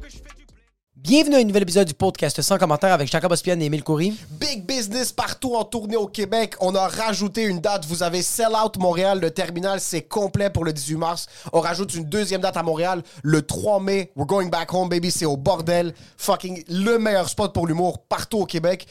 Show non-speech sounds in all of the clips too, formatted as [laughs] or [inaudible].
que je fais du blé. Bienvenue à un nouvel épisode du podcast sans commentaire avec Jacob Ospian et Émile Coury. Big business partout en tournée au Québec. On a rajouté une date. Vous avez Sell Out Montréal. Le terminal, c'est complet pour le 18 mars. On rajoute une deuxième date à Montréal le 3 mai. We're going back home, baby. C'est au bordel. Fucking le meilleur spot pour l'humour partout au Québec.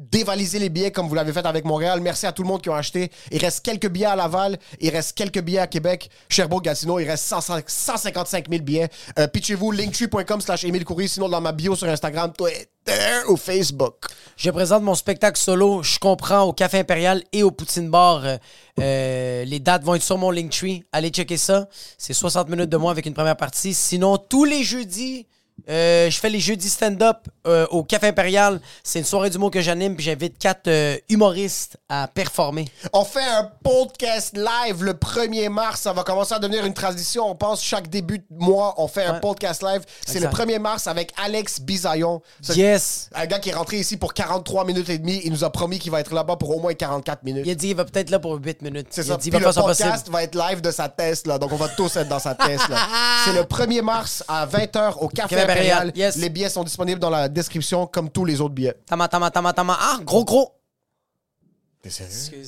Dévalisez les billets comme vous l'avez fait avec Montréal. Merci à tout le monde qui a acheté. Il reste quelques billets à Laval. Il reste quelques billets à Québec. Sherbrooke, Gatineau. Il reste 100 155 000 billets. Euh, Pitchez-vous linktree.com slash Émile Coury. Sinon, dans ma bio sur Instagram, Twitter ou Facebook. Je présente mon spectacle solo, je comprends, au Café Impérial et au Poutine Bar. Euh, euh, les dates vont être sur mon Linktree. Allez checker ça. C'est 60 minutes de moi avec une première partie. Sinon, tous les jeudis, euh, je fais les jeudis stand-up euh, au Café Impérial. C'est une soirée du mot que j'anime, puis j'invite quatre euh, humoristes à performer. On fait un podcast live le 1er mars. Ça va commencer à devenir une tradition. On pense chaque début de mois, on fait un podcast live. C'est le Exact. 1er mars avec Alex Bisaillon. Ce- Yes! Un gars qui est rentré ici pour 43 minutes et demie. Il nous a promis qu'il va être là-bas pour au moins 44 minutes. Il a dit il va peut-être là pour 8 minutes. C'est il a ça. dit il Puis va le faire son podcast possible. va être live de sa Tesla. Donc, on va tous être dans [laughs] sa Tesla. C'est le 1er mars à 20h au Café Café Impérial. Impérial. Yes. Les billets sont disponibles dans la description comme tous les autres billets. Tama, tama, tama, tama. Ah, gros, gros! T'es sérieux?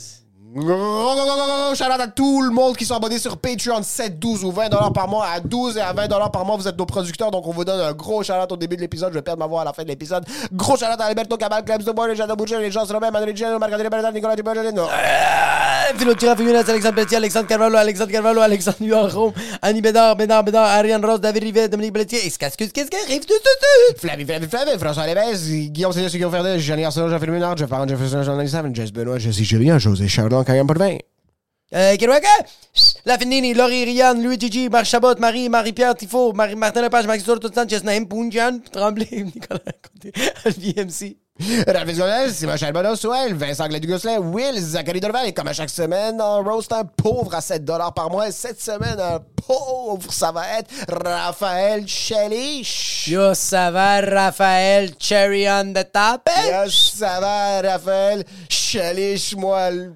Oh, Shout out à tout le monde qui sont abonnés sur Patreon 7, 12 ou 20 dollars par mois. À 12 et à 20 dollars par mois, vous êtes nos producteurs. Donc, on vous donne un gros shout out au début de l'épisode. Je vais perdre ma voix à la fin de l'épisode. Gros shout out à Alberto Cabal, Clebs de Bois, les gens de Boucher, les gens sur le même, André Gino, Marc-André Beretta, Nicolas euh, Dubergelino. Euh, Philo Tiraf, Younes, Alexandre Pelletier, Alexandre Carvalho, Alexandre Carvalho, Alexandre Nuaro, Annie Bédard, Bédard, Bédard, Ariane Rose, David Rivet, Dominique Pelletier. Et ce qu'est-ce que- qu'est-ce qui arrive tout, tout, tout? Flavie, Flavie, Flavie, François Lébez, Guillaume Céleste, Guillaume Ferdet, Jean-Yann Arsenault, Jean-Philippe Ménard, Jeff Parent, Jefferson, Jean-Denis Savin, Jess Benoît, Jesse Julien, José Chardon, Kayam Potvin. Euh, Kerouac, hein? La Finini, Laurie Rianne, Louis Gigi, Marc Chabot, Marie, Marie-Pierre Tifo, Marie, Martin Lepage, Maxime Sour, tout le temps, Chesnaim, Punjan, Tremblay, [laughs] Nicolas Côté, VMC. Rafis Gomez, Simon Bono, Souel, Vincent Gladugoslet, Will, Zachary Dorval. Et comme à chaque semaine, on roast un pauvre à 7 par mois. Et Cette semaine, un pauvre, ça va être Raphaël Chalich. Yo, ça va, Raphaël, Cherry on the top, hein? Yes, ça va, Raphaël Chalich, moi, le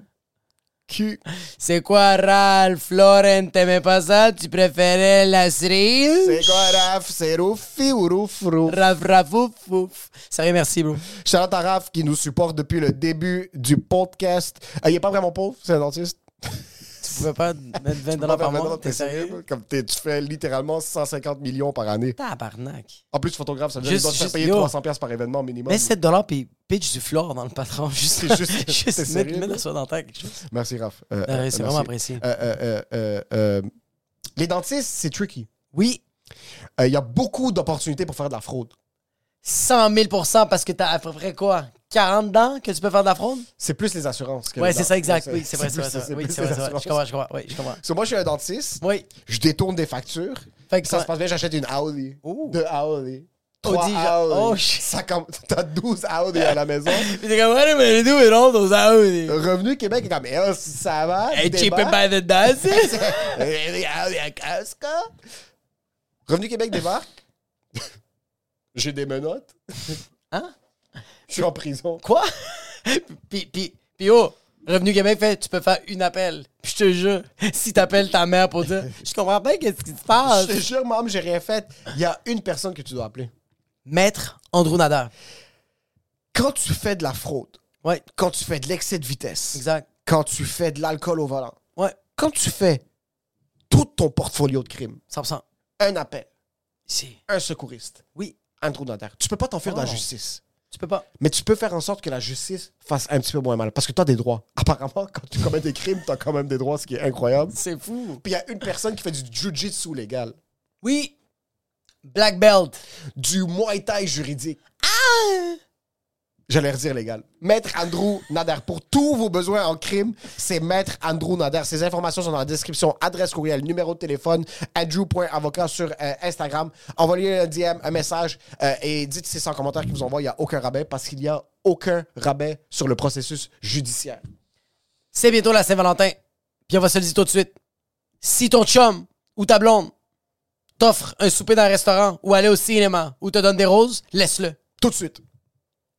cul. C'est quoi, Ralph, Lauren, t'aimais pas ça? Tu préférais la cerise? C'est quoi, Raph? C'est Roufi ou Rouf, Rouf? Raf, raf, ouf, ouf. Sérieux, merci, bro. Shout-out à Raph qui nous supporte depuis le début du podcast. Euh, il est pas vraiment pauvre, c'est un dentiste. Tu pouvais pas mettre 20 dollars par mois, t'es sérieux? Comme t'es- tu fais littéralement 150 millions par année. Tabarnak. En plus, photographe, ça veut dire Juste- que tu dois te faire juste- payer yo. 300 pièces par événement minimum. Mets 7 dollars puis pitch du flore dans le patron. [laughs] Juste, C'est juste, juste- t'es juste sérieux, mettre, mettre là? la soie dans le terre, quelque chose. Merci, Raph. Euh, Ah ouais, c'est merci. vraiment apprécié. Euh, euh, euh, euh, euh, les dentistes, c'est tricky. Oui, Euh, Il y a beaucoup d'opportunités pour faire de la fraude. 100 000 parce que t'as à peu près quoi? 40 dents que tu peux faire de la fraude? C'est plus les assurances. que Ouais, les c'est dents. ça, exact. Ouais, [laughs] Oui, c'est vrai, c'est plus- vrai. c'est vrai. Oui, plus c'est vrai, les c'est vrai. Je comprends, assurances. je comprends. Oui, je comprends. So, moi, je suis un dentiste. Oui. Je détourne des factures. Fait que Ça ça, se passe bien, j'achète une Audi. Ouh. Deux Audi. Trois Audi, genre- Audi. oh, shit. Ça com- [laughs] T'as 12 Audi à la maison. Puis t'es comme, ouais, mais nous, et non, dans ça, oui. Revenu Québec est comme, eh, oh, si ça va. Hey, débarque. cheap by the [laughs] dance. Eh, les Audi à Costco. [laughs] Revenu Québec débarque. J'ai des menottes. [laughs] Hein? Je suis en prison. [laughs] Quoi? Puis, puis, puis, oh, Revenu Québec fait tu peux faire une appel. Puis je te jure, [laughs] si t'appelles ta mère pour [laughs] dire je comprends pas qu'est-ce qui se passe. Je te jure, maman, j'ai rien fait. Il y a une personne que tu dois appeler. Maître Andrew Nader. Quand tu fais de la fraude, Ouais, quand tu fais de l'excès de vitesse, exact. quand tu fais de l'alcool au volant, Ouais, quand tu fais tout ton portfolio de crimes, 100%. un appel, Si. un secouriste, Oui, Andrew Nader, tu peux pas t'enfuir de la Oh. justice. tu peux pas. Mais tu peux faire en sorte que la justice fasse un petit peu moins mal. Parce que tu as des droits. [laughs] Apparemment, quand tu commets des crimes, tu as quand même des droits, ce qui est incroyable. C'est fou. Puis il y a une personne qui fait du jiu-jitsu légal, Oui. Black Belt. du muay thai juridique. J'allais redire légal. Maître Andrew Nader. Pour tous vos besoins en crime, c'est Maître Andrew Nader. Ces informations sont dans la description. Adresse courriel, numéro de téléphone, andrew.avocat sur euh, Instagram. Envoyez un DM, un message euh, et dites si c'est sans commentaire qu'ils vous envoient. Il n'y a aucun rabais parce qu'il n'y a aucun rabais sur le processus judiciaire. C'est bientôt la Saint-Valentin. Puis on va se le dire tout de suite. Si ton chum ou ta blonde t'offre un souper dans un restaurant ou aller au cinéma ou te donne des roses, laisse-le. Tout de suite.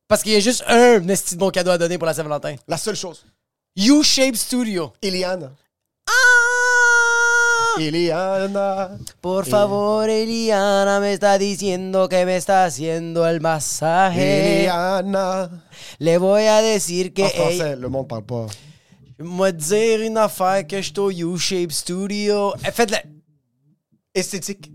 Parce qu'il y a juste un esti de bon cadeau à donner pour la Saint-Valentin. La seule chose. U-Shape Studio. Eliane. Eliana. Por favor, Eliana me está diciendo que me está haciendo el masaje. Eliana. eh. Le voy a decir que En français, le monde parle pas. m'a dire une affaire que je suis au U-Shape Studio. Eh, Faites-le Esthétique.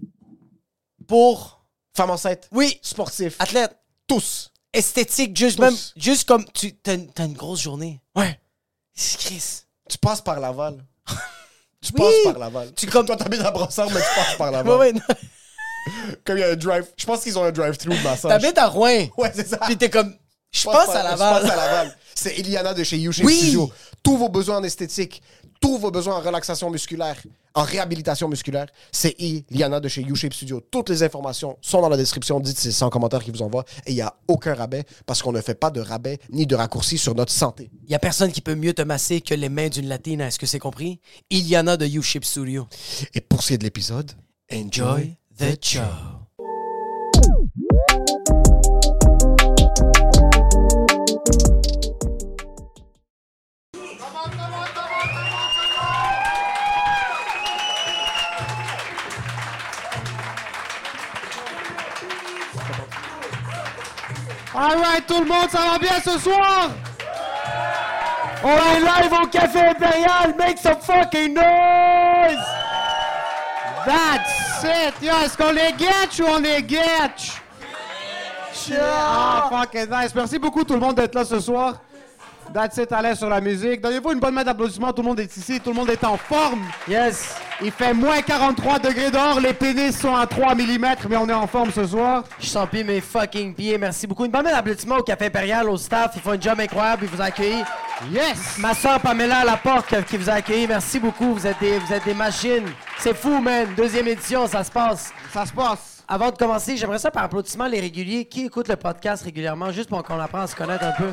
pour Femme enceinte. oui, Sportif. athlète, tous. esthétique, juste Tous. même juste comme tu t'as une, t'as une grosse journée. Ouais. Chris. Tu passes par Laval. [laughs] tu Oui. passes par Laval. Tu comme Toi, t'habites à Brossard, mais tu passes par [laughs] Ouais, Laval. ouais, non. Comme il y a un drive. Je pense qu'ils ont un drive-thru de massage. T'habites à Rouen. [laughs] Ouais, c'est ça. Puis t'es comme je Je passe par- à Je passe à Laval. Laval. C'est Eliana de chez You Shape Oui. Studio. Tous vos besoins en esthétique, tous vos besoins en relaxation musculaire, en réhabilitation musculaire, c'est Eliana de chez You Shape Studio. Toutes les informations sont dans la description. Dites c'est 100 commentaires qui vous envoient. Et il n'y a aucun rabais parce qu'on ne fait pas de rabais ni de raccourci sur notre santé. Il y a personne qui peut mieux te masser que les mains d'une latine, est-ce que c'est compris? Il y en a de U-Shape Studio. Et pour ce qui est de l'épisode, enjoy the show. All right, tout le monde, ça va bien ce soir? On est live au Café Impérial. Make some fucking noise! That's it. Yo, est-ce qu'on les get ou on les get? Ah, fucking nice. Merci beaucoup tout le monde d'être là ce soir. That's it, allez sur la musique. Donnez-vous une bonne main d'applaudissements. Tout le monde est ici. Tout le monde est en forme. Yes. Il fait moins 43 degrés dehors. Les pénis sont à 3 mm, mais on est en forme ce soir. Je sens plus mes fucking pieds. Merci beaucoup. Une bonne main d'applaudissements au Café Impérial, au staff. Ils font un job incroyable. Ils vous accueillent. Yes! Ma soeur Pamela à la porte qui vous a accueilli. Merci beaucoup. Vous êtes des, vous êtes des machines. C'est fou, man. Deuxième édition, ça se passe. Ça se passe. Avant de commencer, j'aimerais ça par applaudissement les réguliers. Qui écoute le podcast régulièrement juste pour qu'on apprend à se connaître un peu?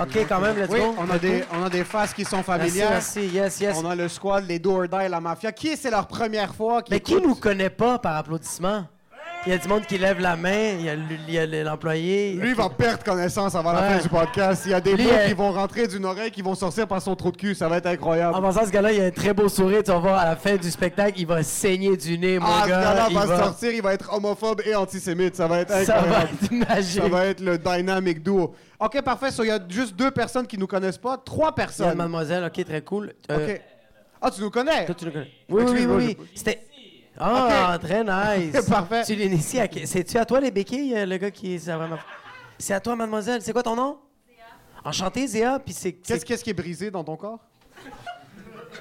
OK, quand même, let's Oui, go. on a, des, on a des faces qui sont Merci, familières. merci. Yes, yes. On a le squad, les do or die, la mafia. Qui est- c'est leur première fois? Qui Mais qui écoute? nous connaît pas par applaudissement? Il y a du monde qui lève la main. Il y a l- il y a l'employé. Lui va perdre connaissance avant la Ouais. fin du podcast. Il y a des Lui, mots euh, qui vont rentrer d'une oreille, qui vont sortir par son trou de cul. Ça va être En incroyable. passant, ce gars-là, il a un très beau sourire. Tu vas voir, à la fin du spectacle, il va saigner du nez, mon Ah, ce gars. gars-là il va, va- sortir, il va être homophobe et antisémite. Ça va être Ça va incroyable. être magique. Ça va être le dynamic duo. Ok, parfait. So, Il y a juste deux personnes qui nous connaissent pas. Il Trois y a personnes. mademoiselle, ok, très cool. Euh, Ok. Ah, tu nous connais? Toi, tu le connais. Oui, oui, oui, Excuse-moi, oui. j'ai- C'était. Ah, très nice. [laughs] Parfait. Tu l'inities à. C'est-tu à toi les béquilles, euh, le gars qui. ça va- C'est à toi, mademoiselle. C'est quoi ton nom? Zéa. Enchanté, Zéa. Puis c'est. Qu'est-ce qu'est-ce qui est brisé dans ton corps?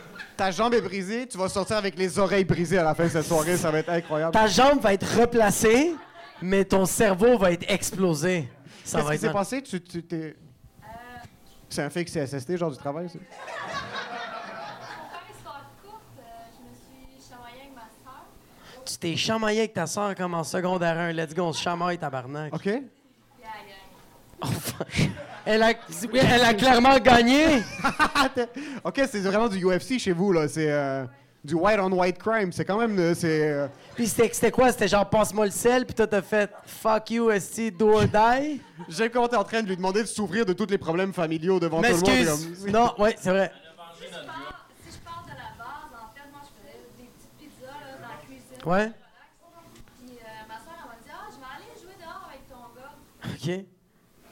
[laughs] Ta jambe est brisée, tu vas sortir avec les oreilles brisées à la fin de cette soirée, ça va être incroyable. Ta jambe va être replacée, mais ton cerveau va être explosé. Ça Qu'est-ce va qui être. s'est passé? Tu tu t'es. C'est un fixe CSST, genre du travail, ça? Faire une histoire courte, euh, je me suis chamaillée avec ma soeur. Tu t'es chamaillé avec ta soeur comme en secondaire 1. Let's go, on se chamaille, tabarnak. OK? [laughs] euh, [laughs] Elle, a... oui, elle a clairement gagné. OK, c'est vraiment du UFC chez vous, là. C'est. euh, du white on white crime. C'est quand même. euh, C'est. euh, Puis c'était c'était quoi? C'était genre passe-moi le sel, puis toi t'as fait fuck you, esti, do or die? J'aime comment t'es en train de lui demander de s'ouvrir de tous les problèmes familiaux devant tout le monde. M'excuse! comme- Non, ouais, c'est vrai. Si je pars- si je pars de la base, en fait, moi, je faisais des petites pizzas là, dans la cuisine. Ouais. relax. Puis euh, ma soeur, elle m'a dit Ah, je vais aller jouer dehors avec ton gars. OK.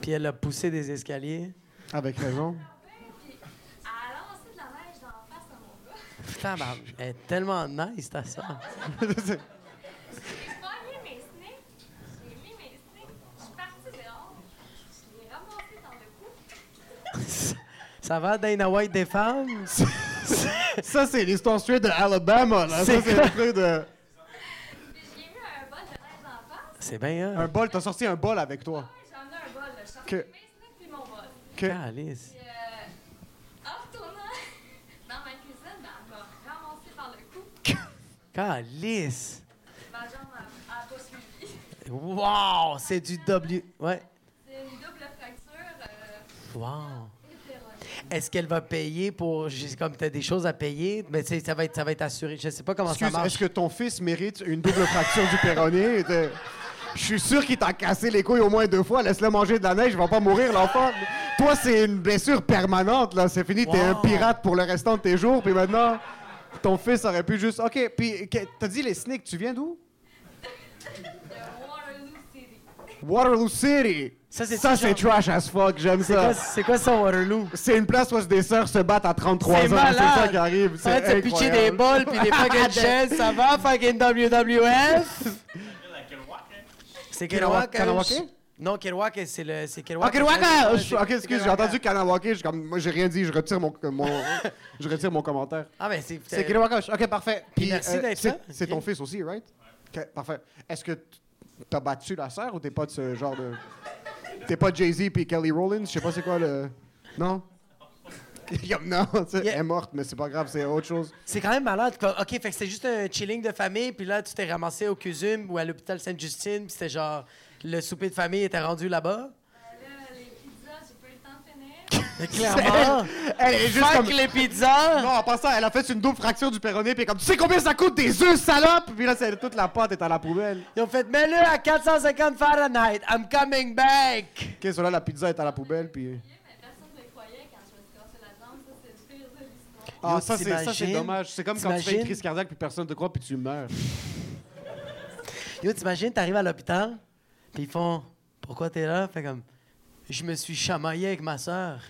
Puis elle a poussé des escaliers. Avec raison. Puis elle a lancé de la neige d'en face à mon gars. [laughs] Tabarnak, elle est tellement nice, ta soeur. J'ai pogné mes sneaks. J'ai mis mes sneaks. Je suis partie dehors. Je l'ai ramassé dans le cou. Ça va, Dana White des femmes? Ça, c'est l'histoire straight de Alabama, là. Ça, C'est c'est quoi? le truc de. Puis j'ai mis un bol de neige en face. C'est bien, Un hein? bol, t'as sorti un bol avec toi. Ouais, J'ai emmené un bol. là. J'ai sorti Que- mes sneaks puis mon bol. Que- Calice. Puis euh, en retournant [laughs] dans ma cuisine, ben, elle m'a ramassé par le cou. Calice. Ma jambe a, a pas suivi. Wow! C'est du W. Ouais. C'est une double fracture euh, Wow. hétérogène. Est-ce qu'elle va payer pour. j'ai- Comme tu as des choses à payer, mais tu sais, ça va être, ça va être assuré. Je sais pas comment Excuse, ça marche. est-ce que ton fils mérite une double fracture du péroné? De- Je suis sûr qu'il t'a cassé les couilles au moins deux fois. Laisse-le manger de la neige, il va pas mourir, l'enfant. Toi, c'est une blessure permanente, là. C'est fini, t'es un Wow. pirate pour le restant de tes jours. Puis maintenant, ton fils aurait pu juste... OK, puis que- t'as dit les sneaks, tu viens d'où? de Waterloo City. Waterloo City! Ça, c'est ça, tout c'est genre- trash as fuck, j'aime C'est quoi, ça. c'est quoi ça, Waterloo? C'est une place où des sœurs se battent à 33 ans. C'est malade! C'est ça qui arrive. Ça va, t'as pitché des incroyable. balles puis des [laughs] fucking chaises, ça va, fucking WWF? C'est Kerouac. Kerouac? hein? Non, Kerouac, c'est le. C'est Kerouac. Ok, Waka! Ouais, hein? Je- c'est- Ok, excuse, j'ai Kerouac. hein? entendu Kanawake, j'ai comme, moi j'ai rien dit, je retire mon, mon- [laughs] je retire mon commentaire. Ah, mais c'est. C'est Kanawake, ok, parfait. Puis, euh, merci d'être c'est- là. C'est Ok. ton fils aussi, right? Ok, parfait. Est-ce que t- t'as battu la sœur ou t'es pas de ce genre de. T'es pas Jay-Z puis Kelly Rollins? Je sais pas c'est quoi le. Non? [laughs] Comme non, [laughs] tu sais, Yeah. elle est morte, mais c'est pas grave, c'est autre chose. C'est quand même malade. quoi. OK, fait que c'était juste un chilling de famille, puis là, tu t'es ramassé au CUSUM ou à l'hôpital Sainte-Justine, puis c'était genre le souper de famille était rendu là-bas. Ben là, les pizzas, j'ai pas eu le temps de finir. Mais clairement, Elle est juste fuck comme. les pizzas! Non, en passant, elle a fait une double fracture du péroné, puis comme, tu sais combien ça coûte des œufs, salope? Puis là, c'est- toute la pâte est à la poubelle. Ils ont fait « Mets-le à 450 Fahrenheit, I'm coming back! Ok, cela la pizza est à la poubelle, puis. Mais personne ne me croyait quand je me suis cassé la jambe. Ça, c'est le pire de l'histoire. Ah, Yo, ça, c'est, ça, c'est t'imagines? dommage. C'est comme quand tu fais une T'imagines? crise cardiaque puis personne te croit puis [laughs] tu meurs. » Yo, t'imagines, t'arrives à l'hôpital, puis ils font « Pourquoi t'es là? » Fait comme « Je me suis chamaillé avec ma sœur. »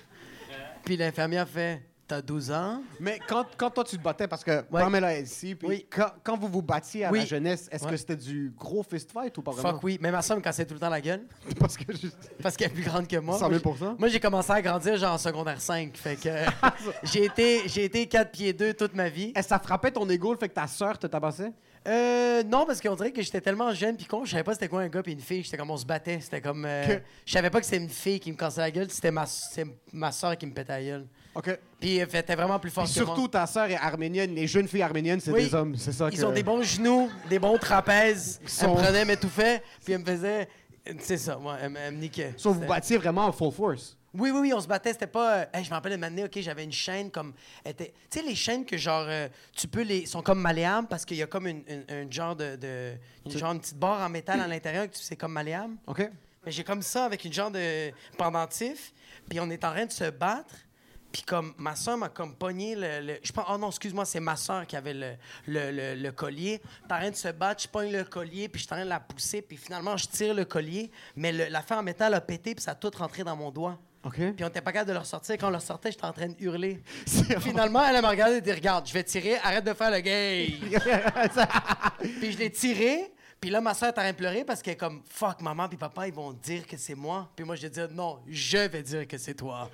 Puis l'infirmière fait « T'as 12 ans? Mais quand, quand toi, tu te battais, parce que Ouais. Pamela est ici, puis Oui. quand, quand vous vous battiez à la Oui. jeunesse, est-ce que Ouais. c'était du gros fist fight ou pas » vraiment? Fuck oui. Mais ma sœur me cassait tout le temps la gueule. [laughs] Parce que je- Parce qu'elle est plus grande que moi. 100 000 Moi, j'ai- Moi, j'ai commencé à grandir genre en secondaire 5. Fait [laughs] que euh, j'ai été, j'ai été 4 pieds 2 toute ma vie. Est-ce que Eh, ça frappait ton égo le fait que ta sœur te tabassait? Euh, non, parce qu'on dirait que j'étais tellement jeune puis con, je savais pas c'était quoi un gars puis une fille. J'étais comme on se battait. C'était comme. euh, Que- Je savais pas que c'était une fille qui me cassait la gueule, c'était ma, c'est ma soeur qui me pétait la gueule. OK. Puis euh, fait, t'es vraiment plus fort Puis que surtout, moi. ta sœur est arménienne. Les jeunes filles arméniennes, c'est Oui. des hommes. C'est ça Ils que... ont des bons genoux, des bons trapèzes. sont- Elle me prenait, m'étouffait, puis elle me faisait. C'est ça, ouais, elle, me- elle me niquait. Sauf que vous C'était- battiez vraiment en full force. Oui, oui, oui, on se battait. C'était pas. euh, hey, je me rappelle de m'amener, OK, j'avais une chaîne comme. elle était- Tu sais, les chaînes que genre. euh, tu peux les. sont comme malléables parce qu'il y a comme une, une- un genre de. de- une genre une petite barre en métal à l'intérieur que tu c'est comme malléable. OK? Mais j'ai comme ça avec une genre de pendentif. Puis on est en train de se battre. Puis comme ma soeur m'a comme pogné le... le- je pense, oh non, excuse-moi, c'est ma soeur qui avait le, le, le, le collier. T'es en train de se battre, je pogne le collier, puis je suis en train de la pousser. Puis finalement, je tire le collier. Mais le- l'affaire en métal a pété, puis ça a tout rentré dans mon doigt. OK. Puis on était pas capable de leur sortir. Quand on leur sortait, j'étais en train de [laughs] hurler. Finalement, elle elle m'a regardé et dit Regarde, je vais tirer, arrête de faire le [laughs] gay. puis je l'ai tiré. Puis là, ma soeur est en train de pleurer parce qu'elle est comme Fuck, maman, puis papa, ils vont dire que c'est moi. Puis moi, je vais dire Non, je vais dire que c'est toi.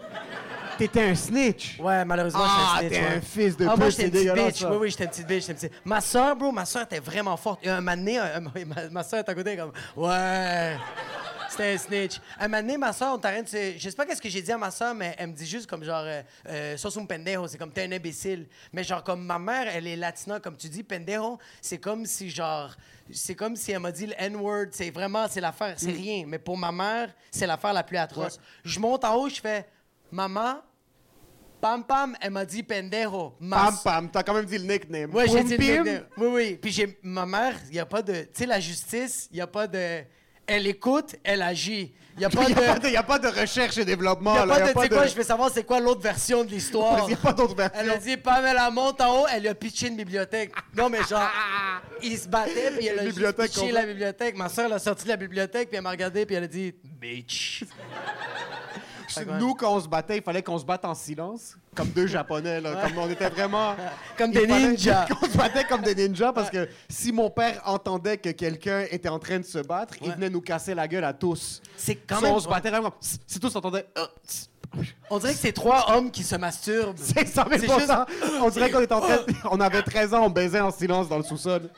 T'étais un snitch! Ouais, malheureusement, Ah, j'étais t'es ouais. un fils de ah, pute, moi, c'est j'étais une petite dégueulasse, bitch. ça. Oui, oui, j'étais une petite bitch. j'étais une petite- Ma soeur, bro, ma soeur était vraiment forte. Et un moment donné, un- un- ma, ma soeur est à côté comme Ouais. C'était un snitch. Un moment donné, ma soeur, on t'arrête. Je sais pas qu'est-ce que j'ai dit à ma soeur, mais elle me dit juste comme genre euh, euh, Sos un pendejo. C'est comme t'es un imbécile. Mais genre, comme ma mère, elle est latina, comme tu dis, pendejo, c'est comme si genre. C'est comme si elle m'a dit le N-word. C'est vraiment, c'est l'affaire, c'est rien. Mais pour ma mère, c'est l'affaire la plus atroce. Je monte en haut, je fais Maman, Pam Pam, elle m'a dit pendejo. Ma- Pam Pam, t'as quand même dit le nickname. Ouais, j'ai Poum dit le Pim. pendejo. Oui, oui. Puis j'ai ma mère, il n'y a pas de. Tu sais, la justice, il n'y a pas de. Elle écoute, elle agit. Il n'y a pas [laughs] Il de. n'y a, pas de- y a pas de recherche et développement. Il n'y a là, pas de. Tu sais y quoi, de- je vais savoir c'est quoi l'autre version de l'histoire. [laughs] Il y a pas d'autre Elle version. a dit Pamela monte en haut, elle a pitché une bibliothèque. Non, mais genre, [laughs] il se battait, puis elle a Une juste bibliothèque pitché qu'on la veut. bibliothèque. Ma soeur, elle a sorti de la bibliothèque, puis elle m'a regardé, puis elle a dit Bitch. [laughs] Puis Nous, quand on se battait, il fallait qu'on se batte en silence, comme deux Japonais, là. Comme on était vraiment. [laughs] Comme Il des fallait ninjas. [laughs] Qu'on se battait comme des ninjas parce que si mon père entendait que quelqu'un était en train de se battre, il Ouais. venait nous casser la gueule à tous. C'est quand So, même- On se battait vraiment. Pss, Si tous entendaient. Ah, tss, On dirait que c'est trois hommes qui se masturbent. [laughs] C'est ça, mais C'est bon, juste- ça, On dirait qu'on était en train. [laughs] On avait 13 ans, on baisait en silence dans le sous-sol.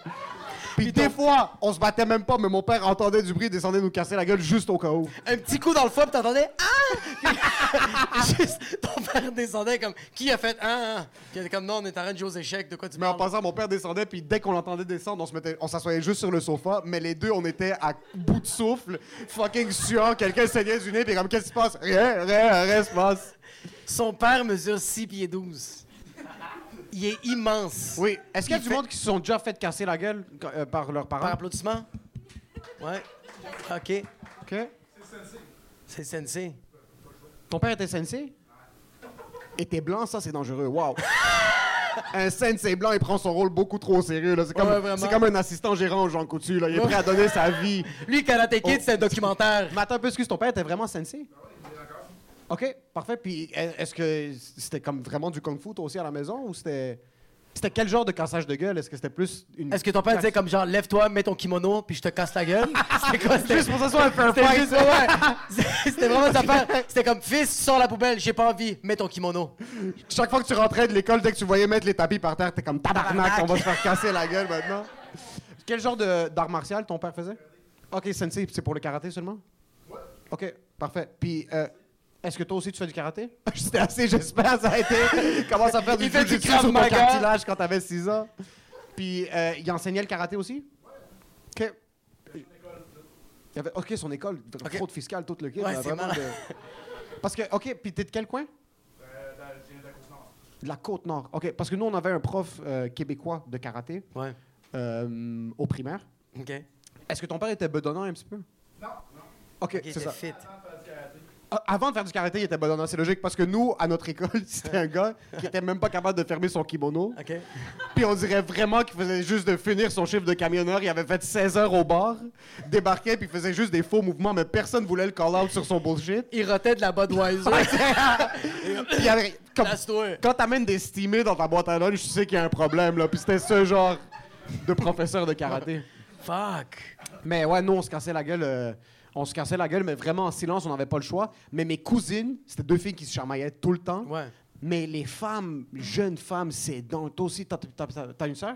Puis des fois, on se battait même pas, mais mon père entendait du bruit, descendait nous casser la gueule juste au cas où. Un petit coup dans le foie, puis t'entendais Ah [laughs] Juste, ton père descendait comme Qui a fait Ah ah? Puis elle était comme Non, on est en train de jouer aux échecs, de quoi tu Mais en parles passant, mon père descendait, puis dès qu'on l'entendait descendre, on se mettait, on s'assoyait juste sur le sofa, mais les deux, on était à bout de souffle, fucking suant, quelqu'un saignait du nez, puis comme, qu'est-ce qui se passe? Rien, rien, rien se passe. Son père mesure 6 pieds 12. Il est immense. Oui. Est-ce qu'il y a Il du fait- monde qui se sont déjà fait casser la gueule quand- euh, par leurs Par parents? applaudissement? Ouais. OK. OK. C'est sensé. Ton père était sensei? Était blanc, ça, c'est dangereux. Wow. [laughs] Un sensei blanc, il prend son rôle beaucoup trop au sérieux. là. C'est comme, Ouais, vraiment. c'est comme un assistant gérant au Jean Coutu. Là. Il est prêt à donner sa vie. Lui, Karate Kid, Oh. c'est un documentaire. Mais attends un peu, excuse, ton père était vraiment sensei? OK, parfait. Puis est- est-ce que c'était comme vraiment du kung-fu, toi aussi, à la maison? Ou c'était... C'était quel genre de cassage de gueule? Est-ce que c'était plus une... Est-ce que ton [laughs] père disait comme genre, lève-toi, mets ton kimono, puis je te casse la gueule? C'était quoi? C'était- [laughs] Juste pour que ça soit un fair C'était fight. juste- ouais, ouais. C'était vraiment sa part. C'était comme, fils, sors la poubelle, j'ai pas envie, mets ton kimono. Chaque fois que tu rentrais de l'école, dès que tu voyais mettre les tapis par terre, t'es comme tabarnak, on va se faire casser la gueule maintenant. [laughs] Quel genre de- d'art martial ton père faisait? Ok, sensei, c'est pour le karaté seulement? Ok, parfait. Puis, euh, est-ce que toi aussi tu fais du [laughs] karaté? C'était assez, j'espère, ça a [laughs] été. Commence à faire du Il fait du jujitsu Krav sur ton Maga. cartilage quand t'avais 6 ans. Puis, euh, il enseignait le karaté aussi? Ok. Il y avait- ok, son école, fraude fiscale, tout le kit. Ouais, là, c'est vraiment malade. de- euh, Parce que, ok, puis t'es de quel coin? De la Côte-Nord. OK. Parce que nous, on avait un prof euh, québécois de karaté Ouais. euh, au primaire. OK. Est-ce que ton père était bedonnant un petit peu? Non. OK, Il était c'est ça. fit. Ah, Avant de faire du karaté, il était bedonnant. C'est logique parce que nous, à notre école, [laughs] c'était un gars qui était même pas capable de fermer son kimono. OK. [laughs] Puis on dirait vraiment qu'il faisait juste de finir son chiffre de camionneur. Il avait fait 16 heures au bar, débarquait, puis faisait juste des faux mouvements, mais personne voulait le call-out sur son bullshit. Il rotait de la [laughs] Budweiser. euh, Puis il y avait- comme- Place-toi. quand t'amènes des stimés dans ta boîte à lunch, tu sais qu'il y a un problème, là. Puis c'était ce genre de professeur de karaté. Fuck. Mais ouais, nous, on se cassait la gueule. euh, on se cassait la gueule, mais vraiment en silence, on n'avait pas le choix. Mais mes cousines, c'était deux filles qui se chamaillaient tout le temps. Ouais. Mais les femmes, jeunes femmes, c'est donc. Toi aussi, t'as- t'as t'as une sœur?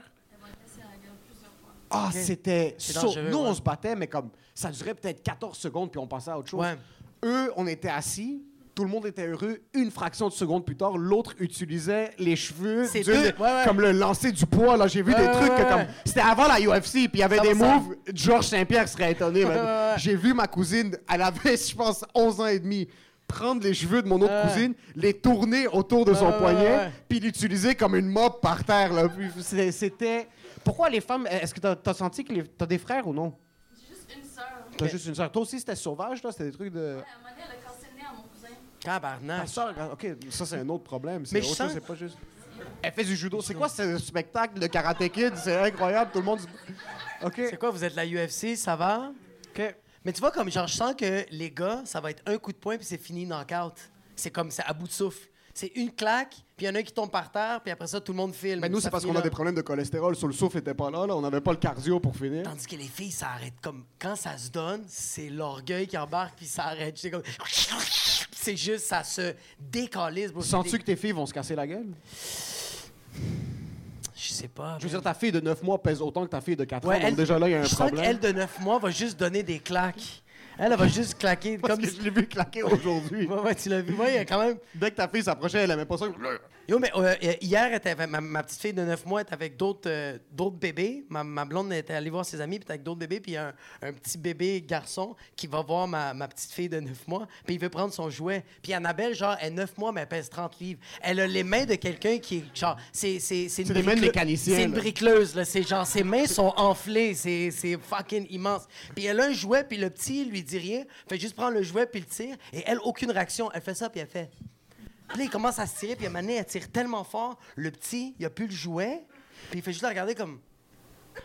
Ah, c'était. C'est so- dangereux, Nous, ouais. on se battait, mais comme ça durait peut-être 14 secondes, puis on passait à autre chose. Ouais. Eux, on était assis, tout le monde était heureux. Une fraction de seconde plus tard, l'autre utilisait les cheveux C'est du- deux- ouais, ouais. comme le lancer du poids. Là, j'ai vu Ouais, des trucs que ouais, ouais. comme c'était avant la UFC, puis il y avait Ça des va, ça. moves. Georges Saint-Pierre serait [laughs] étonné. man. Ouais, ouais, ouais. J'ai vu ma cousine, elle avait, je pense, 11 ans et demi. Prendre les cheveux de mon autre Ouais. cousine, les tourner autour de son ouais, poignet, ouais, ouais. puis l'utiliser comme une mop par terre. là. Puis c'est- C'était. Pourquoi les femmes. Est-ce que t'as as senti que les- t'as des frères ou non? J'ai juste une sœur. T'as juste une sœur. Toi aussi, c'était sauvage, là? C'était des trucs de. À un moment donné, elle a cassé le nez à mon cousin. Ta Tabarnak. sœur, ok, ça c'est un autre problème. C'est Mais je autre chose, sens- c'est pas juste. Elle fait du judo. C'est quoi ce spectacle de Karate Kid? C'est incroyable, tout le monde. se- Ok. C'est quoi, vous êtes la UFC, ça va? Ok. Mais tu vois, comme genre, je sens que les gars, ça va être un coup de poing, puis c'est fini, knock-out. C'est comme, c'est à bout de souffle. C'est une claque, puis il y en a un qui tombe par terre, puis après ça, tout le monde filme. Mais Ben, nous, Ça c'est parce finit qu'on a là. des problèmes de cholestérol. Sur le souffle, était pas là, là. On n'avait pas le cardio pour finir. Tandis que les filles, ça arrête comme. Quand ça se donne, c'est l'orgueil qui embarque, puis ça arrête. C'est comme. C'est juste, ça se décalise. bro. C'est Sens-tu des- que tes filles vont se casser la gueule? Je sais pas. Je veux man. dire, ta fille de 9 mois pèse autant que ta fille de 4 Ouais, ans. Donc déjà là, il y a un je sens problème. qu'elle de 9 mois va juste donner des claques. Elle, elle va juste claquer. [laughs] Parce comme que je l'ai vu claquer aujourd'hui. Ouais, ouais, tu l'as vu. Ouais, il y a quand même. Dès que ta fille s'approchait, elle aimait pas ça. Yo, mais euh, euh, hier, elle était avec- ma, ma petite fille de 9 mois était avec d'autres euh, d'autres bébés. Ma, ma blonde était allée voir ses amis, puis était avec d'autres bébés. Puis il y a un, un petit bébé garçon qui va voir ma, ma petite fille de 9 mois, puis il veut prendre son jouet. Puis Annabelle, genre, elle est 9 mois, mais elle pèse 30 livres. Elle a les mains de quelqu'un qui est, genre, c'est c'est- c'est C'est des mains de bricleu- mécanicien, C'est une là. bricleuse, là. C'est genre, ses mains sont enflées. C'est c'est fucking immense. Puis elle a un jouet, puis le petit, il lui dit rien. Fait juste prendre le jouet, puis le tire. Et elle, aucune réaction. Elle fait ça, puis elle fait. Puis là, il commence à se tirer, puis à un moment donné, elle tire tellement fort, le petit, il a plus le jouet, puis il fait juste la regarder comme. Puis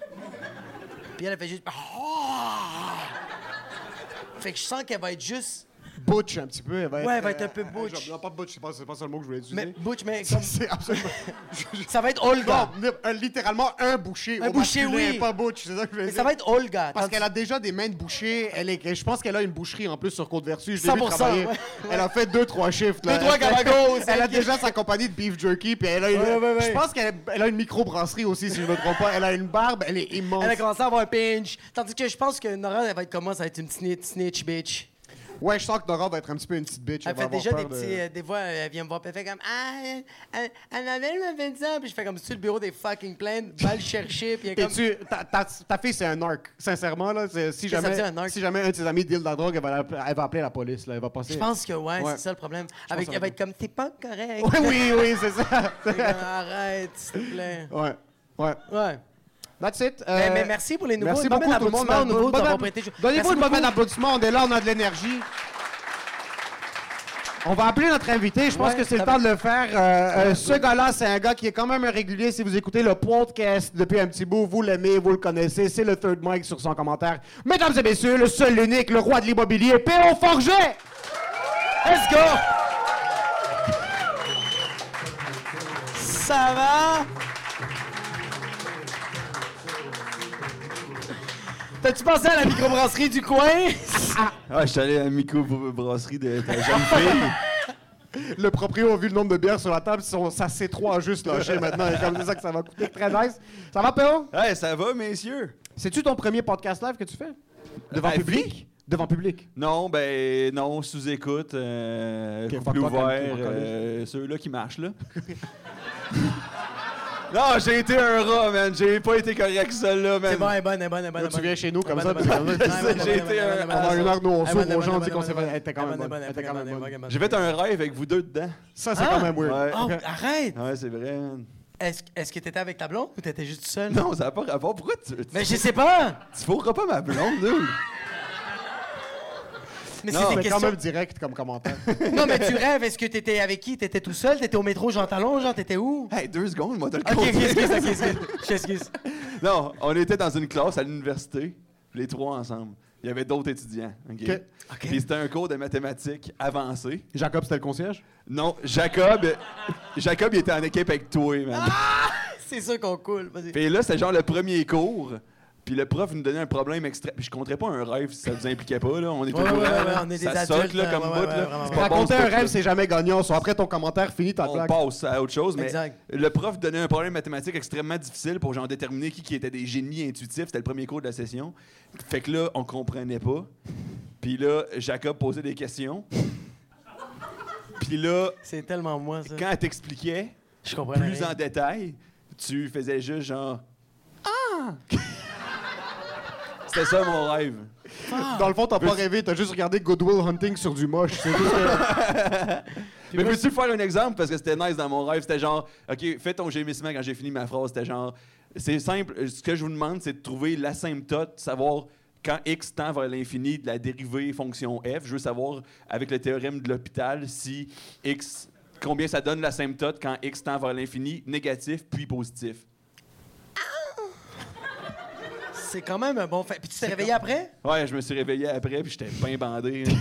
elle, elle fait juste. Ah! Fait que je sens qu'elle va être juste. Butch un petit peu. Elle va être, Ouais, elle va être euh, un peu euh, butch. Non, pas butch, c'est pas, c'est pas ça le mot que je voulais utiliser. Mais, [laughs] Butch, mais comme. C'est absolument. [laughs] Ça va être Olga. Non, euh, littéralement un boucher. Un au boucher, masculin, oui. Pas butch, c'est ça que je voulais Mais dire. ça va être Olga. Parce tandis- qu'elle a déjà des mains de boucher. Elle est, je pense qu'elle a une boucherie en plus sur Côte-Vertu. Je l'ai vu 100%, travailler. ouais, ouais. Elle a fait deux, trois shifts. là. Deux, trois Elle fait- [laughs] gamagos, Elle a ok. déjà sa compagnie de beef jerky. Puis elle a une, Ouais, ouais, ouais. Je pense qu'elle elle a une microbrasserie aussi, si je me trompe pas. Elle a une barbe, elle est immense. Elle a commencé à avoir un pinch. Tandis que je pense que Nora, elle va être comment? Ça va être une snitch, snitch bitch. Ouais, je sens que Nora va être un petit peu une petite bitch. Elle va fait avoir déjà des peur de- petits. euh, des fois, elle vient me voir, puis elle fait comme Ah, euh, euh, Annabelle m'a fait ça. Puis je fais comme sur le bureau des fucking plaintes, va le chercher, puis elle est Et comme. tu, ta, ta, ta fille, c'est un narc. Sincèrement, là, c'est- Qu'est-ce si que ça jamais, veut dire, un narc? si jamais un de ses amis deal de la drogue, elle va, la- elle va appeler la police. Là, elle va passer. Je pense que, ouais, Ouais. c'est ça le problème. Avec, que ça elle va va être comme, t'es pas correct. [laughs] Oui, oui, oui, [laughs] c'est ça. Comme, Arrête, s'il te plaît. ouais. Ouais. Ouais. That's it. Euh, Mais- mais merci pour les nouveaux. Merci Une bonne beaucoup, tout le monde. applaudissement aux nouveaux Bonne- bonne- d'avoir prêté- Merci Donnez-vous une bonne beaucoup. applaudissement. On est là, on a de l'énergie. On va appeler notre invité. Je pense Ouais, que c'est le ça va. temps de le faire. Euh, euh, ce gars-là, c'est un gars qui est quand même un régulier. Si vous écoutez le podcast depuis un petit bout, vous l'aimez, vous le connaissez. C'est le Third Mike sur son commentaire. Mesdames et messieurs, le seul, l'unique, le roi de l'immobilier, P.O. Forget! Let's go! Ça va? T'as-tu pensé à la microbrasserie du coin? Ah, je suis allé à la micro-brasserie de [laughs] ta jeune fille. Le proprio a vu le nombre de bières sur la table. Son, sa C3 a juste lâché maintenant. Et comme c'est ça que ça va coûter. Très nice. Ça va, P.O.? Hey, ça va, messieurs? C'est-tu ton premier podcast live que tu fais? Devant Euh, public? public? Devant public. Non, ben non, sous-écoute, euh, Ok, couple fuck, fuck, ouvert, on- on- on- euh, ceux-là qui marchent, là. non, j'ai été un rat, man. J'ai pas été correct, celle-là, man. C'est bon, elle est bonne, elle est bonne, elle est bonne. Là, elle est tu viens bonne. chez nous Elle comme est ça, bonne, elle puis est bonne, comme elle est bonne, elle j'ai est bonne, été elle est un- bonne, elle est pendant bonne. une heure, nous, on Elle est s'ouvre bonne, aux elle est gens, on bonne, dit qu'on s'est elle est bonne, fait- elle était quand elle est même bonne, bonne, elle elle était est quand bonne, même elle est bonne, elle est bonne. J'ai fait un rêve avec vous deux dedans. Ça, c'est quand même weird. Ah, Ouais, [laughs] Oh, arrête! ouais c'est vrai. man. Est-ce est-ce que t'étais avec ta blonde ou t'étais juste seul? Non, ça n'a pas rapport. Pourquoi tu, tu, Mais je sais pas! tu fourras pas ma blonde, dude? Mais Non, c'est des C'est quand questions. même direct comme [laughs] commentaire. Non, mais tu rêves, est-ce que t'étais avec qui? T'étais tout seul? T'étais au métro Jean Talon? Genre, t'étais où? Hey, deux secondes, moi, t'as le Ok, ok, compte. excuse, ok, excuse. Je t'excuse. [laughs] Non, on était dans une classe à l'université, les trois ensemble. Il y avait d'autres étudiants. OK? Ok. Puis c'était un cours de mathématiques avancées. Jacob, c'était le concierge? Non, Jacob, euh, Jacob, il était en équipe avec toi, man. [laughs] C'est sûr qu'on coule. vas-y. Puis là, c'était genre le premier cours. Puis le prof nous donnait un problème extra. Puis je compterais pas un rêve si ça vous impliquait pas, là. On était Ouais, ouais, au courant, ouais, là. ouais, on est ça des saute, adultes, là, là. comme Ouais, ouais, bout, là. ouais, vraiment, C'est ouais. pas bon, Raconter ce un truc-là. rêve, c'est jamais gagnant. Soit Après ton commentaire, finis ta On plaque. passe à autre chose, mais Exact. le prof donnait un problème mathématique extrêmement difficile pour genre déterminer qui, qui était des génies intuitifs. C'était le premier cours de la session. Fait que là, on comprenait pas. Puis là, Jacob posait des questions. Puis là, C'est tellement moi, ça. quand elle t'expliquait Je comprends. plus en détail, tu faisais juste genre Ah! C'était ça mon rêve. Dans le fond, t'as pas rêvé, t'as juste regardé Goodwill Hunting sur du moche. [laughs] C'est juste que- Mais peux-tu faire un exemple? Parce que c'était nice dans mon rêve. C'était genre, OK, fais ton gémissement quand j'ai fini ma phrase. C'était genre, c'est simple. euh, Ce que je vous demande, c'est de trouver l'asymptote, savoir quand x tend vers l'infini de la dérivée fonction f. Je veux savoir, avec le théorème de l'hôpital, si x, combien ça donne l'asymptote quand x tend vers l'infini, négatif puis positif. C'est quand même un bon fait. Puis tu t'es réveillé après? Ouais, je me suis réveillé après, puis j'étais bien bandé. [laughs] hein.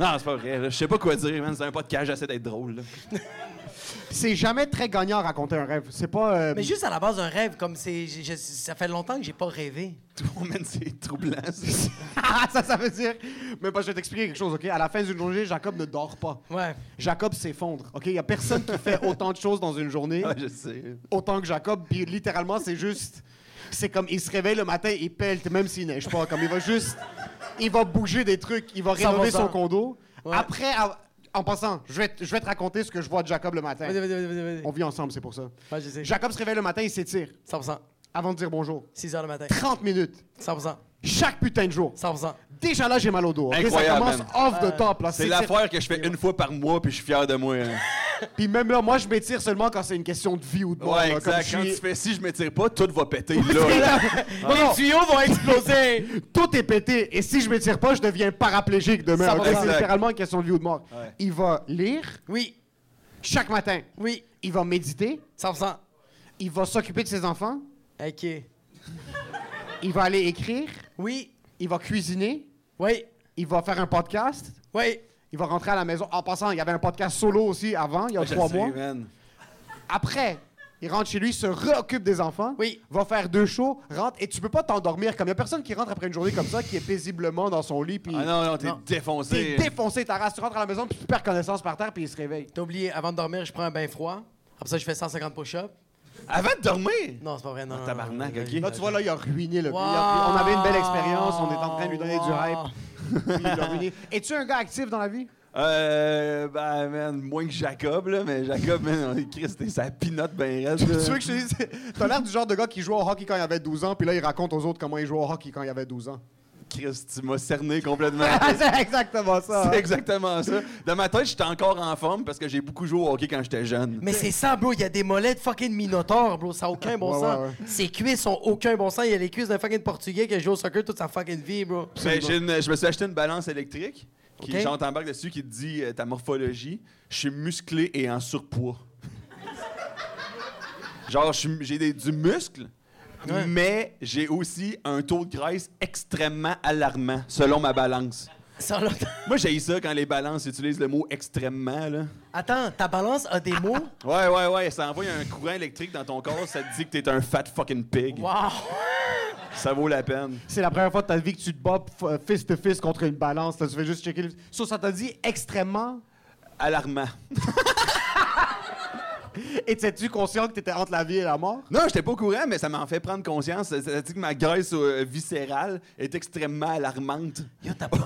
non, c'est pas vrai. là. Je sais pas quoi dire, man. C'est un podcast, j'essaie d'être drôle. là. [laughs] C'est jamais très gagnant à raconter un rêve. C'est pas. euh, [laughs] Mais juste à la base d'un rêve, comme c'est. je- je- Ça fait longtemps que j'ai pas rêvé. Oh, man, c'est troublant. ça. Ah, ça, ça veut dire. Mais parce que je vais t'expliquer quelque chose, OK? À la fin d'une journée, Jacob ne dort pas. Ouais. Jacob s'effondre, OK? Il n'y a personne qui [laughs] fait autant de choses dans une journée, Ouais, je sais. autant que Jacob. Puis littéralement, c'est juste. C'est comme il se réveille le matin, il pèle, même s'il neige pas. Comme il va juste. Il va bouger des trucs, il va 100%. rénover son condo. Ouais. Après. à- En passant, je vais, te- je vais te raconter ce que je vois de Jacob le matin. Vas-y, vas-y, vas-y, vas-y. On vit ensemble, c'est pour ça. Ouais, je sais. Jacob se réveille le matin, il s'étire 100%. avant de dire bonjour. 6 heures le matin. 30 minutes. 100%. Chaque putain de jour. 100%. Déjà là, j'ai mal au dos. ok? Incroyable, Ça commence off the top. là. C'est l'affaire que je fais une fois par mois, puis je suis fier de moi. hein. Puis même là, moi, je m'étire seulement quand c'est une question de vie ou de mort. Ouais, là, comme exact. je Quand suis- [laughs] tu fais si je me tire pas, tout va péter là. Non, non, tuyaux vont exploser! [laughs] tout est pété. Et si je m'étire pas, je deviens paraplégique demain. Ça va ok? C'est faire. littéralement une question de vie ou de mort. Ouais. Il va lire Oui, chaque matin. oui, Il va méditer. 100%. Il va s'occuper de ses enfants. OK. Il va aller écrire. Oui, Il va cuisiner. oui, Il va faire un podcast. oui. Il va rentrer à la maison. En passant, il y avait un podcast solo aussi avant, il y a Je trois sais, mois. man. Après, il rentre chez lui, se réoccupe des enfants. Oui. Va faire deux shows, rentre. Et tu peux pas t'endormir comme il y a personne qui rentre après une journée comme ça, qui est paisiblement dans son lit. Puis Ah non, non, t'es T'es défoncé. défoncé, ta race. Tu rentres à la maison, puis tu perds connaissance par terre, puis il se réveille. T'as oublié, avant de dormir, je prends un bain froid. Après ça, je fais 150 push-ups. Avant de dormir! Non, c'est pas vrai, non. non, non, Ah, tabarnak, non, non, ok. Ah. Là, non. tu vois, là, il a ruiné le. Wow. il a- on avait une belle expérience, on est en train de lui donner du Wow. hype. [laughs] puis il l'a ruiné. Es-tu un gars actif dans la vie? Euh, ben, man, moins que Jacob, là, mais Jacob, man, on- Christ, t'es sa pinote ben raide. Tu veux là. que je te dise, t'as l'air du genre de gars qui jouait au hockey quand il avait 12 ans, puis là, il raconte aux autres comment il jouait au hockey quand il avait 12 ans. [laughs] Christ, tu m'as cerné complètement. [laughs] c'est exactement ça. C'est exactement ça. Dans ma tête, j'étais encore en forme parce que j'ai beaucoup joué au hockey quand j'étais jeune. Mais c'est ça, bro. Il y a des mollets de fucking minotaure, bro. Ça n'a aucun bon Ouais, sens. ouais, Ses cuisses ont aucun bon sens. Il y a les cuisses d'un fucking Portugais qui joue au soccer toute sa fucking vie, bro. Mais Ben, j'ai une- je me suis acheté une balance électrique. Qui, Ok. Genre, t'embarques dessus qui te dit euh, ta morphologie. Je suis musclé et en surpoids. [laughs] genre, je suis- j'ai des- du muscle, Ouais. mais j'ai aussi un taux de graisse extrêmement alarmant, selon ma balance. Sans l'autre- [laughs] Moi, j'ai ça quand les balances utilisent le mot extrêmement, là. Attends, ta balance a des [laughs] mots? Ouais, ouais, ouais, ça envoie un courant électrique dans ton corps, ça te dit que t'es un fat fucking pig. Wow! Ça vaut la peine. C'est la première fois de ta vie que tu te bats f- fist to fist contre une balance. là, tu fais juste checker. le- Ça, ça t'a dit extrêmement. Alarmant. Et t'es-tu conscient que t'étais entre la vie et la mort? Non, j'étais pas au courant, mais ça m'en fait prendre conscience. Ça, ça dit que ma graisse euh, viscérale est extrêmement alarmante. Yo, t'as pas...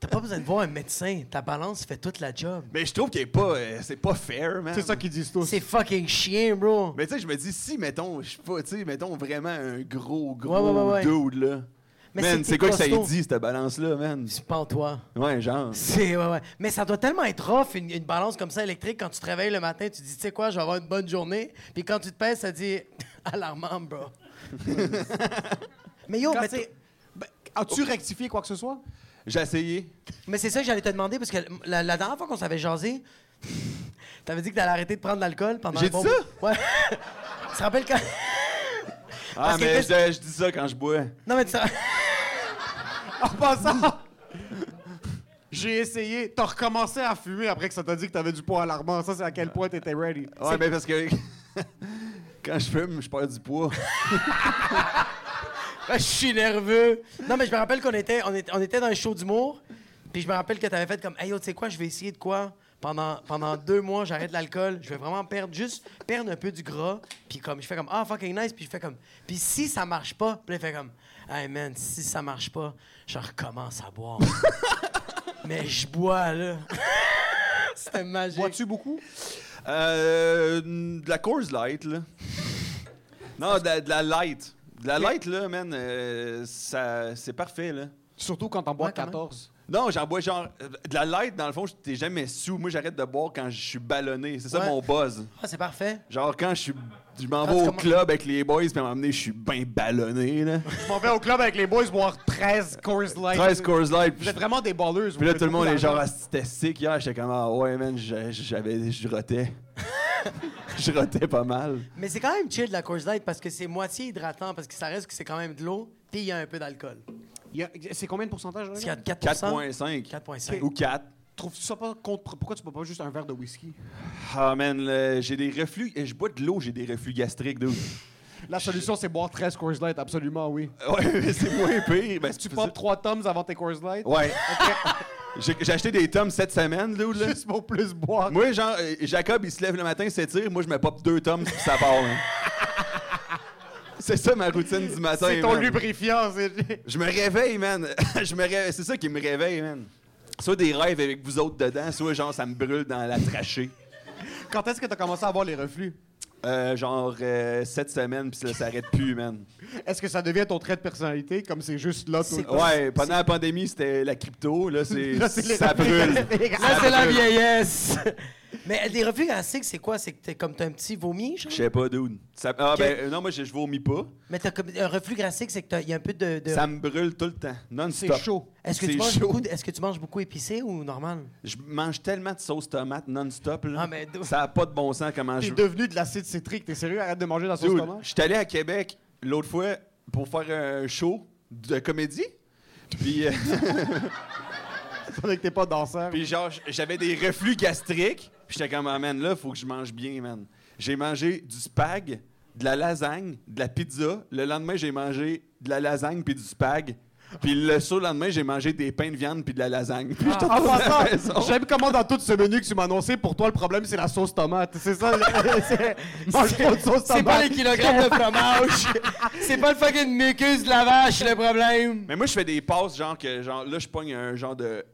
t'as pas besoin de voir un médecin. Ta balance fait toute la job. Mais je trouve qu'elle est pas. euh, c'est pas fair, man. C'est ça qu'ils disent tous. C'est fucking chien, bro. Mais tu sais, je me dis, si, mettons, je sais pas, tu sais, mettons vraiment un gros, gros Ouais, ouais, ouais, ouais. dude, là. Mais man, c'était c'est quoi que ça costaud. dit, cette balance-là, man? C'est pas en toi. Ouais, genre. C'est, ouais, ouais. Mais ça doit tellement être rough, une, une balance comme ça électrique. Quand tu te réveilles le matin, tu dis, tu sais quoi, je vais avoir une bonne journée. Puis quand tu te pèses, ça dit, [laughs] alarmant, bro. mais yo, mais, t'es- Oh. As-tu rectifié quoi que ce soit? J'ai essayé. mais c'est ça que j'allais te demander, parce que la, la dernière fois qu'on s'avait jasé, [laughs] t'avais dit que t'allais arrêter de prendre de l'alcool pendant J'ai un bon dit bout. Ouais. [laughs] tu te rappelles quand. Ah, Parce que mais qu'est-ce- je je dis ça quand je bois. Non, mais tu te- En passant, [laughs] j'ai essayé. T'as recommencé à fumer après que ça t'a dit que t'avais du poids alarmant. Ça, c'est à quel point t'étais ready. Ouais, mais parce que [laughs] quand je fume, je perds du poids. [laughs] Je suis nerveux. Non, mais je me rappelle qu'on était, on était, on était dans un show d'humour. Puis je me rappelle que t'avais fait comme, hey yo, tu sais quoi, je vais essayer de quoi? Pendant, pendant deux mois, j'arrête l'alcool. Je vais vraiment perdre, juste perdre un peu du gras. Puis comme, je fais comme, ah, fucking nice. Puis je fais comme, puis si ça marche pas, puis là, il fait comme, hey man, si ça marche pas, je recommence à [laughs] boire. mais je bois, là. C'était magique. Bois-tu beaucoup? Euh, de la course light, là. Non, de la, de la light. De la light, là, man, euh, ça, c'est parfait, là. Surtout quand t'en bois Ouais, quand même. 14. Non, j'en bois genre. euh, De la light, dans le fond, je t'ai jamais sous. Moi, j'arrête de boire quand je suis ballonné. C'est ça Ouais. mon buzz. Ah, c'est parfait. Genre, quand je suis. Je m'en Quand vais au tu commences- club avec les boys, puis à un moment donné, je suis bien [laughs] ballonné, là. Je m'en vais au club avec les boys boire 13 Coors Light. 13 Coors Light. Vous êtes vraiment des balleuses. vous Puis là, faites tout le monde beaucoup est genre, d'argent. Ah, c'était sick hier. J'étais comme, ah ouais, man, je- j'avais. Je rotais. [laughs] Je rotais pas mal. Mais c'est quand même chill de la course light parce que c'est moitié hydratant, parce que ça reste que c'est quand même de l'eau, puis il y a un peu d'alcool. Il y a- C'est combien de pourcentage? là, Parce qu'il y a là? 4 4.5. 4.5. Ou 4. Trouves-tu ça pas contre... Pourquoi tu bois pas juste un verre de whisky? Ah, man, le- j'ai des reflux. Je bois de l'eau, j'ai des reflux gastriques, dude. La solution, c'est boire 13 Coors Light, absolument, oui. [laughs] Ouais, mais c'est moins pire. Ben, Tu c'est popes 3 tomes avant tes Coors Light? Ouais. [laughs] J'ai j'ai acheté des tomes cette semaine, dude, là. Juste pour plus boire. Moi, genre, euh, Jacob, il se lève le matin, s'étire. Moi, je me pop deux tomes, puis ça part, [laughs] man. C'est ça ma routine du matin. C'est ton man. lubrifiant. c'est- [laughs] Je me réveille, man. je me réveille. C'est ça qui me réveille, man. soit des rêves avec vous autres dedans, soit genre ça me brûle dans la trachée. Quand est-ce que t'as commencé à avoir les reflux? Euh, genre euh, cette semaine, puis ça s'arrête [laughs] plus, man. Est-ce que ça devient ton trait de personnalité, comme c'est juste là tout le [laughs] temps? Ouais, pendant la pandémie, c'était la crypto. Là, [laughs] c'est Là, c'est les ça brûle. Là, c'est la vieillesse. Mais des reflux gastriques, c'est quoi? C'est que t'es comme t'as un petit vomi, genre? Je sais pas, dude. Ça- ah, ben, non, moi, je je vomis pas. Mais t'as comme un reflux gastrique, c'est que t'as- il y a un peu de. de- Ça me brûle tout le temps, non-stop. C'est chaud. Est-ce que, c'est tu manges chaud. beaucoup, de- est-ce que tu manges beaucoup épicé ou normal? Je mange tellement de sauce tomate non-stop. là. Ah, mais dude. Ça n'a pas de bon sens comment T'es je. devenu de l'acide citrique, t'es sérieux? Arrête de manger dans la sauce Dude, tomate. je suis allé à Québec l'autre fois pour faire un show de comédie. Puis, euh, Pendant que t'es pas danseur. puis genre, j'avais des reflux gastriques. Puis j'étais comme, ah, man, là, faut que je mange bien, man. J'ai mangé du spag, de la lasagne, de la pizza. Le lendemain, j'ai mangé de la lasagne puis du spag. Puis le surlendemain, j'ai mangé des pains de viande puis de la lasagne. Ah. Puis j'étais En retourné à la passant, maison. j'aime comment dans tout ce menu que tu m'as annoncé, pour toi, le problème, c'est la sauce tomate. C'est ça? le- [laughs] c'est- Mange pas de sauce tomate. kilogrammes de [laughs] fromage. c'est pas le fucking mucus de la vache, le problème. Mais moi, je fais des passes, genre que, genre, là, je pogne un genre de.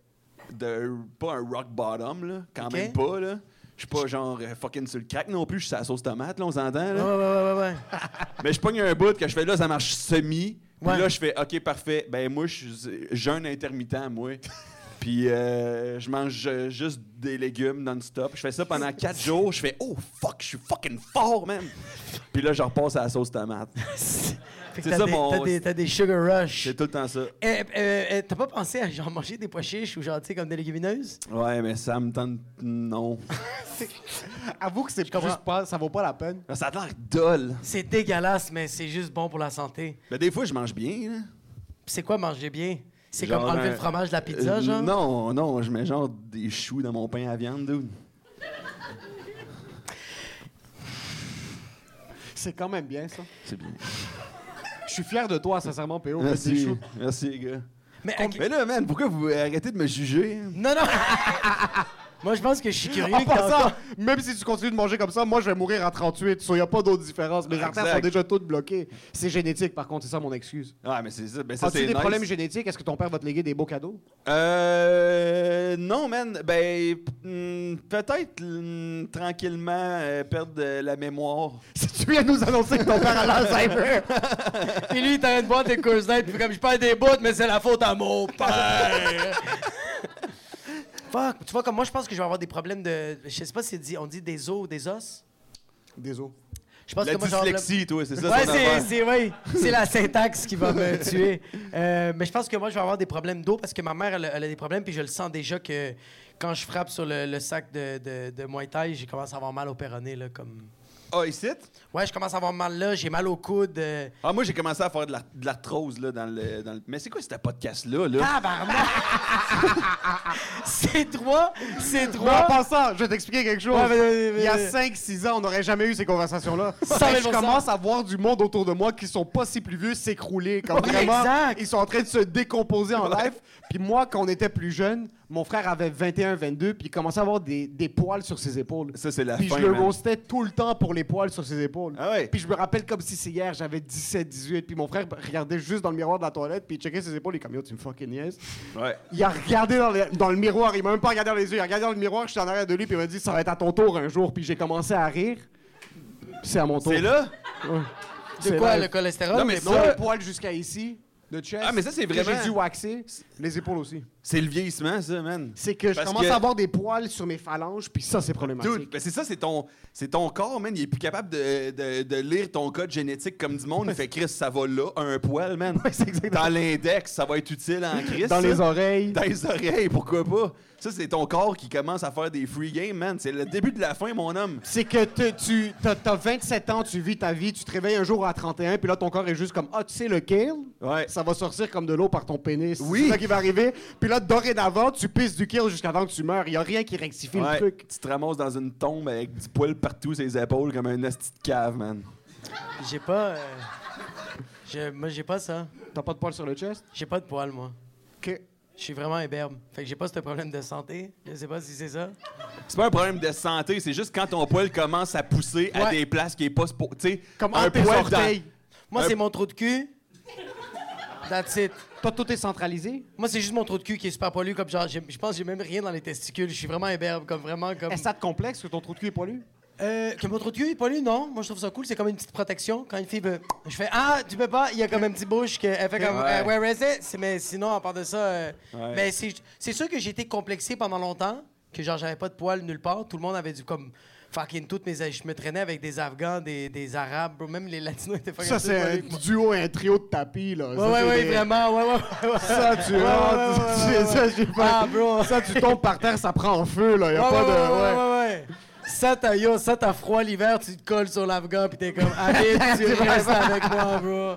de pas un rock bottom, là. Quand Ok. même pas, là. Je suis pas genre euh, fucking sur le crack non plus, je suis à la sauce tomate, là, on s'entend, Ouais, là. ouais, ouais, ouais. ouais. Mais je pogne un bout que je fais là, ça marche semi. Puis Ouais. là, je fais, OK, parfait. Ben, moi, je suis jeûne intermittent, [laughs] moi. Puis euh, je mange euh, juste des légumes non-stop. Je fais ça [laughs] pendant quatre jours. Je fais, oh fuck, je suis fucking fort, man. Puis là, je repasse à la sauce [laughs] tomate. Fait que C'est t'as ça, des- mon- T'as des, t'as des sugar rush. C'est tout le temps ça. Eh, eh, eh, T'as pas pensé à genre manger des pois chiches ou genre, tu sais, comme des légumineuses? Ouais, mais ça me tente. Non. Avoue que c'est juste pas, ça vaut pas la peine. Ça a l'air dole. C'est dégueulasse, mais c'est juste bon pour la santé. Ben, des fois, je mange bien. Là. Puis C'est quoi manger bien? C'est Genre comme enlever un- le fromage de la pizza, Euh, genre? Non, non, je mets genre des choux dans mon pain à viande, dude. C'est quand même bien, ça. C'est bien. Je suis fier de toi, sincèrement, PO. C'est Merci. chaud. Merci, les gars. Mais, ok. Mais là, man, pourquoi vous arrêtez de me juger? hein? Non, [laughs] non! Moi, je pense que je suis curieux. En que t'as passant, encore- même si tu continues de manger comme ça, moi, je vais mourir à 38. Il n'y a pas d'autre différence. Mes Exact. artères sont déjà toutes bloquées. C'est génétique, par contre. C'est ça mon excuse. Ah, mais c'est ça. Ben, ça, As-tu c'est des nice. problèmes génétiques? Est-ce que ton père va te léguer des beaux cadeaux? [laughs] Euh. Non, man. Ben, p- hmm, peut-être hmm, tranquillement euh, perdre de la mémoire. Si tu viens nous annoncer que ton père a l'Alzheimer, Puis lui, il t'arrête de boire des Coors Light, puis comme je perds des bouts, mais c'est la faute à mon père! [laughs] Fuck, tu vois, comme moi, je pense que je vais avoir des problèmes de. Je sais pas si dit, on dit des os ou des os. Désolé. Je pense La que moi, je vais avoir le- dyslexie, toi, c'est ça Ouais, ton c'est, affaire. c'est, oui. c'est la syntaxe qui va me tuer. Euh, mais je pense que moi, je vais avoir des problèmes d'eau parce que ma mère, elle, a- elle a des problèmes, puis je le sens déjà que quand je frappe sur le, le sac de, de, de Muay Thai, j'ai commencé à avoir mal au péroné, là, comme... Ah, ici? Ouais, je commence à avoir mal là, j'ai mal au coude. euh, [laughs] Ah, moi, j'ai commencé à faire de l'ar- de l'arthrose, là, dans le, dans le- Mais c'est quoi ce podcast-là, là? Ah, Tabarnak! c'est trois, c'est Mais en trois. passant, je vais t'expliquer quelque chose. Ouais, mais- mais- Il y a mais- 5-6 ans, on n'aurait jamais eu [laughs] ces conversations-là. 100 000 je commence à voir du monde autour de moi qui sont pas si pluvieux s'écrouler. Comme Ouais, vraiment, exact. ils sont en train de se décomposer en live. Puis moi, quand on était plus jeune, mon frère avait 21-22, puis il commençait à avoir des, des poils sur ses épaules. Ça, c'est la Puis fin, je le man. roastais tout le temps pour les poils sur ses épaules. Ah ouais? Puis je me rappelle comme si c'est hier, j'avais 17-18, puis mon frère regardait juste dans le miroir de la toilette, puis il checkait ses épaules, il est comme « Yo, tu me fucking niaises ». Ouais. Il a regardé dans le, dans le miroir, il m'a même pas regardé dans les yeux, il a regardé dans le miroir, j'étais en arrière de lui, puis il m'a dit ça va être à ton tour un jour, puis j'ai commencé à rire. Puis C'est à mon tour. C'est là? De C'est quoi, là. le cholestérol? Non, mais Non, Ça- le poil jusqu'à ici, le chest. Ah, mais ça, c'est que vraiment- J'ai dû waxer, les épaules aussi. C'est le vieillissement, ça, man. C'est que je Parce commence que- à avoir des poils sur mes phalanges, puis ça, c'est problématique. Dude, ben c'est ça, c'est ton, c'est ton corps, man. Il est plus capable de, de- de lire ton code génétique comme du monde. Il fait Chris, ça va là, un poil, man. c'est exactement- Dans l'index, ça va être utile en Chris. dans ça. les oreilles. Dans les oreilles, pourquoi pas? Ça, c'est ton corps qui commence à faire des free games, man. C'est le début de la fin, mon homme. C'est que te- tu t'as t'as 27 ans, tu vis ta vie, tu te réveilles un jour à 31, puis là ton corps est juste comme ah tu sais lequel Ouais. Ça va sortir comme de l'eau par ton pénis. Oui. C'est ça qui va arriver. Puis là dorénavant tu pisses du kill jusqu'avant que tu meurs. Il y a rien qui rectifie Ouais, le truc. Tu te ramasses dans une tombe avec du poil partout sur les épaules comme un asti de cave, man. J'ai pas... euh, je- moi, j'ai pas ça. T'as pas de poils sur le chest J'ai pas de poils, moi. Ok. Je suis vraiment imberbe. Fait que j'ai pas ce problème de santé. Je sais pas si c'est ça. C'est pas un problème de santé, c'est juste quand ton poil commence à pousser à Ouais. des places qui est pas... spo- Tu sais, Comme un entre tes poil dans- orteils. Moi, Euh, c'est mon trou de cul. That's it. Toi, tout est centralisé. Moi, c'est juste mon trou de cul qui est super poilu. Comme genre, j'ai- je pense que j'ai même rien dans les testicules. Je suis vraiment imberbe. Comme vraiment. Comme... Est-ce ça te complexe que ton trou de cul est poilu? Euh, que mon trou de cul est poilu, non. Moi, je trouve ça cool. C'est comme une petite protection. Quand une fille veut. Je fais Ah, tu peux pas. Il y a comme un petit bouche qu'elle fait comme Ouais. euh, Where is it? C'est- Mais sinon, à part de ça. euh, Ouais. Mais c'est c'est sûr que j'ai été complexé pendant longtemps. Que genre, j'avais pas de poils nulle part. Tout le monde avait du comme. Fucking toutes mes. Je me traînais avec des Afghans, des, des Arabes, bro. Même les Latinos étaient fucking. Ça, tous c'est un poilus que moi. duo et un trio de tapis, là. Ouais, ouais, ouais, vraiment. Ouais, ouais, ouais, ouais. [laughs] Ça, tu ouais, rentres, ouais, ouais, ça, j'ai pas- Ah, bro. ça, tu tombes par terre, ça prend en feu, là. Y a Ouais, pas ouais, de. ouais, ouais. ouais, ouais, ouais. Ça, t'as yo, ça, t'as froid l'hiver, tu te colles sur l'Afghan, pis t'es comme, [laughs] allez, tu restes avec moi, bro.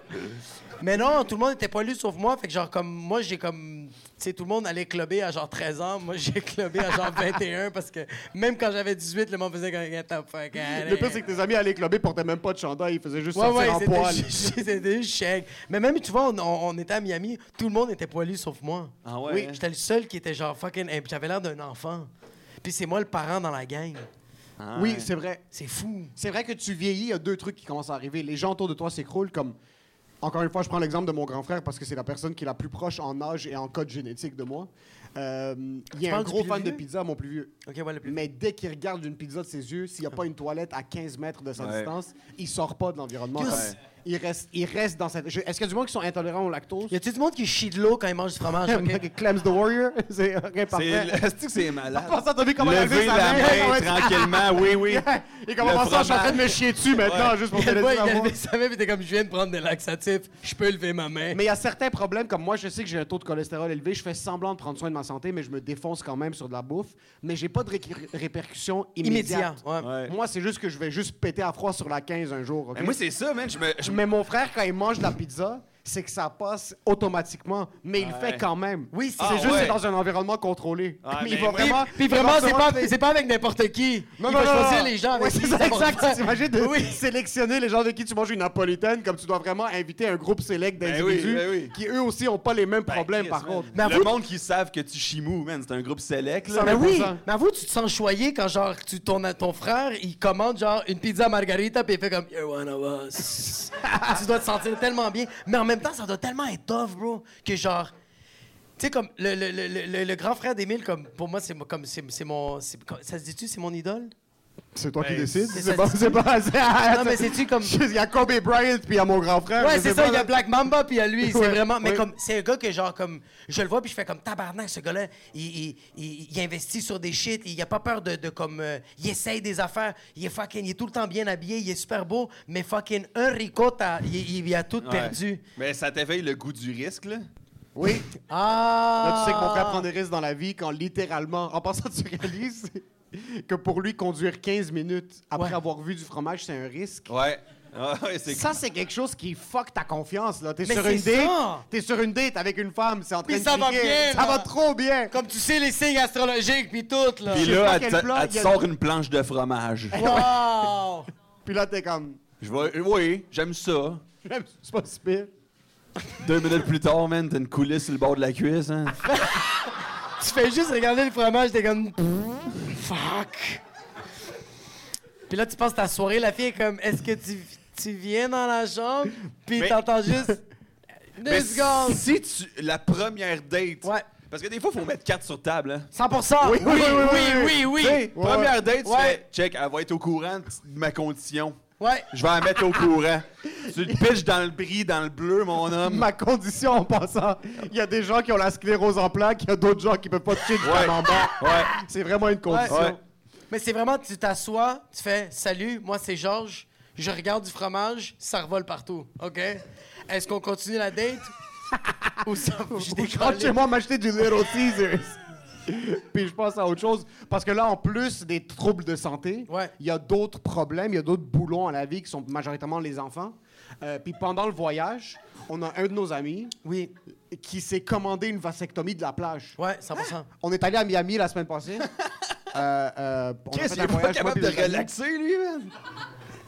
Mais non, tout le monde était poilu sauf moi, fait que genre, comme, moi, j'ai comme, tu sais, tout le monde allait clubber à genre 13 ans, moi, j'ai clubé à genre 21, parce que même quand j'avais 18, le monde faisait comme, get the fuck out Le pire, c'est que tes amis allaient clubber, portaient même pas de chandail, ils faisaient juste Ouais, sortir ouais, en c'était poil. ju- c'était juste [laughs] chèque. Mais même, tu vois, on, on- on était à Miami, tout le monde était poilu sauf moi. Ah ouais, Oui, hein? j'étais le seul qui était genre fucking. hey, puis J'avais l'air d'un enfant. Puis c'est moi le parent dans la gang. Oui, c'est vrai. C'est fou. C'est vrai que tu vieillis, il y a deux trucs qui commencent à arriver. Les gens autour de toi s'écroulent comme... Encore une fois, je prends l'exemple de mon grand frère parce que c'est la personne qui est la plus proche en âge et en code génétique de moi. Euh, il est parles un du gros plus fan de vieux? pizza, mon plus vieux. Ok, ouais, le plus. Mais dès qu'il regarde une pizza de ses yeux, s'il n'y a pas une toilette à 15 mètres de sa Ouais. distance, il sort pas de l'environnement. Qu'est-ce- Comme- Il, reste, il reste dans cette... je- Est-ce qu'il y a du monde qui sont intolérants au lactose? Y a-tu du monde qui chie de l'eau quand il mange du [laughs] fromage? ok? Mec, Clems the Warrior, [laughs] c'est rien C'est parfait. est-ce que [laughs] [laughs] c'est malade. Pas ça, t'as vu comment il a levé Lever sa la main, comment main il- [laughs] tranquillement, oui, oui. Et comment Le ça, je suis en train de me fromage. chier dessus maintenant, Ouais. juste pour Il te y a le laisser boy, la il voir. a levé sa main, pis t'es comme, je viens de prendre des laxatifs, je peux lever ma main. Mais il y a certains problèmes, comme moi, je sais que j'ai un taux de cholestérol élevé, je fais semblant de prendre soin de ma santé, mais je me défonce quand même sur de la bouffe. Mais j'ai pas de récu- répercussions Immédiat. immédiates. ouais. Ouais. Moi, c'est juste que je vais juste péter à froid sur la 15 un jour. ok? [laughs] Mais moi, c'est ça, man. Je me, je me- mais mon frère, quand il mange de la pizza, c'est que ça passe automatiquement, mais il le fait quand même. Oui, c'est- c'est Ah, juste ouais. c'est dans un environnement contrôlé. Ah, Comme [laughs] il mais va moi- Puis, vraiment, puis il va vraiment, c'est pas, faire- c'est pas avec n'importe qui. Non, il non, va non, choisir non. les gens avec Ouais, qui c'est ça va ça, exact. faire. Tu t'imagines de Oui. sélectionner les gens avec qui tu manges une napolitaine, comme tu dois vraiment inviter un groupe sélect Ben d'individus oui, ben oui. qui, eux aussi, n'ont pas les mêmes Ben, problèmes, Chris, par man. contre. Mais le avoue- monde qui savent que tu chimou, man, c'est un groupe select. Mais Là. oui, 100%. mais avoue, tu te sens choyé quand genre tu, ton, ton frère, il commande genre une pizza margarita puis il fait comme You're one of us. [laughs] tu dois te sentir tellement bien. Mais en même temps, ça doit tellement être tough, bro, que genre. Tu sais, comme le, le- le- le- le- le grand frère d'Émile, comme pour moi, c'est mo- comme c'est c'est mon. c'est- Ça se dit-tu, c'est mon idole? C'est toi qui décides. Ben, c'est- C'est ça- pas. C'est pas. Non, mais c'est-tu comme. Il y a Kobe Bryant, puis il y a mon grand frère. Ouais, je c'est sais ça, pas, il y a là. Black Mamba, puis il y a lui, c'est Ouais, vraiment... Mais ouais. comme, c'est un gars que, genre, comme, je le vois, puis je fais comme, tabarnak, ce gars-là, il, il- il- il investit sur des shit, il a pas peur de, de comme, euh, il essaye des affaires, il est fucking, il est tout le temps bien habillé, il est super beau, mais fucking, un ricotta, il, il, il a tout Ouais. perdu. Mais ça t'éveille le goût du risque, là. Oui. Ah! Là, tu sais que mon frère prend des risques dans la vie quand littéralement, en passant, tu réalises que pour lui, conduire 15 minutes après Ouais. avoir vu du fromage, c'est un risque. Ouais. Ah, ouais, c'est Ça, c'est quelque chose qui fuck ta confiance, là. T'es Mais sur une c'est date, ça! t'es sur une date avec une femme, c'est en train Puis de ça va crier, bien, Ça là. va trop bien! Comme tu sais les signes astrologiques, puis tout, là. Puis sais pas là, elle quel te- plat, elle te il y a- sort une planche de fromage. Wow! Puis là, t'es comme... [laughs] Je vais, oui, j'aime ça. C'est pas si pire. Deux minutes plus tard, man, t'as une coulisse sur le bord de la cuisse. Hein. tu fais juste regarder le fromage, t'es comme... Fuck! Puis là, tu passes ta soirée, la fille est comme, est-ce que tu, tu viens dans la chambre? Puis Mais- t'entends [laughs] juste... Deux Mais secondes! si tu. La première date. Ouais. Parce que des fois, il faut mettre quatre sur table. Hein. 100%! Oui, oui, oui, oui! oui, Tu sais, Première date, tu Ouais. fais check, elle va être au courant de ma condition. Ouais. Je vais la mettre au courant. Tu te pitches dans le bris, dans le bleu, mon homme. Ma condition en passant, il y a des gens qui ont la sclérose en plaques, il y a d'autres gens qui peuvent pas toucher du camembert. Ouais. C'est vraiment une condition. Ouais. Mais c'est vraiment, tu t'assois, tu fais Salut, moi c'est Georges, je regarde du fromage, ça revole partout. OK? Est-ce qu'on continue la [laughs] date? Ou ça, je Je rentre chez décolle. moi m'acheter du Little Caesars. [laughs] Puis je passe à autre chose. Parce que là, en plus des troubles de santé, il Ouais. y a d'autres problèmes, il y a d'autres boulons à la vie qui sont majoritairement les enfants. Euh, puis pendant le voyage, on a un de nos amis Oui, qui s'est commandé une vasectomie de la plage. ouais, 100%. On est allé à Miami la semaine [laughs] passée. Euh, euh, on a Qu'est-ce fait qu'il un est pas voyage, moi capable puis de mes amis. relaxer, lui, man?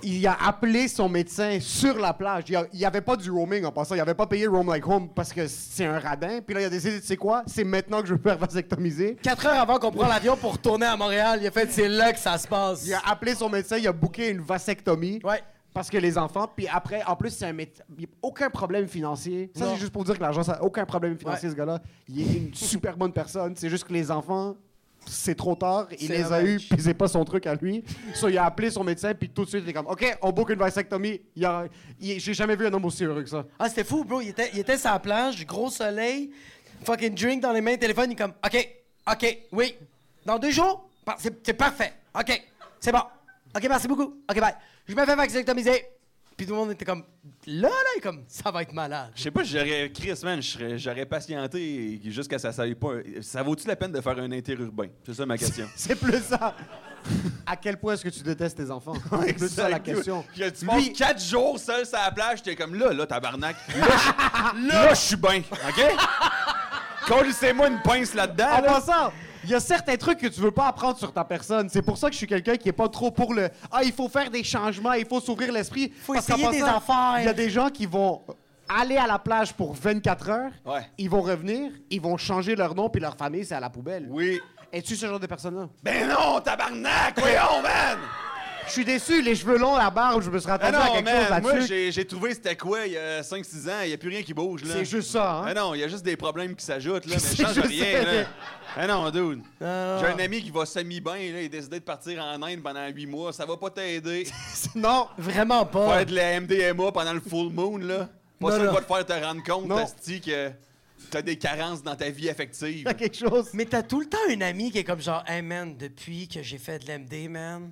Il a appelé son médecin sur la plage. Il n'y avait pas du roaming en passant. Il n'avait pas payé Roam Like Home parce que c'est un radin. Puis là, il a décidé, tu sais quoi, c'est maintenant que je vais me faire vasectomiser. Quatre heures avant qu'on prend l'avion pour retourner à Montréal, il a fait c'est là que ça se passe. Il a appelé son médecin, il a booké une vasectomie. Ouais. Parce que les enfants, puis après, en plus, c'est un mét- il y a aucun problème financier. Ça, Non. c'est juste pour dire que l'argent, ça a aucun problème financier, Ouais. ce gars-là. Il est une super bonne personne. C'est juste que les enfants, c'est trop tard. Il C'est les a dommage. eus, puis c'est pas son truc à lui. So, il a appelé son médecin, puis tout de suite, il est comme, OK, on book une vasectomie. Il y a- il- J'ai jamais vu un homme aussi heureux que ça. [laughs] Ah, c'était fou, bro. Il était, il était sur la plage, gros soleil, fucking drink dans les mains, téléphone. Il est comme, OK, OK, oui. Dans deux jours, par- c'est c'est parfait. OK, c'est bon. OK, merci beaucoup. OK, bye. Je me fais vasectomiser. Puis tout le monde était comme, là, là, il est comme, ça va être malade. Je sais pas, j'aurais. Chris, man, je serais- j'aurais patienté jusqu'à ça saille pas. Ça vaut-tu la peine de faire un interurbain? C'est ça ma question. C'est plus ça. À quel point est-ce que tu détestes tes enfants? C'est plus ça la Exact. question. Que tu passes Lui- quatre jours seul sur la plage, t'es comme là, là, tabarnak. Là, je- là, je suis bien, OK? Colissez-moi une pince là-dedans. En là. passant, il y a certains trucs que tu veux pas apprendre sur ta personne. C'est pour ça que je suis quelqu'un qui est pas trop pour le Ah, il faut faire des changements, il faut s'ouvrir l'esprit. Faut Parce qu'en essayer des affaires. Il y a des gens qui vont aller à la plage pour 24 heures, Ouais. ils vont revenir, ils vont changer leur nom puis leur famille, c'est à la poubelle. Oui. Es-tu ce genre de personne-là? Ben non, tabarnak, voyons, man! Je suis déçu, les cheveux longs, la barbe, je me serais Ah attendu à non, quelque chose man, moi, là-dessus. j'ai j'ai trouvé c'était quoi il y a 5-6 ans, il y a plus rien qui bouge, là. C'est juste ça, hein? Ah non, il y a juste des problèmes qui [laughs] s'ajoutent, là, mais C'est change juste rien, ça. là. Ah non, dude. Ah. J'ai un ami qui va semi-bien, là, il a décidé de partir en Inde pendant 8 mois, ça va [laughs] pas t'aider. Non, Vraiment pas. Faire de la MDMA pendant le full moon, là. Non, Pas ça qui non. va te faire te rendre compte, Non. Tasti, que t'as des carences dans ta vie affective. [laughs] il y a quelque chose. Mais t'as tout le temps un ami qui est comme genre, hey man, depuis que j'ai fait de l'MD, man,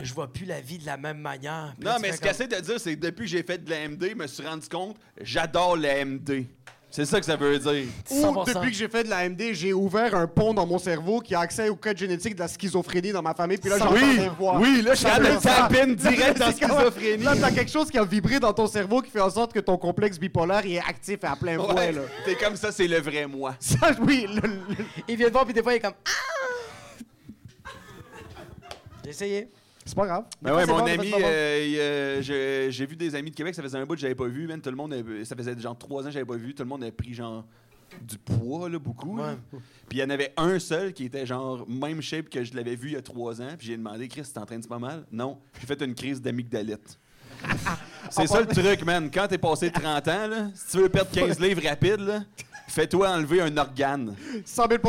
je vois plus la vie de la même manière. Puis là, Non, tu mais fais ce comme- qu'elle essaie de dire, c'est que depuis que j'ai fait de la MD, je me suis rendu compte, j'adore la MD. C'est ça que ça veut dire. Ou 100%. depuis que j'ai fait de la MD, j'ai ouvert un pont dans mon cerveau qui a accès au code génétique de la schizophrénie dans ma famille. Puis là, j'entends des voix. oui, là, je suis capable de taper direct [laughs] dans C'est comme- schizophrénie. Là, t'as quelque chose qui a vibré dans ton cerveau qui fait en sorte que ton complexe bipolaire il est actif à plein Ouais, fouet. Là. T'es comme ça, c'est le vrai moi. Ça, oui. le- le- Il vient de voir, puis des fois, il est comme, ah! J'ai essayé. C'est pas grave. Mais Ben ouais, C'est mon bon, ami, c'est bon. euh, il, euh, j'ai- j'ai vu des amis de Québec, ça faisait un bout que j'avais pas vu, man, tout le monde, a- ça faisait genre trois ans que j'avais pas vu, tout le monde a pris genre du poids, là, beaucoup. là. Puis il y en avait un seul qui était genre même shape que je l'avais vu il y a trois ans, puis j'ai demandé, Chris, tu t'entraînes pas mal? Non, j'ai fait une crise [laughs] d'amygdalite. C'est ça le truc, man. Quand t'es passé 30 ans, là, si tu veux perdre 15 livres rapide, là, fais-toi enlever un organe. 100 000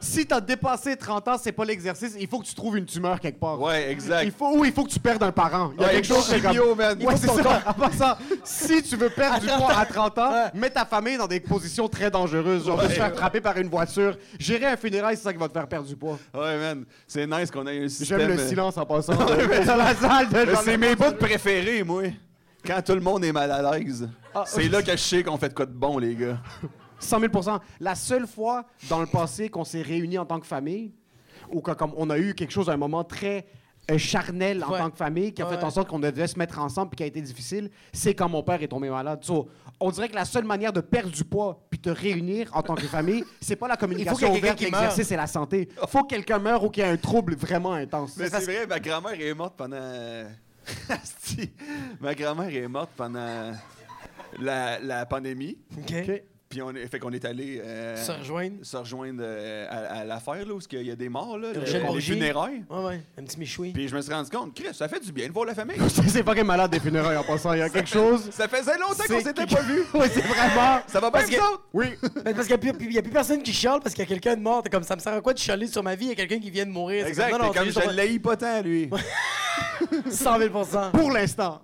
Si t'as dépassé 30 ans, c'est pas l'exercice. Il faut que tu trouves une tumeur quelque part. Ouais, Il exact. faut, ou il faut que tu perdes un parent. Il y a Ouais, quelque chose c'est chimio, comme... man. Il Ouais, faut c'est ton ça. En passant, si tu veux perdre du poids à 30 ans, mets ta famille dans des positions très dangereuses. Genre, de se faire frapper par une voiture, gérer un funérail, c'est ça qui va te faire perdre du poids. Ouais, man. C'est nice qu'on ait un système... J'aime le euh, silence en passant. [laughs] dans la salle de Mais genre- c'est mes bouts préférés, moi. Quand tout le monde est mal à l'aise. Ah, c'est là que je sais qu'on fait de quoi de bon, les gars. 100 000 La seule fois dans le passé qu'on s'est réunis en tant que famille, ou que, comme on a eu quelque chose à un moment très euh, charnel en Ouais. tant que famille, qui a fait Ouais. en sorte qu'on devait se mettre ensemble puis qui a été difficile, c'est quand mon père est tombé malade. So, on dirait que la seule manière de perdre du poids puis te réunir en tant [laughs] que famille, c'est pas la communication quelqu'un ouverte, qui l'exercice et la santé. Faut que quelqu'un meure ou qu'il y ait un trouble vraiment intense. Mais Ça, c'est vrai, ma grand-mère est morte pendant. [laughs] Asti. ma grand-mère est morte pendant la, la pandémie. OK. OK. Puis on est, fait qu'on est allé euh, Se rejoindre. se rejoindre, euh, à, à l'affaire là où il y a des morts là, le- Eugène les Bourgier. funérailles. Ouais, ouais, un petit michoui. Puis je me suis rendu compte, Chris, ça fait du bien de voir [laughs] la famille. c'est pas malade des funérailles en passant. Il y a quelque chose. ça faisait longtemps qu'on C'est- s'était pas [laughs] vus. Oui, c'est vraiment. Ça va bien, Parce vous que- autres? Oui. Mais Ben, parce qu'il n'y a, plus personne qui chiale parce qu'il y a quelqu'un de mort. T'es comme, ça me sert à quoi de chialer sur ma vie? Il y a quelqu'un qui vient de mourir. C'est Exact, comme, non, t'es comme non, je l'ai pas tant, lui. 100 000 Pour l'instant.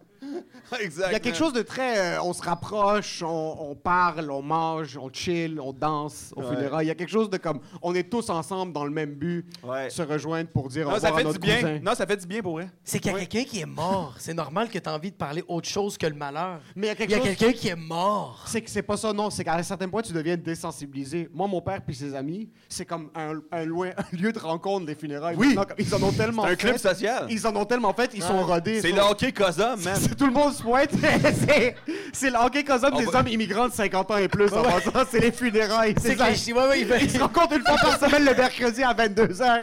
[laughs] exact. Il y a quelque man. chose de très. euh, on se rapproche, on, on parle, on mange, on chill, on danse au funérail. Il y a quelque chose de comme. On est tous ensemble dans le même but, Ouais. se rejoindre pour dire au Non, ça revoir à fait du notre bien. cousin. Non, ça fait du bien pour vrai. C'est qu'il y a quelqu'un qui est mort. C'est normal que t'aies envie de parler autre chose que le malheur. Mais il y a quelque Il y a chose- quelqu'un qui est mort. C'est que c'est pas ça, non. C'est qu'à un certain point, tu deviens désensibilisé. Moi, mon père puis ses amis, c'est comme un, un loin- [laughs] un lieu de rencontre, les funérailles. Oui. Maintenant, comme Ils en ont tellement C'est un fait. club social. Ils en ont tellement fait, ils sont rodés. C'est Ils le [laughs] sont- hockey Cosa, man. C'est- Tout le monde se pointe. [laughs] C'est- c'est le hockey cosum On des va- hommes immigrants de 50 ans et plus. en passant. c'est les funérailles. C'est C'est que ça. je dis, ouais, ouais, il Ils se fait- rencontrent une fois par semaine le mercredi à 22h.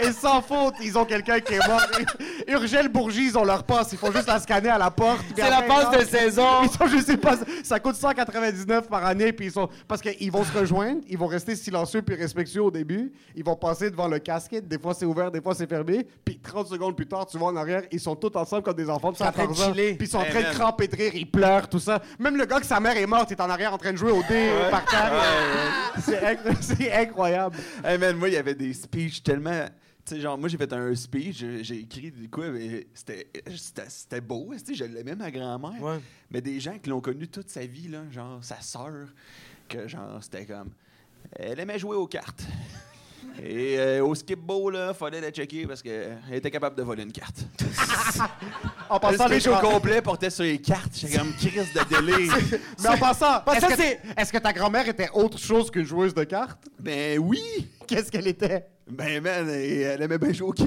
Et sans faute, ils ont quelqu'un qui est mort. Une- Urgel Bourgis, ils ont leur passe. Ils font juste la scanner à la porte. puis C'est la après, passe ils de rentrent. saison. Ils sont, je sais pas, ça coûte 199 par année, puis ils sont. Parce qu'ils vont se rejoindre, ils vont rester silencieux puis respectueux au début. Ils vont passer devant le casquette. Des fois, c'est ouvert, des fois, c'est fermé. Puis 30 secondes plus tard, tu vois en arrière, ils sont tous ensemble comme des enfants. Puis sont en train de chiller. Puis ils sont en Hey, train de man. cramper de rire, ils pleurent, tout ça. Même le gars que sa mère est morte, il est en arrière en train de jouer au dé par terre. C'est [laughs] inc- C'est incroyable. Hey man, moi, il y avait des speeches tellement. Tu sais, genre, moi, j'ai fait un speech, j'ai- j'ai écrit du coup, mais c'était c'était- c'était beau, tu sais, je l'aimais, ma grand-mère. Ouais. Mais des gens qui l'ont connu toute sa vie, là, genre sa sœur, que genre, c'était comme. Elle aimait jouer [laughs] aux cartes. Et euh, au skip bow, là, fallait la checker parce qu'elle était capable de voler une carte. [laughs] En Le passant, les speech au gens. complet portait sur les cartes. J'étais comme crise de délire. [laughs] Mais en passant, Parce est-ce que que, est-ce que ta grand-mère était autre chose qu'une joueuse de cartes? ben oui! Qu'est-ce qu'elle était? Ben man, elle aimait bien joker. [laughs]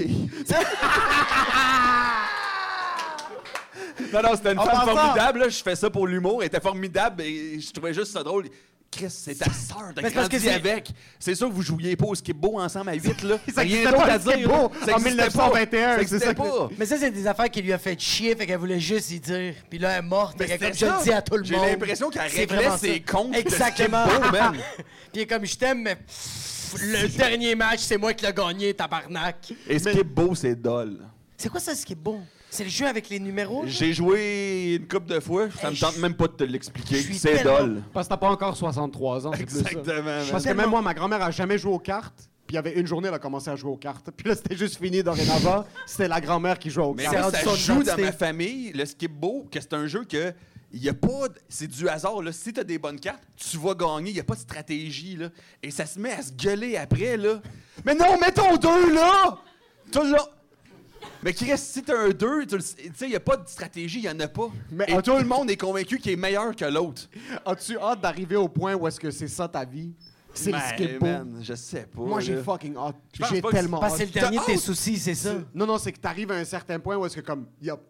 non, non, c'était une En femme passant- formidable. là. Je fais ça pour l'humour. Elle était formidable et je trouvais juste ça drôle. Chris, c'est ta sœur, t'as Mais c'est parce que grandi c'est- avec. C'est sûr que vous jouiez pas au skip-beau ensemble à [laughs] 8, là. Ça existait pas, le skip-bo, là. en Ça existait 1921, pas. Ça existait c'est ça que- pas. Mais ça, c'est des affaires qui lui a fait chier, fait qu'elle voulait juste y dire. Puis là, elle est morte, fait qu'elle c'était comme je ça. le dis à tout le monde. J'ai l'impression qu'elle C'est réglait vraiment ses ça. comptes de Exactement. skip-bo, [laughs] man. Puis elle est comme, je t'aime, mais pff, le dernier match, c'est moi qui l'ai gagné, tabarnak. Et skip-beau, c'est dol. C'est quoi ça, ce qui est bon? C'est le jeu avec les numéros? là? J'ai joué une couple de fois. Ça Hey, me tente je- même pas de te l'expliquer. je suis C'est tellement- dol. Parce que t'as pas encore 63 ans. c'est plus ça. Exactement, man. Parce que même moi, ma grand-mère a jamais joué aux cartes. Puis il y avait une journée, elle a commencé à jouer aux cartes. Puis là, c'était juste fini dorénavant. C'était la grand-mère qui jouait aux Mais cartes. moi, rendu ça son joue dans identité. ma famille, le skip-bo, que c'est un jeu que y a pas. d- C'est du hasard. Là. Si t'as des bonnes cartes, tu vas gagner. Il a pas de stratégie. Là. Et ça se met à se gueuler après. Là. Mais non, mets ton 2 là! Tu là! Mais Chris, si t'as un 2, tu sais, y a pas de stratégie, y en a pas. Mais- Et tout le monde est convaincu qu'il est meilleur que l'autre. As-tu hâte d'arriver au point où est-ce que c'est ça ta vie? C'est le Mais, skip Ben, man, Je sais pas. Moi, j'ai là. fucking hâte. pense J'ai pas que- tellement Parce que hâte. c'est le dernier de tes hâte. soucis, c'est ça. Non, non, c'est que t'arrives à un certain point où est-ce que comme, yup.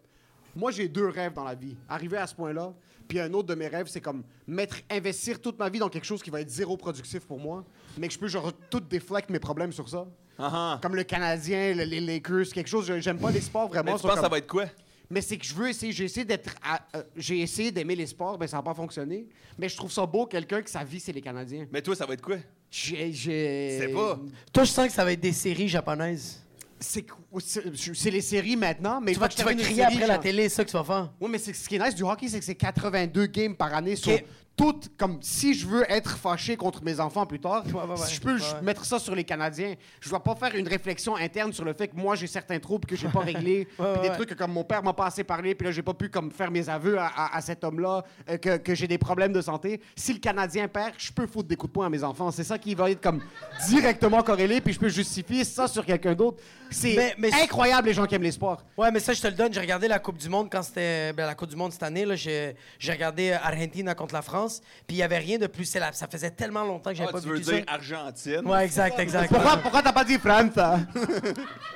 Moi, j'ai deux rêves dans la vie. Arriver à ce point-là, puis un autre de mes rêves, c'est comme mettre, investir toute ma vie dans quelque chose qui va être zéro productif pour moi, mais que je peux genre tout déflecte mes problèmes sur ça. Ah-ha. Comme le Canadien, le- les Lakers, quelque chose. je- J'aime pas les sports Mais vraiment. tu sont penses que ça comme- va être quoi? mais c'est que je veux essayer. J'ai essayé d'être. à- euh, j'ai essayé d'aimer les sports, mais ça n'a pas fonctionné. Mais je trouve ça beau quelqu'un que sa vie c'est les Canadiens. Mais toi, ça va être quoi? Eh, J'ai. j'ai- C'est pas. Toi, je sens que ça va être des séries japonaises. C'est quoi- c'est- je- c'est les séries maintenant, mais Tu vas, tu vas crier après la télé, c'est ça que tu vas faire. Oui, mais c'est- ce qui est nice du hockey, c'est que c'est 82 games par année Ok. sur toutes. Comme si je veux être fâché contre mes enfants plus tard, ouais, si je ouais, peux ouais, je- ouais. mettre ça sur les Canadiens, je dois pas faire une réflexion interne sur le fait que moi j'ai certains troubles que [laughs] j'ai pas réglés, puis ouais, des ouais. trucs que comme mon père m'a pas assez parlé, puis là j'ai pas pu comme faire mes aveux à, à- à cet homme-là, euh, que, que j'ai des problèmes de santé. Si le Canadien perd, je peux foutre des coups de poing à mes enfants. C'est ça qui va être comme directement corrélé, puis je peux justifier ça sur quelqu'un d'autre. C'est Mais- mais- incroyable les gens qui aiment les sports. Ouais, mais ça, je te le donne. J'ai regardé la Coupe du Monde quand c'était. ben, la Coupe du Monde cette année, là, j'ai j'ai regardé euh, Argentina contre la France. Puis il n'y avait rien de plus célèbre. Ça faisait tellement longtemps que j'avais Ah, pas tu vu veux ça. dire Argentine? Ouais, exact, exact. Pourquoi, pourquoi t'as pas dit France? [laughs] hein?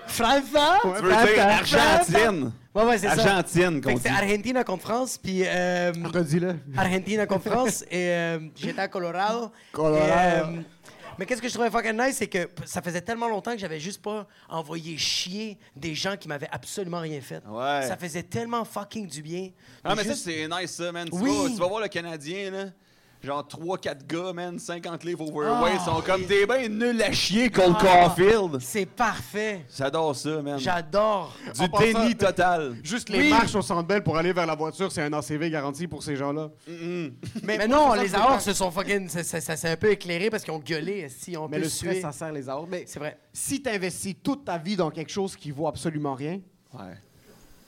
France, Tu veux dire Argentine? Ouais, ouais, c'est ça. Argentine, qu'on Fait que c'est dit. Argentina contre France, puis euh, Redis-le. Argentina contre [laughs] France, et euh, j'étais à Colorado. Colorado. Et, euh, mais qu'est-ce que je trouvais fucking nice, c'est que p- ça faisait tellement longtemps que j'avais juste pas envoyé chier des gens qui m'avaient absolument rien fait. Ouais. Ça faisait tellement fucking du bien. Ah, mais Juste- ça, c'est nice, ça, man. Tu, Oui. vas, tu vas voir le Canadien, là. Genre 3-4 gars, man, 50 livres Ah, overweight, ils sont comme des bains nuls à chier contre Caulfield. C'est parfait. J'adore ça, man. Ah. J'adore. Du déni total. Juste les Oui. marches au centre belle pour aller vers la voiture, c'est un ACV garanti pour ces gens-là. Mais, non, les Ahors se sont fucking. Ça, ça- ça s'est un peu éclairé parce qu'ils ont gueulé. Si on Mais peut le stress, suer. ça sert les arbres. Mais C'est vrai. si t'investis toute ta vie dans quelque chose qui vaut absolument rien, Ouais.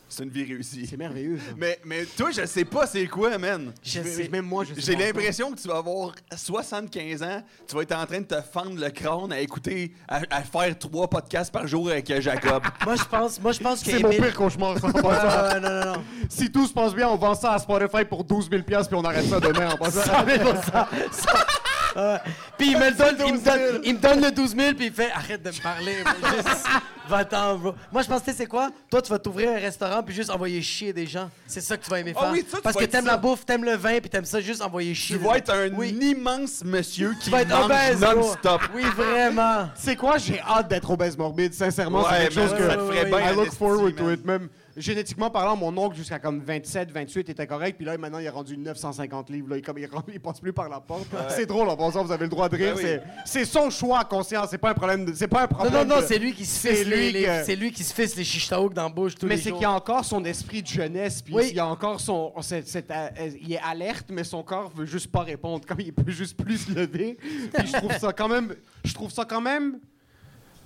C'est une vie réussie. c'est merveilleux. ça. Mais, mais toi, je sais pas c'est quoi, man. Je Mais- sais. Même moi, je sais J'ai pas. l'impression que tu vas avoir 75 ans, tu vas être en train de te fendre le crâne à écouter, à, à faire trois podcasts par jour avec euh, Jacob. Moi, je pense, moi, je pense que. C'est mon Émile- pire cauchemar. ça, en [laughs] passant. Ah, non, non, non. si tout se passe bien, on vend ça à Spotify pour 12 000 piastres, puis on arrête ça demain. En passant. Ça, mais bon, ça- ça- Ouais. Puis il me, le donne, il, me donne, il me donne le 12 000, puis il fait Arrête de me parler, bro. juste va-t'en, bro. Moi, je pensais, c'est quoi Toi, tu vas t'ouvrir un restaurant, puis juste envoyer chier des gens. C'est ça que tu vas aimer Ah faire. oui, ça, tu Parce vas que être t'aimes ça. la bouffe, t'aimes le vin, puis t'aimes ça, juste envoyer chier. Tu des vas gens. être un Oui. immense monsieur qui Tu vas être mange obèse, bro. non-stop. Ah, Oui, vraiment. C'est quoi? J'ai hâte d'être obèse morbide, sincèrement. Ouais, c'est quelque man, chose ça que te ferait bien, I look Esti, forward to man. it. Même génétiquement parlant, mon oncle jusqu'à comme 27, 28 était correct. Puis là, maintenant, il est rendu 950 livres. Là. Il, comme, il, rentre- il passe plus par la porte. C'est drôle, en passant, vous avez le droit de rire. Ben oui. c'est, c'est son choix conscient. C'est pas un problème. de- c'est pas un Non, problème non, non, de- c'est lui qui se c'est fisse les, lui les- que- c'est lui qui se fisse les chichetaouks dans la bouche tous Mais les c'est jours. qu'il y a encore son esprit de jeunesse, puis Oui. il y a encore son. cette- cette- euh, il est alerte, mais son corps veut juste pas répondre, comme il peut juste plus se lever. Puis je trouve ça quand même. Je trouve ça quand même.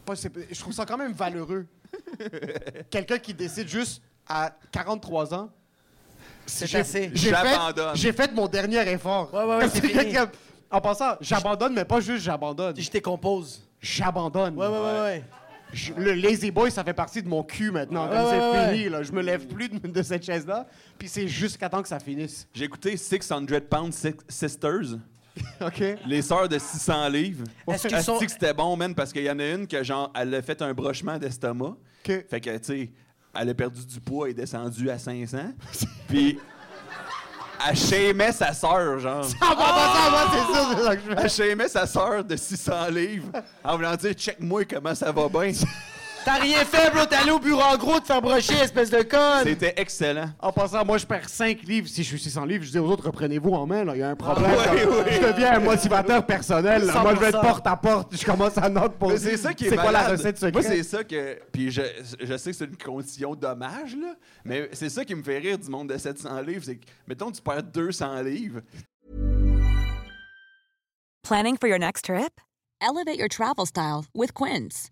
pas- c'est- je trouve ça quand même valeureux. Quelqu'un qui décide juste à 43 ans. C'est j'ai- assez. J'ai fait, J'abandonne. j'ai fait mon dernier effort. Ouais, ouais, [laughs] ouais, c'est fini. En passant, j'abandonne, mais pas juste j'abandonne. Je décompose. J'abandonne. Ouais, ouais, ouais, ouais. Je- le lazy boy, ça fait partie de mon cul maintenant. Comme Ouais, c'est ouais, fini, là. Je me lève plus de, de cette chaise-là. Puis c'est jusqu'à temps que ça finisse. [laughs] J'ai écouté 600 Pound Six- Sisters. OK? Les sœurs de 600 livres. Est-ce qu'ils Asti sont- Ah, que c'était bon, man, parce qu'il y en a une que, genre, elle a fait un brochement d'estomac. OK. Fait que, tu sais, elle a perdu du poids et est descendue à [laughs] 500. Puis, elle shamait sa sœur, genre. [laughs] Ah, bah, bah, ça, bah, c'est ça, c'est ça que je fais. Elle shamait sa sœur de 600 livres en voulant dire « Check-moi comment ça va [laughs] bien T'as rien fait, bro. T'es allé au bureau en gros, te faire brocher, espèce de ». conne. C'était excellent. En passant, moi, je perds 5 livres. Si je suis 600 livres, je dis aux autres, reprenez-vous en main, là. Il y a un problème. ouais, Comme- ouais. Je deviens un motivateur personnel. là. Moi, je vais de 100%. porte à porte. Je commence à noter pour. Mais c'est ça qui est C'est quoi la malade. recette Moi, secrète? c'est ça que. Puis je, je sais que c'est une condition dommage, là. Mais c'est ça qui me fait rire du monde de 700 livres. C'est que, mettons, tu perds 200 livres. Planning for your next trip? Elevate your travel style with Quince.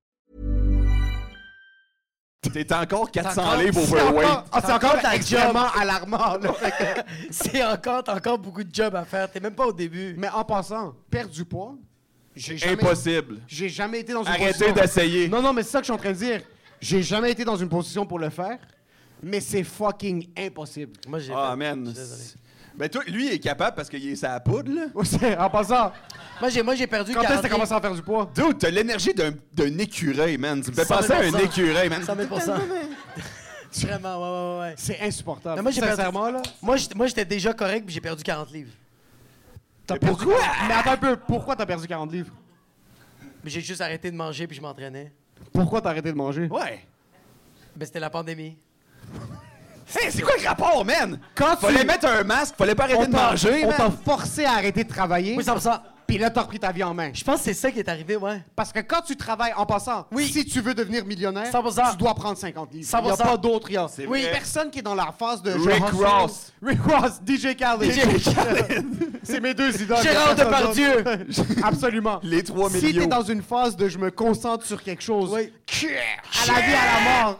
T'es encore 400 encore- livres C'est overweight. encore, ah, c'est encore Raconte ta extrêmement alarmant. là. Fait que- [laughs] C'est encore, t'as encore beaucoup de jobs à faire. T'es même pas au début. Mais en passant, perdre du poids, j'ai jamais. Impossible. J'ai jamais été dans une Arrêtez position... d'essayer. Non, non, mais c'est ça que je suis en train de dire. J'ai jamais été dans une position pour le faire, mais c'est fucking impossible. Moi, j'ai Ah, fait- man. je suis désolé. Ben, toi, lui, il est capable parce qu'il est sa poudre, là. C'est- en passant, Moi, j'ai, moi, j'ai perdu quand est-ce que 40 t'as commencé à faire du poids? Dude, t'as l'énergie d'un, d'un écureuil, man. Tu me fais penser à un 100 000 écureuil, man. 100 000 [laughs] Vraiment, ouais, ouais, ouais. C'est insupportable. Non, moi, j'ai Sincèrement, perdu- là. Moi, j'étais- moi, j'étais déjà correct, puis j'ai perdu 40 livres. t'as perdu- Mais attends un peu, pourquoi t'as perdu 40 livres? Mais j'ai juste arrêté de manger, puis je m'entraînais. Pourquoi t'as arrêté de manger? Ouais. Ben, c'était la pandémie. Hey, c'est quoi le rapport, man? Quand tu- fallait mettre un masque, fallait pas arrêter de manger, on [laughs] t'a man. forcé à arrêter de travailler. Oui, 100 Puis là, t'as repris ta vie en main. Je pense que c'est ça qui est arrivé, [laughs] ouais. Parce que quand tu travailles en passant, Oui. si tu veux devenir millionnaire, 100%. tu dois prendre 50 livres. 100%. Il n'y a pas d'autre. Il y a Oui. vrai. personne qui est dans la phase de. je Rick hustle. Ross. Rick Ross, [laughs] DJ Khaled. DJ C'est mes deux idoles. Gérard Personne Depardieu. d'autre. [laughs] Absolument. Les trois Si millions. t'es dans une phase de je me concentre sur quelque chose, Oui. à la vie, à la mort,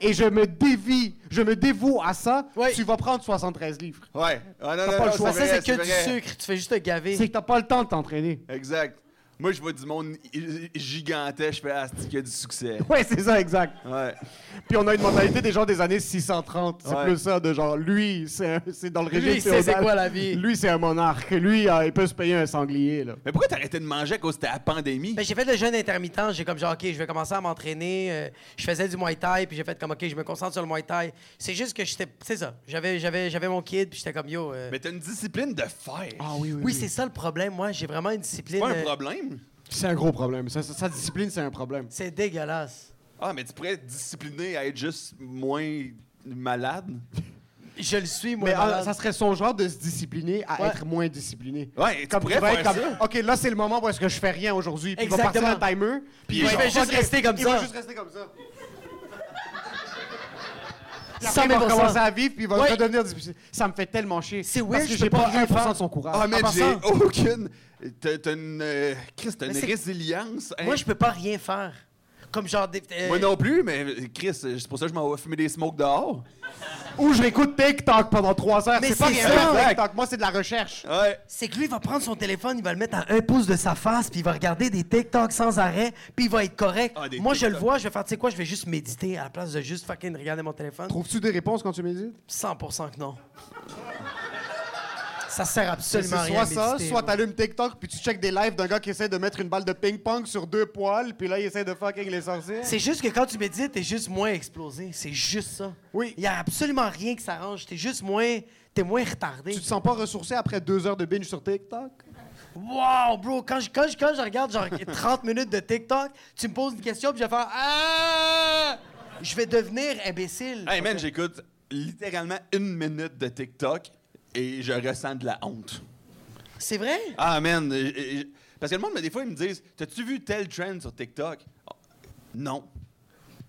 et je me dévie, je me dévoue à ça, Oui. tu vas prendre 73 livres. Ouais. Ah, non, non, pas non, le choix. c'est ça, vrai, c'est que du vrai. sucre. Tu fais juste te gaver. C'est que t'as pas le temps de t'entraîner. [laughs] Exact. Moi, je vois du monde i- gigantesque, je fais ah, c'est qu'il y a du succès. Ouais, c'est ça, exact. Ouais. Puis on a une mentalité des gens des années 630. C'est Ouais. plus ça, de genre, lui, c'est un- c'est dans le régime il sait c'est féodal. quoi la vie. Lui, c'est un monarque. Lui, euh, il peut se payer un sanglier, là. Mais pourquoi t'as arrêté de manger à cause que c'était la pandémie? Ben, j'ai fait le jeûne intermittent. J'ai comme genre, OK, je vais commencer à m'entraîner. euh, je faisais du Muay Thai, puis j'ai fait comme, OK, je me concentre sur le Muay Thai. C'est juste que j'étais. C'est ça. J'avais, j'avais, j'avais mon kid, puis j'étais comme, yo. euh, Mais t'as une discipline de fer. oui, oui, c'est ça le problème. Moi, j'ai vraiment une discipline. C'est pas un euh, problème. C'est un gros problème. Sa, sa- sa discipline, c'est un problème. C'est dégueulasse. Ah, mais tu pourrais être discipliné à être juste moins malade? Je le suis, moi. Mais ah, malade. ça serait son genre de se discipliner à Ouais. être moins discipliné. Ouais, tu il pourrais va faire être comme, ça. OK, là, c'est le moment où est-ce que je fais rien aujourd'hui. Puis il va partir Exactement. un timer. Puis Il va va juste rester comme il ça. va juste rester comme ça. Puis Ça, Après, il va mais bon recommencer sang. à vivre, puis il va Ouais. redevenir discipliné. Ça me fait tellement chier. C'est Parce weird, que je j'ai peux pas pas rien 1% faire. de son courage. Ah, mais En j'ai passant, aucune. T'as t'as une. euh, Chris, t'as Mais une c'est- résilience. hein. Moi, je peux pas rien faire. Comme genre des. euh, Moi non plus, mais euh, Chris, c'est pour ça que je m'en vais fumer des smokes dehors. Ou je l'écoute TikTok pendant 3 heures. Mais C'est pas c'est rien ça. faire, TikTok. Moi, c'est de la recherche. Ouais. C'est que lui, il va prendre son téléphone, il va le mettre à un pouce de sa face, puis il va regarder des TikTok sans arrêt, puis il va être correct. Ah, des Moi, je le TikTok. vois, je vais faire, tu sais quoi, je vais juste méditer à la place de juste fucking regarder mon téléphone. Trouves-tu des réponses quand tu médites? 100% que non. Ça sert C'est absolument à rien. soit de ça, méditer, soit moi. t'allumes TikTok, puis tu check des lives d'un gars qui essaie de mettre une balle de ping-pong sur deux poils, puis là, il essaie de fucking les sorciers. C'est juste que quand tu médites, t'es juste moins explosé. C'est juste ça. Oui. Il y a absolument rien qui s'arrange. T'es juste moins. T'es moins retardé. Tu te sens pas ressourcé après deux heures de binge sur TikTok? Wow, bro, quand je, quand, je, quand je regarde genre [laughs] 30 minutes de TikTok, tu me poses une question, puis je vais faire. Ah! Je vais devenir imbécile. Hey man, j'écoute littéralement une minute de TikTok et je ressens de la honte. C'est vrai? Ah man, euh, euh, parce que le monde, mais des fois, ils me disent T'as-tu vu tel trend sur TikTok Ah, Non.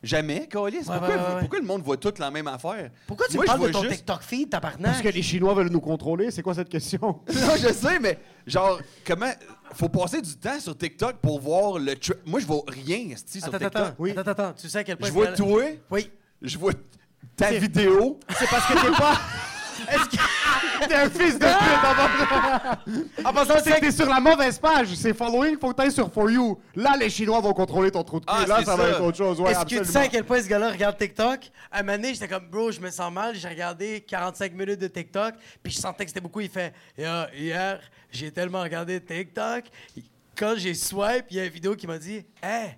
Jamais, Colis. Pourquoi, ouais, ouais, ouais. pourquoi le monde voit toute la même affaire Pourquoi tu Moi, me je parles de vois ton juste- TikTok feed, tabarnak? Parce que les Chinois veulent nous contrôler, c'est quoi cette question? [laughs] Non, je sais, mais genre, comment. Faut passer du temps sur TikTok pour voir le. tr- Moi, je vois rien, esti, sur Attends, TikTok. attends, attends. Attends, attends. Tu sais à quel point. Je vois c'est- toi, Oui. je vois ta vidéo. C'est parce que t'es pas. [laughs] T'es un fils de pute, en passant. c'est que t'es sur la mauvaise page. C'est following, faut que t'ailles sur For You. Là, les Chinois vont contrôler ton trou de cul. Ah, là, c'est ça, va ça. être autre chose. Ouais, Est-ce que tu sais à absolument. quel point ce gars-là regarde TikTok? À un moment donné, j'étais comme, bro, je me sens mal. J'ai regardé 45 minutes de TikTok, puis je sentais que c'était beaucoup. Il fait, Yeah, hier, j'ai tellement regardé TikTok. Quand j'ai swipe, il y a une vidéo qui m'a dit, hey,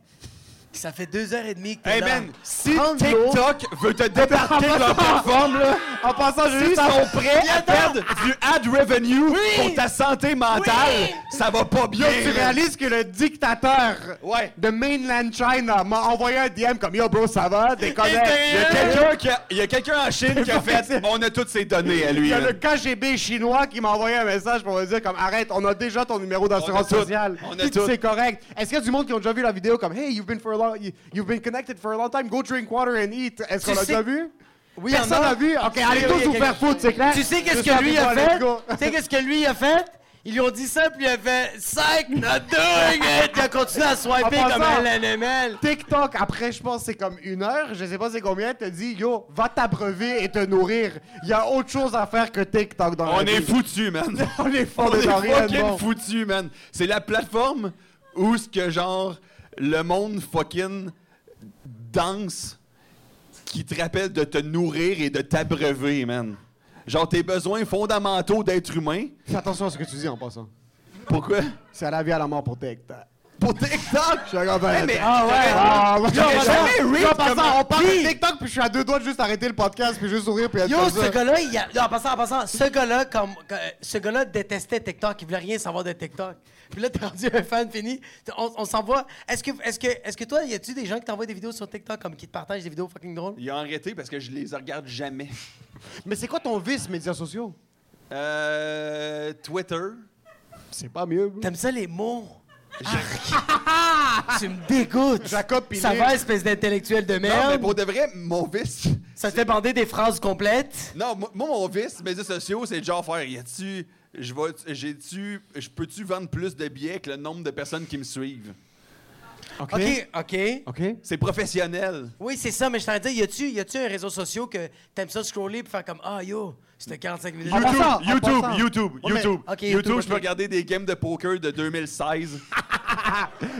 ça fait deux heures et demie que t'es Hey là. man, si Prends de l'eau. Oh. TikTok veut te débarquer de [laughs] leur plateforme, là, En passant, j'ai ils juste sont prêts à perdre du ad revenue pour ta santé mentale, Oui. ça va pas bien. Yo, tu là. réalises que le dictateur Ouais. de Mainland China m'a envoyé un DM comme Yo, bro, ça va, déconnecte. Il y a quelqu'un qui a- il y a quelqu'un en Chine qui a fait on a toutes ces données à Il lui. euh, y a là. le KGB chinois qui m'a envoyé un message pour me dire comme arrête, on a déjà ton numéro d'assurance On a tout. sociale. On a Puis tout. C'est correct. Est-ce qu'il y a du monde qui ont déjà vu la vidéo comme Hey, you've been for a long, you- you've been connected for a long time, go drink water and eat. Est-ce qu'on l'a sais- déjà vu? Oui, y'en Personne a. n'a vu. Ok, allez Oui, oui, tous vous quelqu'un- faire foutre, c'est clair. Tu sais qu'est-ce Juste que lui a appelez-moi, fait? let's go. Tu sais qu'est-ce que lui a fait? Ils lui ont dit ça, puis il a fait « Psych, not doing it! » Il a continué à swiper En comme passant- un animal. TikTok, après, je pense, c'est comme une heure, je sais pas c'est combien, te dit, yo, va t'abreuver et te nourrir. Il y a autre chose à faire que TikTok dans la On vie. est foutu, man. [laughs] On est fous On de est dans rien de fucking bon. foutu, man. C'est la plateforme où ce que genre le monde fucking danse qui te rappelle de te nourrir et de t'abreuver, man. Genre tes besoins fondamentaux d'être humain. Fais attention à ce que tu dis en passant. Pourquoi? C'est à la vie à la mort pour TikTok. Pour TikTok! Ah Hey, mais- Ah ouais! J'aurais jamais read en passant, comme- on parle Oui. de TikTok, puis je suis à deux doigts de juste arrêter le podcast, puis juste sourire, puis être Yo, comme ce ça. gars-là, il a... non, en passant, en passant, ce gars-là, comme... euh, ce gars-là détestait TikTok, il voulait rien savoir de TikTok. Puis là, t'es rendu un fan fini, T'es- on, on s'envoie... Est-ce que, est que, est que toi, y a-tu des gens qui t'envoient des vidéos sur TikTok, comme qui te partagent des vidéos fucking drôles? Ils ont arrêté parce que je les regarde jamais. Mais c'est quoi ton vice, médias sociaux? Euh. Twitter. C'est pas mieux, bro. T'aimes ça, les mots? Arc. tu me dégoûtes! Jacob Pilé. Ça va, espèce d'intellectuel de Non, mais merde? pour de vrai, mon vice. Ça te fait bander des phrases complètes? Non, moi, moi, mon vice, médias sociaux, c'est genre faire. Y a-tu. Je vais- j'ai-tu- Je peux-tu vendre plus de billets que le nombre de personnes qui me suivent? OK, OK. OK. C'est professionnel. Oui, c'est ça, mais je t'en dire, y a-tu, y a-tu un réseau social que t'aimes ça scroller puis faire comme Ah yo, c'était 45 minutes. En YouTube, passant, en YouTube, passant. YouTube, Ouais, mais- YouTube. ok, YouTube, YouTube, je peux ok. regarder des games de poker de 2016.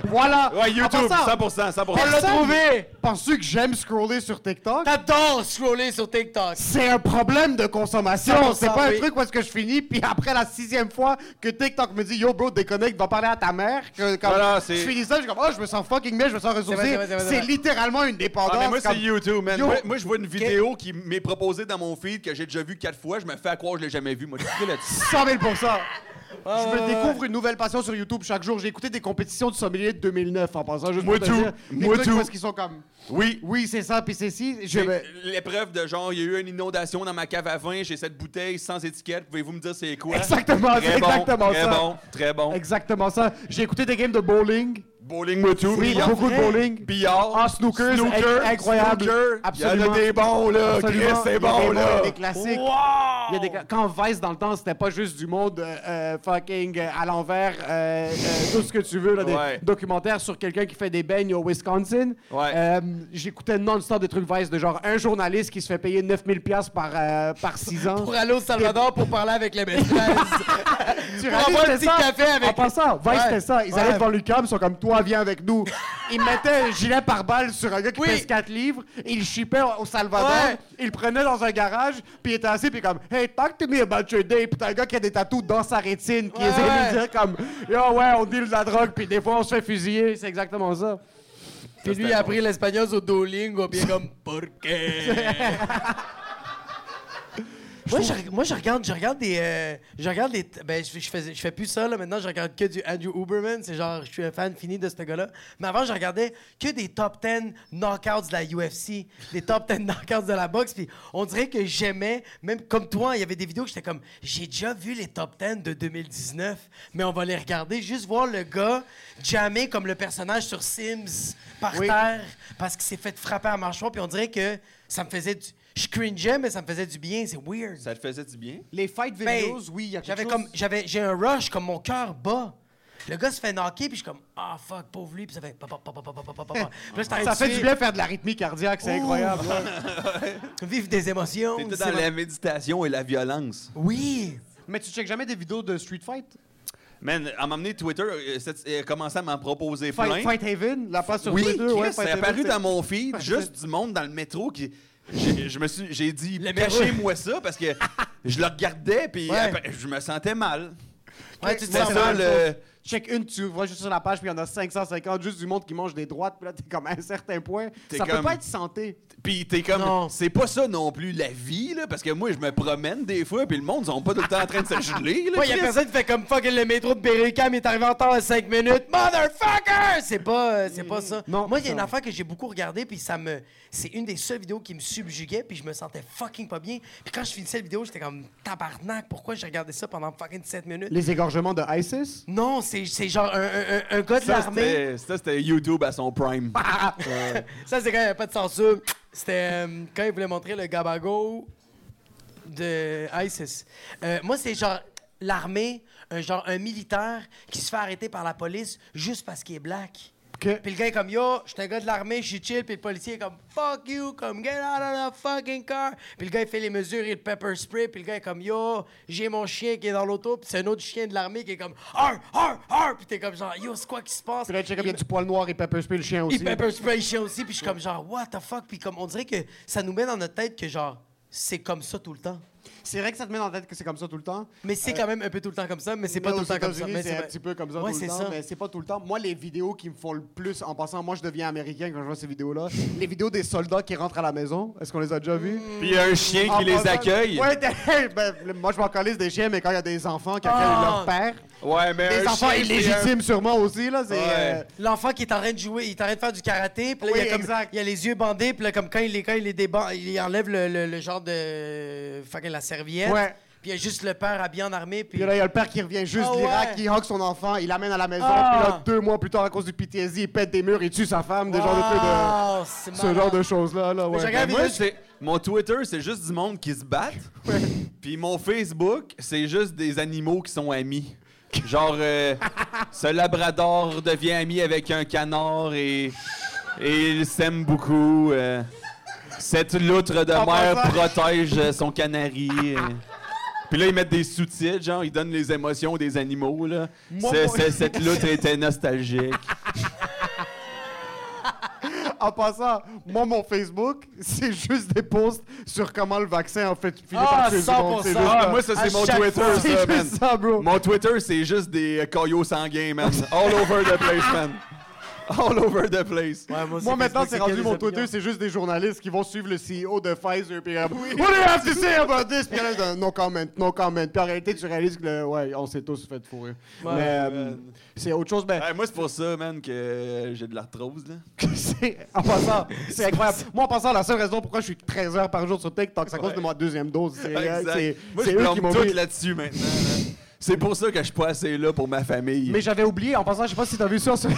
Voilà! Ouais, YouTube, En passant, 100%, 100%. On l'a Personne- trouvé! Penses-tu que j'aime scroller sur TikTok? T'adores scroller sur TikTok. C'est un problème de consommation. 100%, C'est pas un oui. truc où est-ce que je finis, puis après la sixième fois que TikTok me dit Yo, bro, déconnecte, va parler à ta mère. Que, comme, Voilà, je c'est- finis ça, je suis comme Oh, je me sens fucking bien, je me sens vrai, c'est ressourcé. vrai, c'est vrai, c'est C'est vrai. littéralement une dépendance. Ah, mais moi, c'est comme- YouTube, man. Yo. Moi, moi, je vois une vidéo qui m'est proposée dans mon feed que j'ai déjà vue quatre fois. Je me fais à croire que je l'ai jamais vue. Moi, je suis là-dessus. 100 000 je me découvre une nouvelle passion sur YouTube chaque jour. J'ai écouté des compétitions de sommelier de 2009 en passant juste Moi pour te tout. dire. Des Moi trucs tout. Parce qu'ils sont comme. Oui. [laughs] Oui, c'est ça, puis c'est si. Je- J'ai L'épreuve de genre, il y a eu une inondation dans ma cave à vin, j'ai cette bouteille sans étiquette, pouvez-vous me dire c'est quoi? Exactement, très c'est bon, exactement très ça. bon, très bon. Exactement ça. J'ai écouté des games de bowling. Bowling Motu, Oui, beaucoup de bowling. billard, Ah, snooker, snooker, inc- incroyable. snooker. Il y en Absolument. a des bons, là. Absolument. Chris, Il y a c'est bon, des bons, il y là. a des classiques. Il y a Oh. des gars- Quand Vice, dans le temps, c'était pas juste du monde euh, euh, fucking euh, à l'envers, euh, euh, tout ce que tu veux, là, des Ouais. documentaires sur quelqu'un qui fait des beignes au Wisconsin. Ouais. Euh, J'écoutais non-stop des trucs Vice, de genre un journaliste qui se fait payer 9000$ piastres par, euh, par 6 ans. Pour aller au Salvador pour parler avec les maîtresses. Tu Pour avoir réalises, un c'était petit ça. café avec- En passant, Vice, Ouais. c'était ça. Ils Ouais. allaient devant l'UQAM, ils sont comme toi, viens avec nous. Ils [laughs] mettaient un gilet par balle sur un gars qui Oui. pèse 4 livres, ils le shippaient au Salvador, Ouais. ils le prenaient dans un garage, puis ils étaient assis, puis comme Hey, talk to me about your day. Puis t'as un gars qui a des tatous dans sa rétine, qui Ouais, essaie ouais. de lui dire comme Yo, ouais, on deal de la drogue, puis des fois on se fait fusiller. C'est exactement ça. Puis lui, il a appris l'espagnol au Duolingo, puis il est comme « Por qué? Moi, je, moi, je regarde, je regarde des, euh, je regarde des, ben, je, je faisais- je fais plus ça là. Maintenant, je regarde que du Andrew Huberman. C'est genre, je suis un fan fini de ce gars-là. Mais avant, je regardais que des top 10 knockouts de la UFC, des top 10 [laughs] knockouts de la boxe. Puis on dirait que j'aimais, même comme toi, il y avait des vidéos que j'étais comme, j'ai déjà vu les top 10 de 2019, mais on va les regarder juste voir le gars jammer comme le personnage sur Sims par terre parce qu'il s'est fait frapper à marchon. Puis on dirait que ça me faisait du je cringeais, mais ça me faisait du bien. C'est weird. Ça te faisait du bien? Les fight Ben, videos, oui, il y a quelque j'avais chose. comme j'avais j'ai un rush comme mon cœur bat. Le gars se fait knocker puis je suis comme ah fuck pauvre lui puis ça fait pa, pa, pa, pa, pa, pa, pa, pa, pa. Puis là, je t'arrête Ça de fait suivre. du bien faire de la rythmie cardiaque, c'est incroyable. vivre des émotions. T'étais c'est dans vrai. la méditation et la violence. Oui. Mais tu checkes jamais des vidéos de Street Fight? Man, à un moment donné, Twitter euh, cette- euh, commençait à m'en proposer Fight, plein. Fight Haven, la passe sur oui, Twitter. Chris, ouais, Fight c'est Haven, apparu c'est- dans mon feed, juste du monde dans le métro qui. j'ai- Je me suis, j'ai dit, métro. cachez-moi ça parce que je le regardais puis après, je me sentais mal. Ouais, tu te C'était sens ça mal. euh, le. Check une, tu vois juste sur la page, puis il y en a 550 juste du monde qui mange des droites, puis là, t'es comme à un certain point. T'es ça peut comme- pas être santé. Puis t'es comme, Non. c'est pas ça non plus la vie là, parce que moi je me promène des fois puis le monde ils sont pas tout le temps en train de se geler là. Ouais, y a Chris. personne qui fait comme fuck le métro de Bericam est arrivé en temps à 5 minutes. Motherfucker! C'est pas, euh, c'est pas ça. Non, Moi, il y a une ça- affaire que j'ai beaucoup regardée, puis ça me. C'est une des seules vidéos qui me subjuguait, puis je me sentais fucking pas bien. Puis quand je finissais la vidéo, j'étais comme tabarnak, pourquoi j'ai regardé ça pendant fucking 7 minutes? Les égorgements de ISIS? Non, c'est c'est genre un, un- un- un gars de Ça, l'armée. Ah. c'était- ça c'était YouTube à son prime. Ça, c'est quand il n'y avait pas de censure. C'était euh, quand il voulait montrer le gabago de ISIS. Euh, moi, c'est genre l'armée, un genre un militaire qui se fait arrêter par la police juste parce qu'il est black. OK. Puis le gars est comme yo, je suis un gars de l'armée, je suis chill. Puis le policier est comme fuck you, comme get out of the fucking car. Puis le gars il fait les mesures, il le pepper spray. Puis le gars est comme yo, j'ai mon chien qui est dans l'auto. Puis c'est un autre chien de l'armée qui est comme ar ar ar. Puis t'es comme genre yo, c'est quoi qui se passe? Puis là, check comme il y a du poil noir et pepper spray, le chien aussi. Il pepper spray le chien aussi, puis je suis comme genre, what the fuck? Puis comme, on dirait que ça nous met dans notre tête que genre, c'est comme ça tout le temps. C'est vrai que ça te met dans la tête que c'est comme ça tout le temps. Mais c'est quand même un peu tout le temps comme ça, mais c'est pas Mais tout aux le temps comme ça. États-Unis, mais Euh, C'est un vrai. petit peu comme ça Ouais, tout c'est le temps, ça. mais c'est pas tout le temps. Moi, les vidéos qui me font le plus, en passant, moi, je deviens américain quand je vois ces vidéos-là. les vidéos des soldats qui rentrent à la maison, est-ce qu'on les a déjà vues? Mmh. Puis il y a un chien En Ah, qui les passant- accueille. Ouais, [laughs] ben, moi, je m'en calisse des chiens, mais quand il y a des enfants qui accueillent Ah! leur père... Ouais, mais Des un enfants chien, c'est un- illégitimes sûrement aussi, là. C'est, euh, Ouais. L'enfant qui est en train de jouer, il est en train de faire du karaté, puis là, Oui, il, a comme- exact. il a les yeux bandés, puis là, comme quand il, les- quand il, les déban- il enlève le, le- le genre de. fucking la serviette. Ouais. Puis il y a juste le père habillé en armée, puis. Puis là, il y a le père qui revient juste Ah de l'Irak, ouais. qui hog son enfant, il l'amène à la maison, Ah. puis là, deux mois plus tard, à cause du PTSD, il pète des murs, il tue sa femme, des genres de trucs de- Wow, c'est Ce malade. genre de choses-là, là, ouais. je Ben, regarde- moi, c'est- mon Twitter, c'est juste du monde qui [laughs] se battent. Puis mon Facebook, c'est juste des animaux qui sont amis. Genre, euh, ce labrador devient ami avec un canard et, et il s'aime beaucoup. euh. cette loutre de En mer passant- protège euh, son canari. euh. Puis là, ils mettent des sous-titres, genre, ils donnent les émotions des animaux, là. C'est- moi- c'est- cette loutre était [laughs] nostalgique. En passant, moi, mon Facebook, [laughs] c'est juste des posts sur comment le vaccin a fait filer Ah, par tuer du monde, 100%. C'est juste Ah, ça. moi, ça, À c'est mon chaque Twitter, fois. C'est ça, man. juste ça, bro. Mon Twitter, c'est juste des euh, caillots sanguins, man. All over the place, man. all over the place. Moi, maintenant, c'est rendu mon Twitter, c'est juste des journalistes qui vont suivre le CEO de Pfizer, puis euh, What do you have to say about this? Puis là, euh, no comment, no comment. Puis en réalité, tu réalises que, le- ouais, on s'est tous fait fourrer. mais euh, c'est autre chose, mais [laughs] Hey, moi, c'est pour ça, man, que euh, j'ai de l'arthrose, là. c'est, en passant, c'est incroyable. Moi, en passant, la seule raison pourquoi je suis 13 heures par jour sur TikTok, c'est à cause de ma deuxième dose. C'est, euh, Exact. c'est, moi, c'est je eux qui m'ont blâme mis- tout là-dessus maintenant. là. C'est pour ça que je suis pas assez là pour ma famille. Mais j'avais oublié, en passant, je sais pas si t'as vu ça [laughs] sur-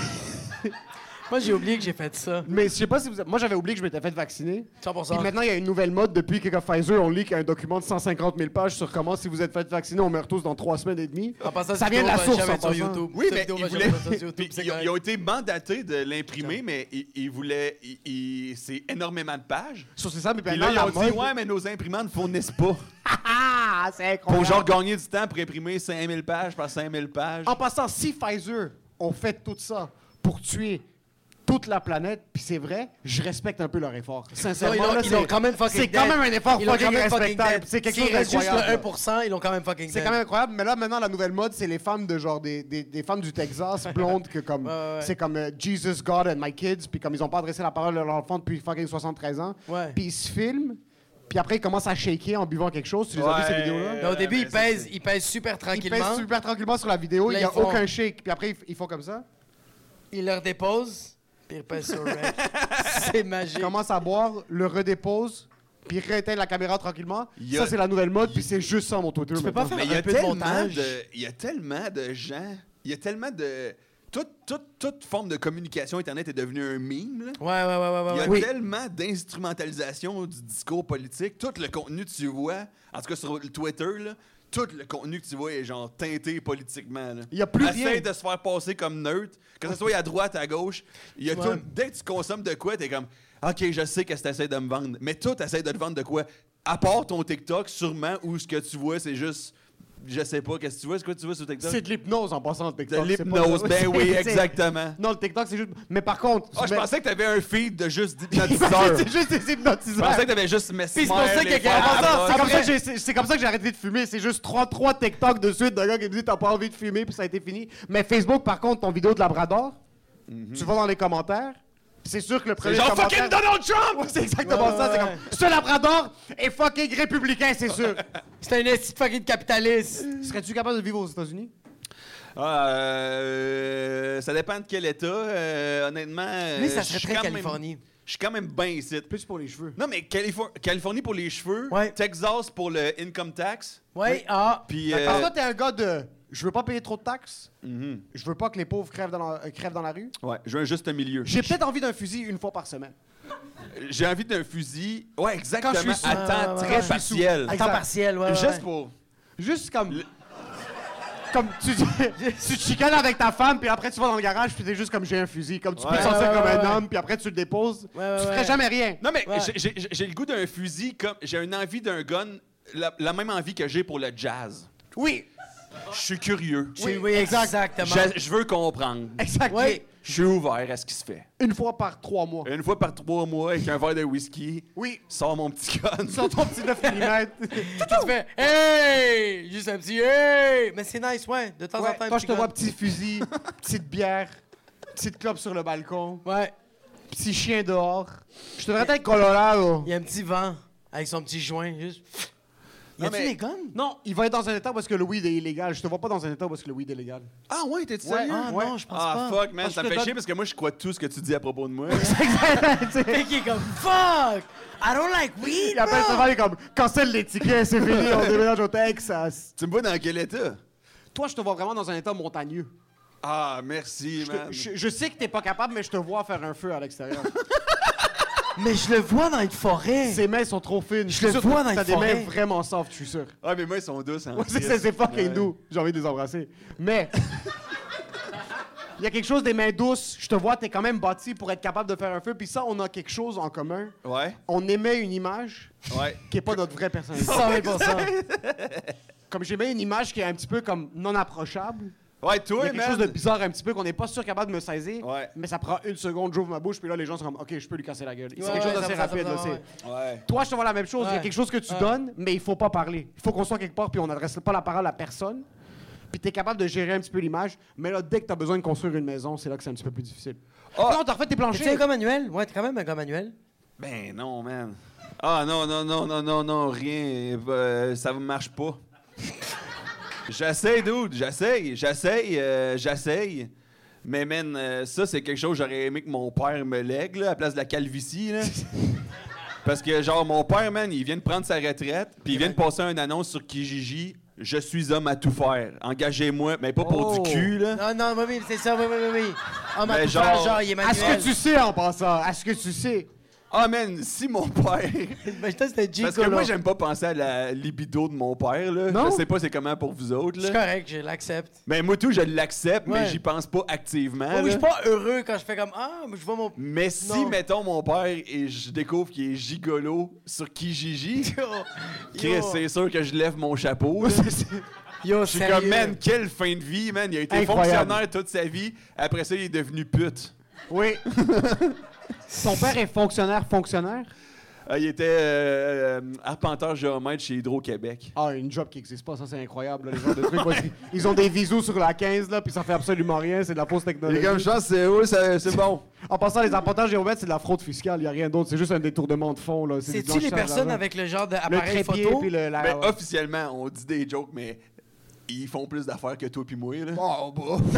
Moi, j'ai oublié que j'ai fait ça. Mais je sais pas si vous. Moi, j'avais oublié que je m'étais fait vacciner. 100%. Puis maintenant, il y a une nouvelle mode depuis que Pfizer, on lit qu'il y a un document de 150 000 pages sur comment, si vous êtes fait vacciner, on meurt tous dans trois semaines et demie. En passant, ça cette vient de la vidéo va source. en jamais être sur passant. YouTube. Oui, Cette mais vidéo ils, va voulaient- jamais être sur [laughs] YouTube, Puis c'est ils ont- correct. ils ont été mandatés de l'imprimer, mais ils, ils voulaient. ils- ils- C'est énormément de pages. Sur c'est ça, mais Puis maintenant, là, ils la ont dit mode- Ouais, mais nos imprimantes ne fournissent pas. Ah, c'est incroyable. Pour genre gagner du temps pour imprimer 5000 pages par 5000 pages. En passant, si Pfizer, on fait tout ça pour tuer toute la planète, puis c'est vrai, je respecte un peu leur effort. Sincèrement, Ils l'ont- là, ils c'est- l'ont quand même fucking C'est quand dead. même un effort Ils l'ont fucking quand même fucking respectable. dead. C'est quelque S'il chose reste juste d'incroyable. le 1%, ils l'ont quand même fucking C'est dead. quand même incroyable, mais là maintenant la nouvelle mode c'est les femmes de genre des, des, des femmes [laughs] du Texas blondes que comme ouais. c'est comme euh, Jesus God and my kids puis comme ils ont pas adressé la parole à leur enfant depuis fucking 73 ans. Ouais. Puis ils se filment, puis après ils commences à shaker en buvant quelque chose, tu les as vu ces Ouais. vidéos là Mais au début, Ouais, ils mais ça, pèsent, ils pèsent super Ils tranquillement. pèsent super tranquillement sur la vidéo, Là, il y a ils font- aucun shake, puis après ils, f- ils font comme ça. Ils le redéposent, puis ils pèsent [laughs] sur Rec. c'est magique. Ils commencent à boire, le redéposent, puis ils rééteignent la caméra tranquillement. Il y a- Ça c'est la nouvelle mode, puis c'est juste ça mon Twitter. Tu peux pas faire Mais il y un a peu de tellement montage. de, il y a tellement de gens, il y a tellement de toute, toute, toute forme de communication internet est devenue un meme. là. Ouais, ouais, ouais, ouais. ouais, Il y ouais. a tellement d'instrumentalisation du discours politique. Tout le contenu que tu vois, en tout cas sur le Twitter, là, tout le contenu que tu vois est genre teinté politiquement. là. Il y a plus Essaye rien. de se faire passer comme neutre, que ce soit à droite, à gauche. Il y a tout- dès que tu consommes de quoi, t'es comme OK, je sais qu'est-ce que t'essaies de me vendre, mais tout t'essaies de te vendre de quoi À part ton TikTok, sûrement, où ce que tu vois, c'est juste. Je sais pas, qu'est-ce que tu vois, c'est quoi que tu vois sur TikTok C'est de l'hypnose en passant le TikTok. De c'est pas- l'hypnose, ben oui, [laughs] C'est- exactement. Non, le TikTok, c'est juste. Mais par contre. Ah, je mais- pensais que t'avais un feed [laughs] de juste C'est d'hypnotiseurs. c'est juste des Je hypnotiseurs. pensais que t'avais juste Mesmer. c'est pour ça qu'il les y a frères quelqu'un- Ah, Abbas. ça, c'est comme ça que j'ai- C'est c'est comme ça que j'ai arrêté de fumer. C'est juste 33 TikTok de suite de gars qui me disent t'as pas envie de fumer, puis ça a été fini. Mais Facebook, par contre, ton vidéo de Labrador, tu vas dans les commentaires. puis C'est sûr que le premier Mhm. genre commentaire... [laughs] fucking Donald Trump! c'est exactement ça. C'est comme, ce Labrador est fucking républicain, c'est sûr. [laughs] C'est un esti de fucking capitaliste. Serais-tu capable de vivre aux États-Unis? Ah, euh, ça dépend de quel état. euh, honnêtement, Lui, euh, ça serait je suis très quand même- Californie. Je suis quand même bien ici. Plus pour les cheveux. Non, mais Califor- Californie pour les cheveux, Ouais. Texas pour le income tax. Ouais, ah. Puis, D'accord. euh, Toi, t'es un gars de... Je veux pas payer trop de taxes. Mm-hmm. Je veux pas que les pauvres crèvent dans la, euh, crèvent dans la rue. ouais, je veux un juste milieu. J'ai peut-être envie d'un fusil une fois par semaine. J'ai envie d'un fusil. Ouais, exactement. suis sous. à temps Ouais, ouais, ouais, très quand je suis partiel. À temps partiel, ouais. ouais, Juste ouais. pour. Juste comme. Comme tu, [laughs] tu te chicanes avec ta femme, puis après tu vas dans le garage, puis t'es juste comme j'ai un fusil. Comme tu peux te sentir Ouais, ouais, comme ouais, un ouais. homme, puis après tu le déposes. ouais, tu ouais. ferais jamais rien. Non, mais Ouais. j'ai- j'ai j'ai le goût d'un fusil comme. J'ai une envie d'un gun, la, la même envie que j'ai pour le jazz. Oui, Je suis curieux. Oui, oui, exactement. Je je veux comprendre. exact. Oui. Je suis ouvert à ce qui se fait. Une fois par trois mois. Euh. Une fois par trois mois, avec un verre de whisky, Oui. sors mon petit gun. Sur ton petit 9 [laughs] mm. Tu fais Hey! Juste un petit Hey! Mais c'est nice, ouais. De temps en temps. un toi, petit je te gun. vois petit fusil, petite bière, petite clope sur le balcon, Ouais. petit chien dehors. Je te verrais être Colorado. Il y a un petit vent avec son petit joint. Juste. Y Non, a-tu mais- des guns? Non, il va être dans un état parce que le weed est illégal. Je te vois pas dans un état parce que le weed est légal. Ah ouais, t'es Ouais, sérieux? Ah ouais. non, je pense Ah pas. fuck, man, ça me fait chier parce que moi, je crois tout ce que tu dis à propos de moi. Fait qu'il est comme Fuck! I don't like weed! Il appelle bro. souvent il est comme cancel les tickets, c'est fini, on déménage au Texas. tu me vois dans quel état? Toi, je te vois vraiment dans un état montagneux. Ah, merci, Je, te- man. je- je sais que t'es pas capable, mais je te vois faire un feu à l'extérieur. [laughs] Mais je le vois dans une forêt. Ses mains sont trop fines. le suis sûr vois que dans T'as les des mains forêts. vraiment soft, je suis sûr. Ah, mais moi, ils sont douces. Hein, Ouais, c'est- c'est c'est fucking doux. J'ai envie de les embrasser. Mais. Il y a quelque chose des mains douces. Je te vois, t'es quand même bâti pour être capable de faire un feu. Puis ça, on a quelque chose en commun. Ouais, On émet une image ouais. qui est pas notre vraie personnalité. 100 [laughs] Comme j'émets une image qui est un petit peu comme non approchable. Ouais, Il y toi, a quelque man. chose de bizarre un petit peu qu'on n'est pas sûr capable de me saisir. Ouais. Mais ça prend une seconde, j'ouvre ma bouche, puis là, les gens sont comme, OK, je peux lui casser la gueule. C'est Ouais, quelque chose ouais, d'assez ça me semble, rapide. ça me là, semble, c'est- Ouais. Toi, je te vois la même chose. Il y a Ouais. quelque chose que tu donnes, mais il faut pas parler. Il faut qu'on soit quelque part, puis on n'adresse pas la parole à personne. puis t'es capable de gérer un petit peu l'image. Mais là, dès que t'as besoin de construire une maison, c'est là que c'est un petit peu plus difficile. Non, t'as Ah. refait tes Tu es planchers. comme Manuel? Ouais, t'es quand même un gars Manuel. Ben non, man. Ah non, non, non, non, non, non, rien. Euh, ça marche pas. j'essaye, dude, j'essaye, j'essaye, euh, j'essaye. Mais man, euh, ça, c'est quelque chose que j'aurais aimé que mon père me lègue, là, à place de la calvitie, là. Parce que, genre, mon père, man, il vient de prendre sa retraite, puis il vient de passer une annonce sur Kijiji. Je suis homme à tout faire. Engagez-moi, mais pas pour Oh. du cul, là. Non, non, oui, oui, c'est ça, oui, oui, oui, oui. Ah, Homme à Mais tout faire, genre- genre, il est À ce Manuel. que tu sais en passant, à ce que tu sais. Ah, man, si mon père. Imagine-toi, c'était G. Parce que moi, j'aime pas penser à la libido de mon père, là. Non? Je sais pas c'est comment pour vous autres, Je suis là. correct, je l'accepte. Mais moi, tout, je l'accepte, Ouais. mais j'y pense pas activement. Oui, je Ah, là. suis pas heureux quand je fais comme Ah, mais je vois mon. [laughs] Mais si, Non. mettons, mon père et je découvre qu'il est gigolo [laughs] sur Kijiji, Chris, c'est sûr que je lève mon chapeau. là. Yo, Je suis comme, man, quelle fin de vie, man. Il a été Incroyable. fonctionnaire toute sa vie. Après ça, il est devenu pute. Oui. [laughs] Ton père est fonctionnaire, fonctionnaire? Euh, il était euh, euh, arpenteur géomètre chez Hydro-Québec. Ah, une job qui n'existe pas, ça c'est incroyable. là, les gens de trucs, parce qu'ils- ils ont des visous sur la 15, là, puis ça fait absolument rien, c'est de la fausse technologie. chance, c'est oui, [laughs] c'est bon. En passant, les apportages géomètres, c'est de la fraude fiscale, il n'y a rien d'autre, c'est juste un détournement de fonds. là, du C'est-tu les blanchiment d'argent. personnes avec le genre le d'appareil crépier photo? puis le, la- Ben, officiellement, on dit des jokes, mais ils font plus d'affaires que toi puis moi, là.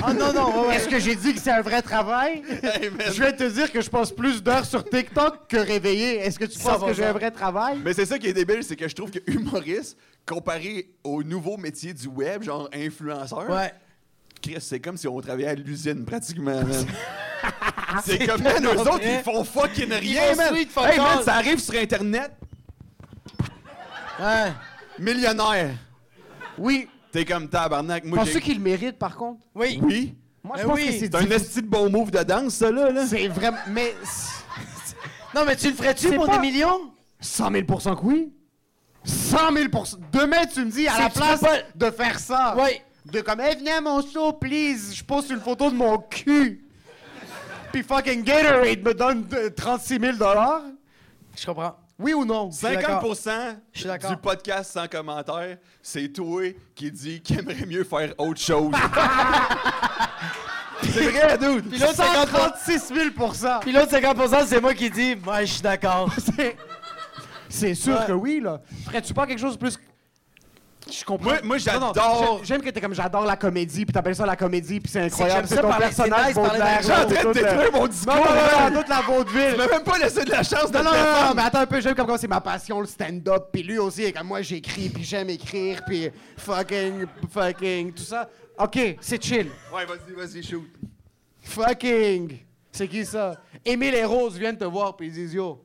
Ah non, non, ouais, ouais. Est-ce que j'ai dit que c'est un vrai travail? [laughs] Hey, man. Je vais te dire que je passe plus d'heures sur TikTok que réveillé. Est-ce que tu penses que j'ai un vrai travail? Mais c'est ça qui est débile, c'est que je trouve que humoriste, comparé au nouveau métier du web, genre influenceur, Ouais. Chris, c'est comme si on travaillait à l'usine pratiquement, man. c'est comme, man, eux autres, ils font fucking rien, font man. sweet fuck Hey, man, all. ça arrive sur Internet, Ouais. millionnaire. Oui. T'es comme tabarnak, moi, Penses-tu j'ai... Eh qu'il le mérite, par contre? Oui. Oui? Moi, Ben je pense oui. que c'est C'est un esti de bon move de danse, ça, là, là. C'est vraiment... Mais... Non, mais tu le ferais-tu C'est pour pas- des millions? 100 000 que oui. 100 000 Demain, tu me dis, à C'est la que tu place peux pas- de faire ça, Ouais. de comme, hey, venez à mon show, please, je poste une photo de mon cul. Puis fucking Gatorade me donne euh, 36 000 Je comprends. Oui ou non? suis d'accord. 50% Je suis d'accord. du podcast sans commentaire, c'est toi qui dis qu'il aimerait mieux faire autre chose. [laughs] c'est vrai, dude. Puis l'autre 50%, 36 000 puis l'autre 50% c'est moi qui dis Ouais, je suis d'accord. C'est- C'est sûr Ouais. que oui, là. Ferais-tu pas quelque chose de plus... Je comprends. Moi- moi, Non, non, j'adore- j'aime- J'aime que t'es comme j'adore la comédie, puis t'appelles ça la comédie, puis c'est incroyable. j'aime ça parler- c'est nice Baudelaire, parler d'argent. Je suis en train de tout, euh, détruire mon Non, discours. non, là. non, non, toute la vaudeville. Tu m'as même pas laissé de la chance de Non, le non, non, faire. non, mais attends un peu, j'aime comme quoi c'est ma passion, le stand-up, puis lui aussi, comme moi j'écris, puis j'aime écrire, puis fucking, fucking, tout ça. Ok, c'est chill. Ouais, vas-y, vas-y, shoot. Fucking. C'est qui ça? Émile et Rose viennent te voir, puis ils disent Yo,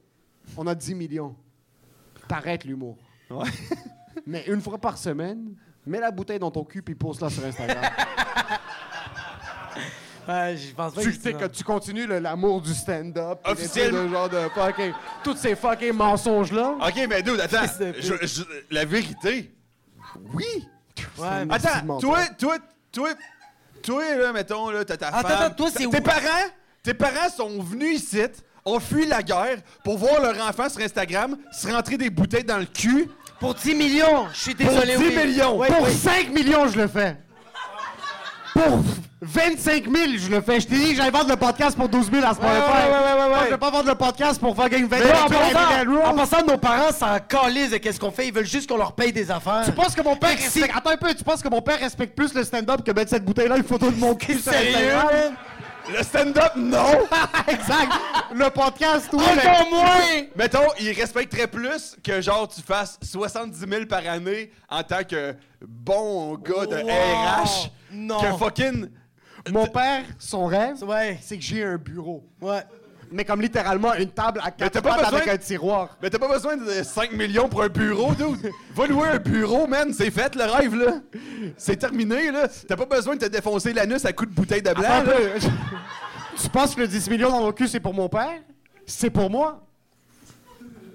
on a 10 millions. T'arrêtes l'humour. Ouais. [laughs] Mais une fois par semaine, mets la bouteille dans ton cul, puis pose-la sur Instagram. Ouais, je pense pas [laughs] tu, qu'il dit sais, non. que tu continues le- l'amour du stand-up. puis des Officiel- trucs de genre de fucking. Tous ces fucking mensonges-là. OK, mais dude, attends. Fils de pute. Je- je- la vérité. Oui. Ouais, mais- Attends, toi, toi, toi, toi, là, mettons, là, t'as ta Attends, femme. attends, toi, c'est Tes où? parents, tes parents sont venus ici, ont fui la guerre pour voir leur enfant sur Instagram se rentrer des bouteilles dans le cul Pour 10 millions, je suis pour désolé. 10 oui. millions. Ouais, Pour ouais. 5 millions, je le fais. Pour 25 000, je le fais. Je t'ai dit que j'allais vendre le podcast pour 12 000 à ouais, Spotify. ouais, ouais, ouais, Moi, ouais. je vais pas vendre le podcast pour fucking 20 Mais 000. en, Tu vois, Emile and passant, en Rose. passant, nos parents s'en calissent de qu'est-ce qu'on fait. Ils veulent juste qu'on leur paye des affaires. Tu penses que mon père Merci. respecte... Attends un peu, tu penses que mon père respecte plus le stand-up que mettre cette bouteille-là une photo de mon cul sur sérieux, Instagram? man? Le stand-up, non. [laughs] exact. Le podcast, oui, mais- Encore moins! Mettons, ils respecteraient plus que genre tu fasses 70 000 par année en tant que bon gars de RH Non. que fucking. Mon père, son rêve, Ouais. c'est que j'ai un bureau. Ouais. Mais comme littéralement une table à quatre t'as pas pattes besoin- avec un tiroir. Mais t'as pas besoin de 5 millions pour un bureau, dude. Va louer un bureau, man. C'est fait le rêve, là. C'est terminé, là. T'as pas besoin de te défoncer l'anus à coups de bouteille de blanc, Attends là. un peu. [laughs] tu penses que le 10 millions dans mon cul, c'est pour mon père? C'est pour moi?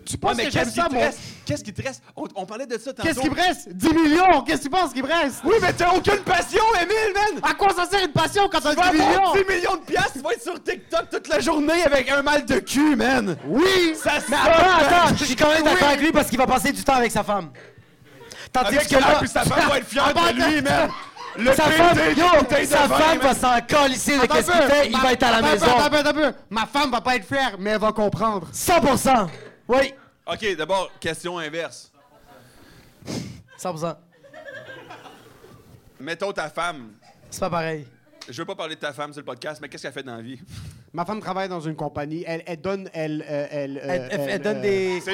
Tu Ouais, penses mais que j'aime qu'est-ce qui ça, te mon... reste? Qu'est-ce qui te reste? On, on parlait de ça tantôt. Qu'est-ce qui me reste? 10 millions! Qu'est-ce que tu penses qu'il me reste? Oui, mais t'as aucune passion, Emile, man! À quoi ça sert une passion quand t'as Tu vas 10 millions? avoir 10 millions de piastres, tu vas être sur TikTok toute la journée avec un mal de cul, man! Oui! Ça se Mais attends, tape, attends, man. je suis quand même d'accord Oui. avec lui parce qu'il va passer du temps avec sa femme. Tandis Avec que là. ça, puis sa femme va être fière de lui, man! Le Sa pété femme, de yo, bouteille de sa vin, femme va man. s'en colisser de Attends qu'est-ce un peu. qu'il fait, il Ma- va être à la attends un peu, maison. attends un peu, attends un peu. Ma femme va pas être fière, mais elle va comprendre. 100%! Oui! OK, d'abord, question inverse. 100%. Mettons ta femme. C'est pas pareil. Je veux pas parler de ta femme sur le podcast, mais qu'est-ce qu'elle fait dans la vie? Ma femme travaille dans une compagnie. Elle, elle donne, elle, euh, elle, euh, Elle, elle- elle donne euh, des... C'est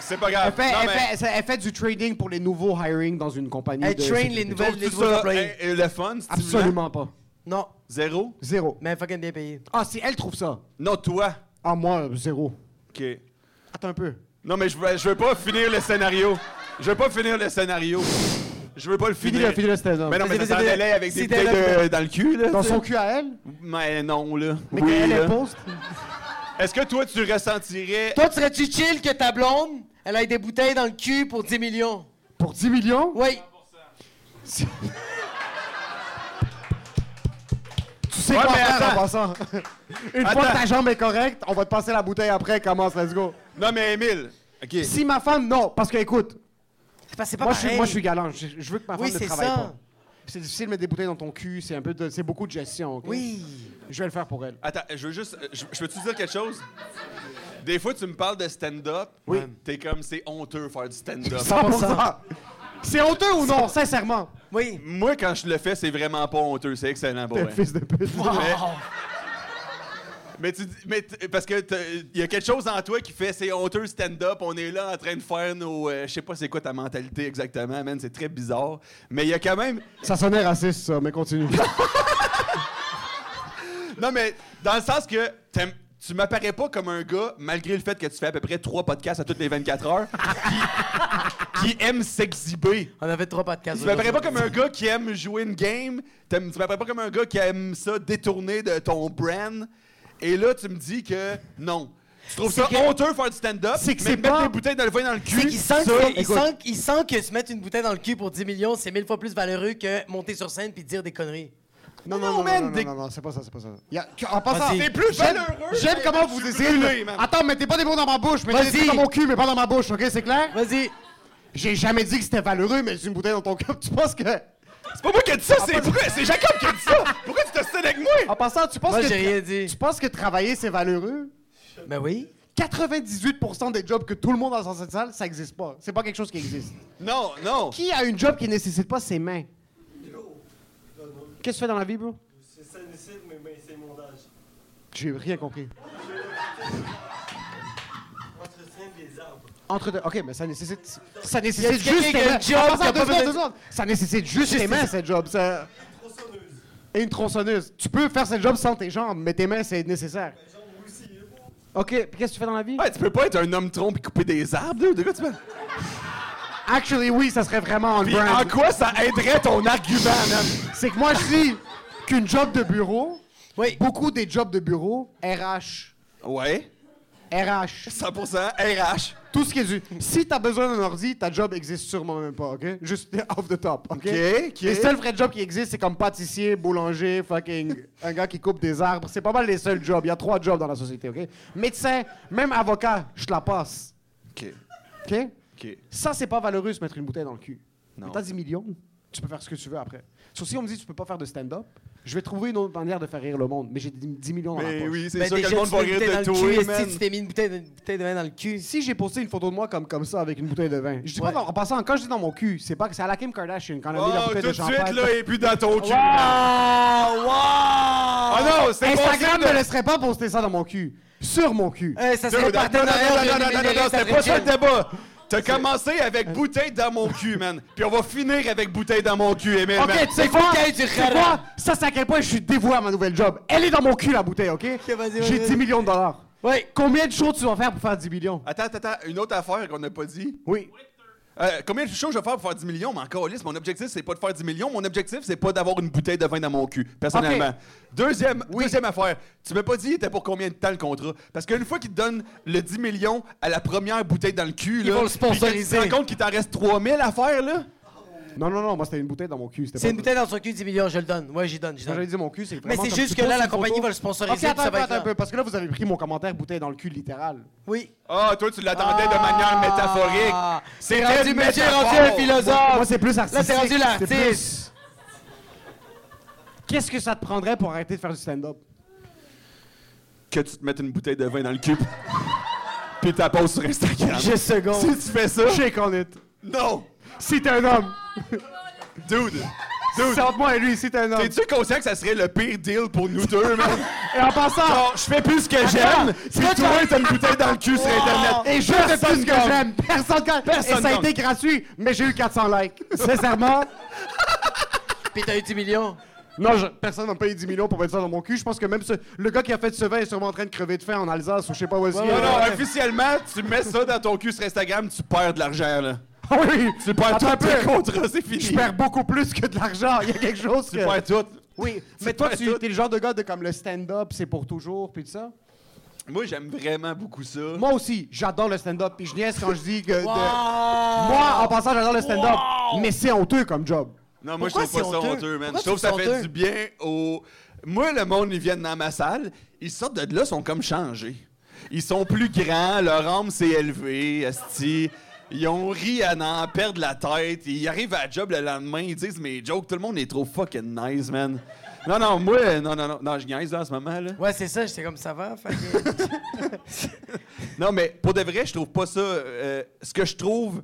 c'est pas grave. Elle fait, Non, elle mais- fait- ça- elle fait du trading pour les nouveaux hiring dans une compagnie. Elle de train sécurité. les nouvelles, les Tout nouveaux ça, employés. eh, eh, le fun, stimulant? Absolument pas. Non, Zéro? Zéro. mais fucking bien payé. Ah, si elle trouve ça. Non, toi. Ah, moi, euh, zéro. OK. Attends un peu. Non, mais je veux, je veux pas finir le scénario. Je veux pas finir le scénario. Je veux pas le finir. Finis-le, finis-le, stand-up. Mais non, mais Vas-y, ça vas-y, s'en vas-y. allait avec des Si bouteilles t'es là- de- dans le cul, là. Dans tu son sais. cul à elle? Mais non, là. Mais Oui, hein. quand elle là. est poste? Est-ce que toi, tu ressentirais... Toi, serais-tu chill que ta blonde, elle ait des bouteilles dans le cul pour 10 millions? Pour 10 millions? Oui! Tu sais Ouais, quoi mais faire en attends. [laughs] passant. Une Attends. fois que ta jambe est correcte, on va te passer la bouteille après. Commence, let's go. Non, mais Émile. OK. Si ma femme, non. Parce que, écoute, C'est pas, c'est pas moi, je pareil. suis, moi, je suis galant. Je, je veux que ma femme Oui, ne c'est travaille ça. pas. C'est difficile de mettre des bouteilles dans ton cul. C'est un peu de- c'est beaucoup de gestion, OK? Oui! Je vais le faire pour elle. Attends, je veux juste. Je, je peux-tu dire quelque chose? Des fois, tu me parles de stand-up. Oui. T'es comme, c'est honteux faire du stand-up. 100%. C'est honteux ou non, sincèrement? Oui! Moi, quand je le fais, c'est vraiment pas honteux. C'est excellent pour T'es un [laughs] vrai. fils de pute. Mais, mais tu dis- mais t- parce que t'as- il y a quelque chose en toi qui fait c'est honteux stand-up, on est là en train de faire nos euh, je sais pas c'est quoi ta mentalité exactement, man, c'est très bizarre, mais il y a quand même Ça sonnait raciste, ça, mais continue. Non, mais dans le sens que t'aimes- tu m'apparais pas comme un gars, malgré le fait que tu fais à peu près trois podcasts à toutes les 24 heures, qui, qui aime s'exhiber. On avait trois podcasts. Tu m'apparais pas comme un gars qui aime jouer une game. T'aimes- Tu m'apparais pas comme un gars qui aime ça détourner de ton brand. Et là, tu me dis que non. Tu trouves ça que- honteux faire du stand-up, C'est mais que c'est mettre pas- des bouteilles dans le vin dans le cul. C'est qu'il sent, ça, que, il écoute, sent, il sent que se mettre une bouteille dans le cul pour 10 millions, c'est mille fois plus valeureux que monter sur scène puis dire des conneries. Non, non, non, non, man, non, non, des- non, non, c'est pas ça, c'est pas ça. Y a- en passant, Vas-y. Ah, T'es plus j'aime- valeureux, J'aime mais comment je vous suis essayez de... brûlé, man. Attends, mettez pas des mots dans ma bouche, mettez des Vas-y. mots dans mon cul, mais pas dans ma bouche, OK, c'est clair? Vas-y! J'ai jamais dit que c'était valeureux, mais une bouteille dans ton cul, [laughs] tu penses que... C'est pas moi qui ai dit ça, c'est vrai, c'est Jacob qui a dit ça. Pourquoi tu te stènes avec En moi? passant, tu penses Moi, que... j'ai rien dit. Tu penses que travailler, c'est valeureux? Ben oui! 98% des jobs que tout le monde a dans cette salle, ça existe pas. C'est pas quelque chose qui existe. Non, non. Qui a une job qui nécessite pas ses mains? Qu'est-ce que tu fais dans la vie, bro? C'est mais c'est mon âge. J'ai rien compris. Entretien des arbres. Ok, mais ça nécessite. Ça nécessite quelqu'un juste qui a tes un mains. job Attends, qui a pas deux secondes, besoin- deux secondes. Ça nécessite juste tes mains, cette job. Ça... Et une tronçonneuse. Tu peux faire cette job sans tes jambes, mais tes mains, c'est nécessaire. hein, Ok, puis qu'est-ce que tu fais dans la vie? Ouais, tu peux pas être un homme trompe et couper des arbres, là, de quoi tu parles? Actually, oui, ça serait vraiment on Puis brand. en quoi ça aiderait ton argument, man? C'est que moi, je dis qu'une job de bureau, Oui! beaucoup des jobs de bureau, RH, Ouais, RH, 100% RH. tout ce qui est du... Si t'as besoin d'un ordi, ta job existe sûrement même pas, OK? Juste [laughs] off the top, OK? OK. Les seuls vrais jobs qui existent, c'est comme pâtissier, boulanger, [laughs] fucking... un gars qui coupe des arbres. C'est pas mal les seuls jobs. Il y a trois jobs dans la société, OK? Médecin, même avocat, je te la passe, OK. OK? OK. Ça, c'est pas valeureux se mettre une bouteille dans le cul. Non. Mais T'as 10 millions, tu peux faire ce que tu veux après. Sauf si on me dit tu peux pas faire de stand-up, je vais trouver une autre manière de faire rire le monde. Mais j'ai 10 10 millions dans la Mais poche. oui, c'est Ben sûr que déjà, le monde tu va t'es mis rire une de bouteille dans le toi, cul, esti, man. Tu t'es mis une bouteille, une bouteille de vin dans le cul. Si j'ai posté une photo de moi comme, comme ça avec une bouteille de vin, je dis Ouais. pas en passant, quand je dis dans mon cul, c'est pas que c'est à la Kim Kardashian quand elle a mis la Oh, bouteille tout de de suite, champagne. là, et puis dans ton cul. Wow! Ah Wow! non, c'est Instagram pas ne laisserait pas poster ça dans mon cul. Sur mon cul. Euh, ça Non, serait non, le partenariat de non, non, non, non, Rémi non, Lé, c'était serait pas ça le chill. débat. T'as commencé avec bouteille dans mon cul, man. Puis on va finir avec bouteille dans mon cul, Emile, Ok, man. tu sais faut quoi? qu'il y ait du Tu sais rara. quoi? Ça, c'est à quel point je suis dévoué à ma nouvelle job. Elle est dans mon cul, la bouteille, ok? vas-y, vas-y, J'ai vas-y. 10 millions de dollars. Oui. Combien de shows tu vas faire pour faire 10 millions? Attends, attends, attends, une autre affaire qu'on n'a pas dit. Oui. Euh, combien de choses je vais faire pour faire 10 millions? Mais encore liste, mon objectif, c'est pas de faire 10 millions. Mon objectif, c'est pas d'avoir une bouteille de vin dans mon cul, personnellement. Ok. Deuxième, deuxième affaire, tu m'as pas dit t'as pour combien de temps le contrat? Parce qu'une fois qu'ils te donnent le 10 millions à la première bouteille dans le cul, Ils là, vont le sponsoriser. puis que Tu te rends compte qu'il t'en reste 3000 à faire, là? Non, non, non, moi, c'était une bouteille dans mon cul. c'était C'est pas- une bouteille dans son cul, 10 millions, je le donne. Ouais, j'y donne, j'y Quand j'avais donne. dit mon cul, c'est Mais vraiment c'est comme juste tu que là, poses la une compagnie photo. va le sponsoriser, Ok, attends, puis ça un va peu, être attends un là. peu, parce que là, vous avez pris mon commentaire bouteille dans le cul littéral. Oui. Ah, toi, tu l'attendais de manière métaphorique. Ah. C'est C'était rendu, une monsieur, métaphore. rendu un philosophe. Moi, c'est plus Là, artistique. t'es rendu c'est l'artiste. plus- Qu'est-ce que ça te prendrait pour arrêter de faire du stand-up? Que tu te mettes une bouteille de vin dans le cube. Puis t'as poses sur Instagram. Je seconde. Si tu fais ça. Shake on it. Non! Si t'es un homme. Dude! Dude. moi et lui, si t'es un homme. T'es-tu conscient que ça serait le pire deal pour nous deux, man? Et en passant, Genre, je fais plus ce que j'aime, si toi, t'as une bouteille dans le cul sur Internet. et je fais Personne plus ce que compte. j'aime. Personne compte. Personne Et ça a compte. été gratuit, mais j'ai eu 400 likes. [laughs] Sincèrement, Puis t'as eu 10 millions. non, je- personne m'a payé 10 millions pour mettre ça dans mon cul. Je pense que même ce- le gars qui a fait ce vin est sûrement en train de crever de faim en Alsace ou je sais pas où est-ce qu'il Non, est. non, officiellement, tu mets ça dans ton cul sur Instagram, tu perds de l'argent, là. Ah oui, Tu perds Attends un tout peu. tes contrats, c'est fini. Je perds beaucoup plus que de l'argent. Il y a quelque chose Tu que- perds tout. Oui, Tu mais toi, perds tu tout. es le genre de gars de comme le stand-up, c'est pour toujours, puis tout ça. Moi, j'aime vraiment beaucoup ça. Moi aussi, j'adore le stand-up, puis je niaise quand je dis que... de- Moi, en passant, j'adore le stand-up, mais c'est honteux comme job. Non, moi, je Pourquoi trouve c'est pas ça honteux? honteux, man. Pourquoi Je trouve que tu ça trouves fait honteux? du bien au. Moi, le monde, ils viennent dans ma salle, ils sortent de là, ils sont comme changés. Ils sont plus grands, leur âme s'est élevée, esti. Ils ont ri à n'en perdre la tête. Ils arrivent à la job le lendemain, ils disent mes jokes, tout le monde est trop fucking nice, man. Non, non, moi, non, non, non, non, je niaise là, en ce moment, là. Ouais, c'est ça, j'étais comme ça va. fait que- Non, mais pour de vrai, je trouve pas ça. euh, ce que je trouve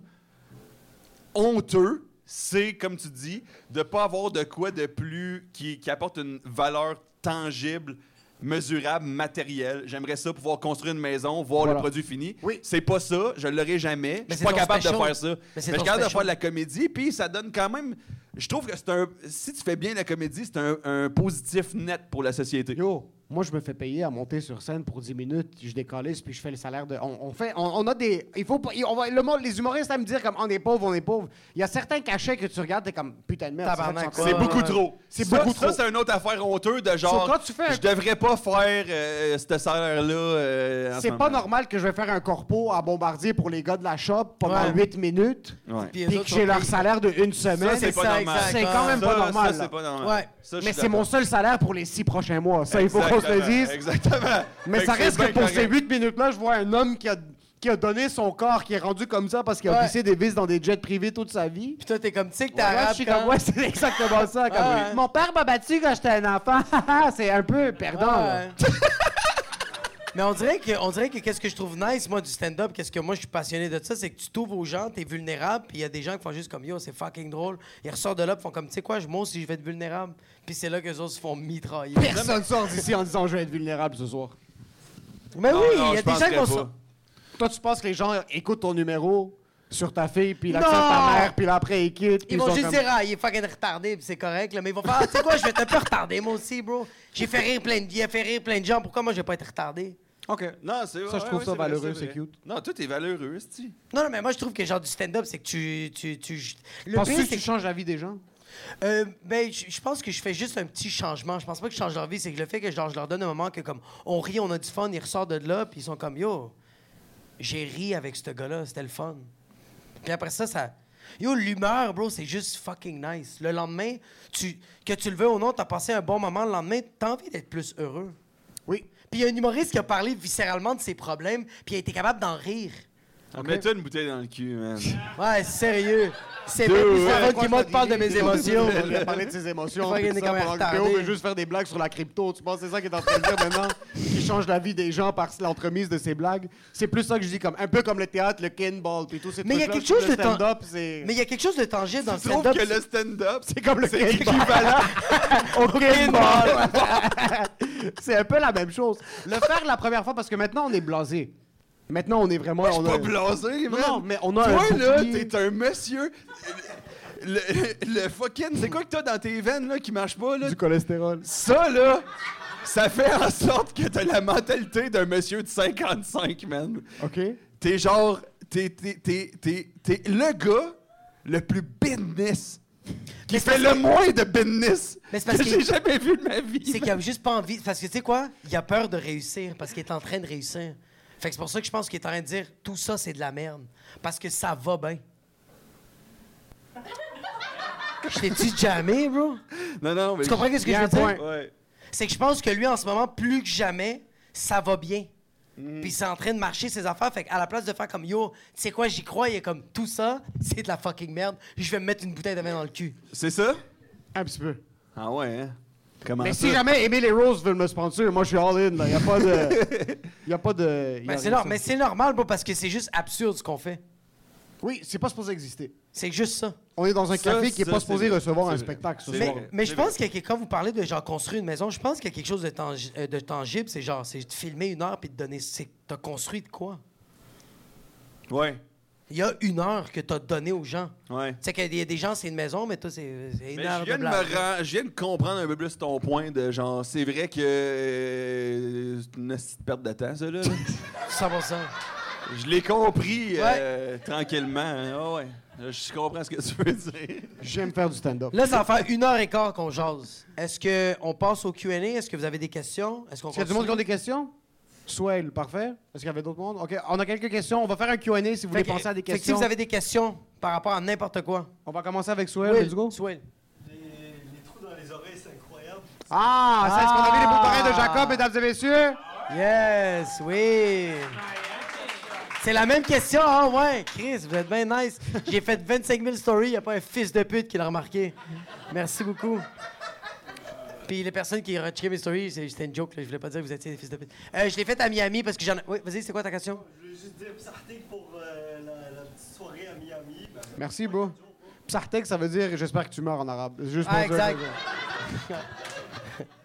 honteux, c'est, comme tu dis, de pas avoir de quoi de plus qui, qui apporte une valeur tangible, mesurable, matérielle. J'aimerais ça pouvoir construire une maison, voir le produit fini. Oui. C'est pas ça, je l'aurais jamais. Je Mais suis c'est pas ton capable de special. faire ça. Mais Mais je c'est suis ton capable de special. faire de la comédie, puis ça donne quand même. Je trouve que c'est un. Si tu fais bien la comédie, c'est un, un positif net pour la société. Yo, moi, je me fais payer à monter sur scène pour 10 minutes, je décalisse, puis je fais le salaire de... On, on fait... On, on a des... Il faut pas... il- on va- le monde, les humoristes à me dire comme, on est pauvre, on est pauvre. Il y a certains cachets que tu regardes, t'es comme, putain de merde. Tabarnak, c'est vrai C'est que Ouais, beaucoup ouais. trop. C'est Ça- beaucoup trop. Ça, c'est une autre affaire honteuse de genre. So, quand tu fais un- Je devrais pas faire euh, ce salaire-là. euh, en C'est ce pas moment. normal que je vais faire un corpo à Bombardier pour les gars de la shop pendant Ouais. 8 minutes, Ouais. Puis les puis autres que j'ai sont leur payés. salaire de une Ça, semaine. c'est pas ça, normal. exact. C'est quand même pas Ça, normal. Ça, là. c'est pas normal. Ouais. Ça, je suis Mais c'est mon d'accord. seul salaire pour les 6 prochains mois. Ça, il faut qu'on se le Exactement, dise. Exactement. [laughs] Mais Fait ça c'est reste bien que pour ces correct. 8 minutes-là, je vois un homme qui a, qui a donné son corps, qui est rendu comme ça parce qu'il a Ouais. vissé des vis dans des jets privés toute sa vie. Puis toi, t'es comme, tu sais que t'es Ouais, je arabe. suis quand- comme, ouais, c'est exactement ça. comme, Ouais. Mon père m'a battu quand j'étais un enfant. [laughs] c'est un peu perdant. là. Ouais. [laughs] Mais on dirait que, on dirait que qu'est-ce que je trouve nice, moi, du stand-up, qu'est-ce que moi, je suis passionné de ça, c'est que tu t'ouvres aux gens, t'es vulnérable, puis il y a des gens qui font juste comme, yo, c'est fucking drôle. Ils ressortent de là, puis font comme, tu sais quoi, je- moi aussi, je vais être vulnérable. Puis c'est là que les autres se font mitrailler. Personne sort d'ici en disant je vais être vulnérable ce soir. Mais oui, il Non, y a des gens je qui vont penserais sor- pas. Toi, tu penses que les gens écoutent ton numéro sur ta fille, puis ils Non! acceptent ta mère, puis là, après ils quittent. puis Ils vont sont juste comme- dire, ah, il est fucking retardé, puis c'est correct, là. Mais ils vont faire, ah, tu sais quoi, je vais être un peu retardé, moi aussi, bro. J'ai fait rire plein de, il a fait rire plein de gens, pourquoi moi, je vais pas être retardé? OK. Non, c'est Ça, je trouve ça c'est vrai, valeureux, c'est vrai. cute. Non, tout est valeureux, esti. Non, non, mais moi, je trouve que genre du stand-up, c'est que tu. tu, tu le Penses-tu pire, que c'est tu changes la vie des gens? que- euh, ben, je je pense que je fais juste un petit changement. Je pense pas que je change leur vie, c'est que le fait que genre, je leur donne un moment que, comme, on rit, on a du fun, ils ressortent de là, puis ils sont comme, yo, j'ai ri avec ce gars-là, c'était le fun. Puis après ça, ça. Yo, l'humeur, bro, c'est juste fucking nice. Le lendemain, tu, que tu le veux ou non, t'as passé un bon moment. Le lendemain, t'as envie d'être plus heureux. Oui. Puis il y a un humoriste qui a parlé viscéralement de ses problèmes, puis il a été capable d'en rire. Mets-toi une bouteille dans le cul, man. [laughs] Ouais, sérieux. C'est Deux, bien plus ouais. fun qui moi qui parle de mes émotions. Il a parlé de ses émotions. Fucking puis tout ça, comme pendant que retardé. Théo veut juste faire des blagues sur la crypto. Tu penses que c'est ça qu'il est en train de dire maintenant? Qui change la vie des gens par l'entremise de ses blagues. C'est plus ça que je dis, comme un peu comme le théâtre, le kinball, puis tout. Mais il y a quelque chose de tan- stand-up, c'est... Mais il y a quelque chose de tangible dans le Je trouve stand-up. que le stand-up, c'est C'est comme le kinball. équivalent. Au kinball. [laughs] c'est un peu la même chose. Le faire la première fois, parce que maintenant, on est blasé. Maintenant, on est vraiment... Je suis [laughs] on a- pas blasé, Non, man. non, mais on a Toi, un là, bouclier. t'es un monsieur. Le, le fucking. C'est quoi que t'as dans tes veines, là, qui marche pas, là? Du cholestérol. Ça, là, ça fait en sorte que t'as la mentalité d'un monsieur de 55, man. OK. T'es genre. T'es, t'es, t'es, t'es, t'es le gars le plus business. Qui Mais c'est fait le parce que- moins de business Mais c'est que, parce que- j'ai jamais vu de ma vie. C'est qu'il a juste pas envie. Parce que tu sais quoi? Il a peur de réussir parce qu'il est en train de réussir. Fait que c'est pour ça que je pense qu'il est en train de dire tout ça, c'est de la merde. Parce que ça va [laughs] bien. Je t'ai-tu jamais, bro? Non, non, mais. Tu comprends ce que Il y je a veux un point. dire? Ouais. C'est que je pense que lui, en ce moment, plus que jamais, ça va bien. Mm. Puis c'est en train de marcher ses affaires. Fait qu'à la place de faire comme yo, tu sais quoi, j'y crois, il est comme tout ça, [laughs] c'est de la fucking merde. Je vais me mettre une bouteille de vin dans le cul. C'est ça? Un petit peu. Ah ouais, hein? Comment Mais ça? Ben, si jamais Emily Rose veut me sponsor, moi je suis all-in. Il n'y a pas [laughs] de. Il a pas de. y a Mais Ben, c'est rien de nor- ça. mais c'est normal, bro, parce que c'est juste absurde ce qu'on fait. Oui, c'est pas supposé exister. C'est juste ça. On est dans un Ça, café qui ça, n'est pas c'est supposé vrai. recevoir C'est un vrai. spectacle ce C'est soir. vrai. Mais je C'est pense que quand vous parlez de genre construire une maison, je pense qu'il y a quelque chose de, tangi- euh, de tangible. C'est genre, c'est de filmer une heure puis de donner. c'est- T'as construit de quoi? Ouais, Il y a une heure que t'as donné aux gens. ouais. Tu sais qu'il y a des gens, c'est une maison, mais toi, c'est c'est une Mais heure je de viens, de me blabla. rend- je viens de comprendre un peu plus ton point de genre, c'est vrai que euh, c'est une petite perte de temps, ça, là. [laughs] 100%. je l'ai compris euh, tranquillement. hein. Ah ouais. Je comprends ce que tu veux dire. J'aime faire du stand-up. Là, ça va faire une heure et quart qu'on jase. Est-ce qu'on passe au Q&A? Est-ce que vous avez des questions? Est-ce qu'on Est-ce qu'il y a du monde qui continue? a des questions? Swell, parfait. Est-ce qu'il y avait d'autres monde? OK, on a quelques questions. On va faire un Q&A si vous voulez Fait que- penser à des fait que questions. si vous avez des questions par rapport à n'importe quoi, On va commencer avec Swell. Let's go. Swell. Ah, ça, est-ce qu'on a vu les bouts de oreilles de Ah. Jacob, mesdames et messieurs? Yes, oui. C'est la même question, hein, ouais. Chris, vous êtes bien nice. J'ai fait 25 000 stories, il n'y a pas un fils de pute qui l'a remarqué. Merci beaucoup. Puis les personnes qui ont checké mes stories, c'est- c'était une joke, là. je voulais pas dire que vous étiez des fils de pute. Euh, je l'ai fait à Miami parce que j'en ai... Oui, vas-y, c'est quoi ta question? Merci, bro. Psartek, ça veut dire j'espère que tu meurs en arabe. C'est Juste Ah, pour dire- euh, exact.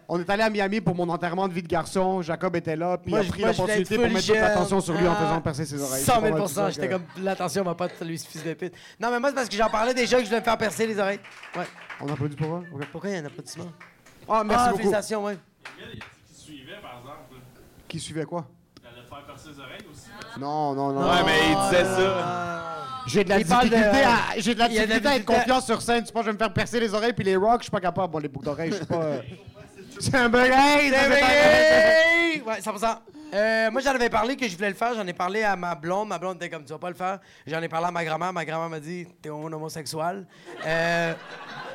On est allé à Miami pour mon enterrement de vie de garçon. Jacob était là, puis Moi, il je- a pris moi, j'étais l'opportunité pour full mettre toute l'attention jeune. sur lui en Ah, faisant percer ses oreilles. 100 C'est pas 000 mal tout ça j'étais que- comme l'attention va pas de lui, ce fils de pute. Non, mais moi, c'est parce que j'en parlais déjà que je voulais me faire percer les oreilles. Ouais. On applaudit pour eux? OK. Pourquoi il y a un applaudissement? Ah, merci ah, beaucoup. félicitations, ouais. Qui suivait quoi? Non, non, non. Ouais, mais il disait ça. J'ai de la Il parle difficulté, de- à, j'ai de la Il y a de la difficulté à être difficulté à- confiant sur scène. Tu penses que je vais me faire percer les oreilles puis les rocks, je suis pas capable. Bon, les boucles d'oreilles, je suis pas. euh, [laughs] C'est un bug. hey, ça, c'est un bug. Hey! Ouais, 100%. Euh, moi, j'en avais parlé que je voulais le faire. J'en ai parlé à ma blonde. Ma blonde était comme, tu vas pas le faire. J'en ai parlé à ma grand-mère. Ma grand-mère m'a dit, t'es un homosexuel. Euh,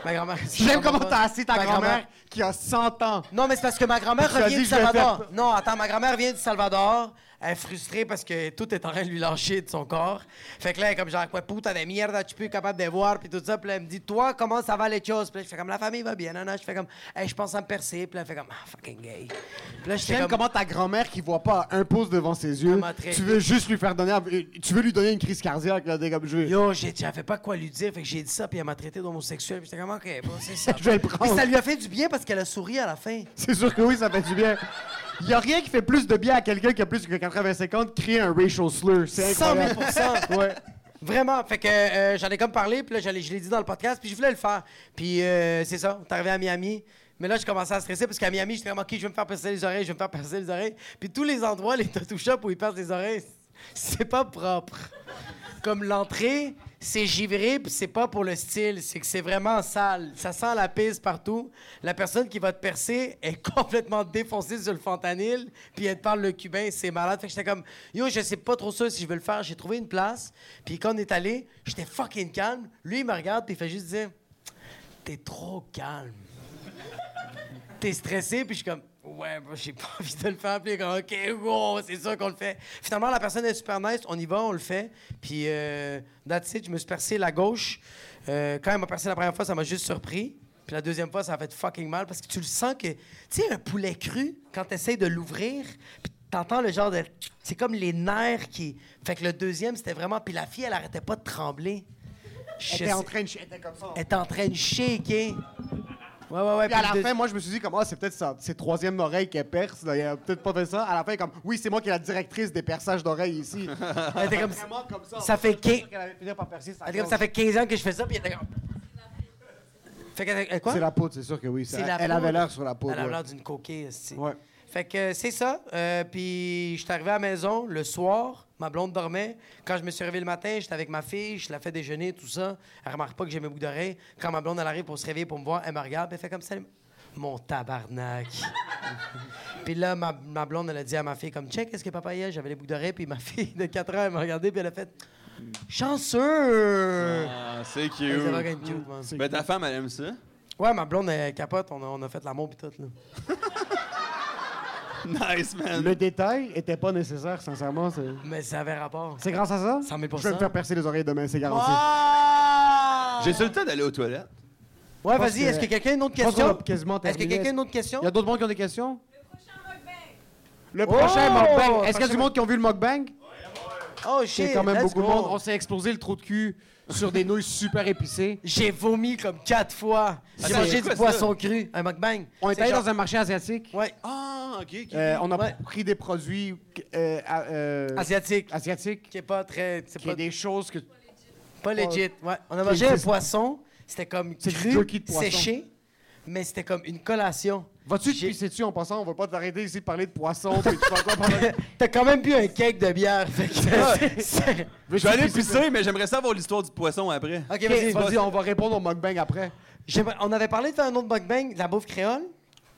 ma grand-mère... [laughs] J'aime comment t'as assis ta Ma grand-mère qui a 100 ans. Non, mais c'est parce que ma grand-mère Tu as revient dit, du je vais Salvador. faire Non, attends, ma grand-mère vient du Salvador. Elle est frustrée parce que tout est en train de lui lâcher de son corps. Fait que là, elle est comme genre, quoi, putain de merde, tu peux capable de voir, puis tout ça. Puis là, elle me dit, toi, comment ça va les choses? Puis là, je fais comme, la famille va bien, non, non. Je fais comme, hey, je pense à me percer. Puis là, elle fait comme, ah, fucking gay. Puis là, je fais J'aime comme, comment ta grand-mère qui voit pas un pouce devant ses yeux, Comment traiter. tu veux juste lui faire donner, euh, tu veux lui donner une crise cardiaque là, des comme je vais. Yo, j'ai- j'avais pas quoi lui dire, fait que j'ai dit ça, puis elle m'a traité d'homosexuel. Puis j'étais comme, OK, bon, c'est ça. [laughs] Je vais le prendre. Mais ça lui a fait du bien parce qu'elle a souri à la fin. [laughs] C'est sûr que oui, ça fait du bien. Il y a rien qui fait plus de bien à quelqu'un qui a plus que 85 ans de créer un racial slur. C'est 100 000 incroyable. [laughs] Ouais. Vraiment. Fait que euh, j'en ai comme parlé, puis là, j'allais- je l'ai dit dans le podcast, puis je voulais le faire. Puis euh, c'est ça, on est arrivé à Miami. Mais là, je commençais à stresser parce qu'à Miami, j'étais comme, OK, je vais me faire percer les oreilles, je vais me faire percer les oreilles. Puis tous les endroits, les tattoo shops où ils percent les oreilles, [laughs] c'est pas propre. Comme l'entrée, c'est givré, puis c'est pas pour le style, c'est que c'est vraiment sale. Ça sent la pisse partout. La personne qui va te percer est [laughs] complètement défoncée sur le fentanyl, puis elle te parle le cubain, c'est malade. Fait que j'étais comme, yo, je sais pas trop ça si je veux le faire. J'ai trouvé une place, puis quand on est allé, j'étais fucking calme. Lui, il me regarde, puis il fait juste dire, t'es trop calme. T'es stressé, puis je suis comme, ouais, moi, j'ai pas [laughs] envie de le faire. Puis il est comme, OK, wow, c'est ça qu'on le fait. Finalement, la personne est super nice, on y va, on le fait. Puis, euh, that's it, je me suis percé la gauche. Euh, quand elle m'a percé la première fois, ça m'a juste surpris. Puis la deuxième fois, ça a fait fucking mal parce que tu le sens que, tu sais, un poulet cru, quand t'essayes de l'ouvrir, puis T'entends le genre de. C'est comme les nerfs qui. Fait que le deuxième, c'était vraiment. Puis la fille, elle arrêtait pas de trembler. Je Elle était sais- en train de chier, elle était comme ça. Elle était en train de shaker. Ouais, ouais, ouais. Puis à puis le la deux- fin, moi, je me suis dit, comme, ah, c'est peut-être sa- ses troisième oreilles qu'elle perce. là, Elle a peut-être pas fait ça. À la fin, comme, oui, c'est moi qui est la directrice des perçages [laughs] d'oreilles ici. Elle était comme- Vraiment comme ça. Ça fait Je suis sûr quin- qu'elle allait finir par percer sa Elle était comme, gorge. ça fait 15 ans que je fais ça, puis elle était comme. Fait que, elle- quoi? C'est la poudre, c'est sûr que oui. ça- C'est la elle poudre. avait l'air sur la poudre. Elle avait ouais. l'air d'une coquille, esti. Ouais. Fait que euh, c'est ça. Euh, puis je suis arrivé à la maison le soir, ma blonde dormait. Quand je me suis réveillé le matin, j'étais avec ma fille, je la fais déjeuner, tout ça. Elle remarque pas que j'ai mes boucles d'oreilles. Quand ma blonde elle arrive pour se réveiller, pour me voir, elle me regarde, elle fait comme ça. elle- Mon tabarnak. puis là, ma, ma blonde, elle a dit à ma fille, comme, check, est-ce que papa y est? J'avais les boucles d'oreilles, puis ma fille de 4 ans, elle m'a regardé, puis elle a fait, chanceux! Ah, c'est Elle était cute. fucking cute, man. Mais ta femme, elle aime ça. Ouais, ma blonde, elle capote, on a, on a fait l'amour, puis tout, là. [laughs] Nice, man. Le détail était pas nécessaire, sincèrement. C'est Mais ça avait rapport. c'est grâce à ça? 100 000 Je vais me faire percer les oreilles demain, c'est garanti. J'ai-tu le temps d'aller aux toilettes? Ouais, pense Ah! vas-y, est-ce que- que quelqu'un a une autre Je pense qu'on question? a quasiment Est-ce que terminé. quelqu'un a une autre question? Il y a d'autres monde qui ont des questions? Le prochain mukbang. Le prochain mukbang. Est-ce qu'il y a prochain- du monde qui ont vu le mukbang? Oh C'est shit, quand même let's beaucoup de go. monde. On s'est explosé le trou de cul sur des nouilles super épicées. J'ai vomi comme quatre fois. J'ai Attends, mangé c'est du quoi poisson cru, un mukbang. On est C'est allé genre- dans un marché asiatique. Ouais, Ah, ok, ok. Euh, on a pris des produits euh, à- euh, asiatique. asiatiques, Qui est pas très... C'est qui est pas, des choses que... pas legit. Ouais, on a mangé un existe. poisson, c'était comme C'est du cru, jerky de poisson. séché, mais c'était comme une collation. Vas-tu te J'ai- pisser-tu en passant? On va pas t'arrêter ici de parler de poissons. puis tu vas encore parler- T'as quand même bu un cake de bière, fait [laughs] que... c'est- Je vais aller pisser, mais j'aimerais savoir l'histoire du poisson après. Ok, Ok, vas-y. vas-y, on va répondre au mukbang après. J'aimerais- On avait parlé de faire un autre mukbang, de la bouffe créole.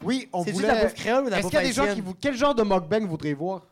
Oui, on C'est-tu voulait... de la bouffe créole ou de la Est-ce bouffe qu'il y a des gens qui haïtienne? vous... Quel genre de mukbang voudriez voir?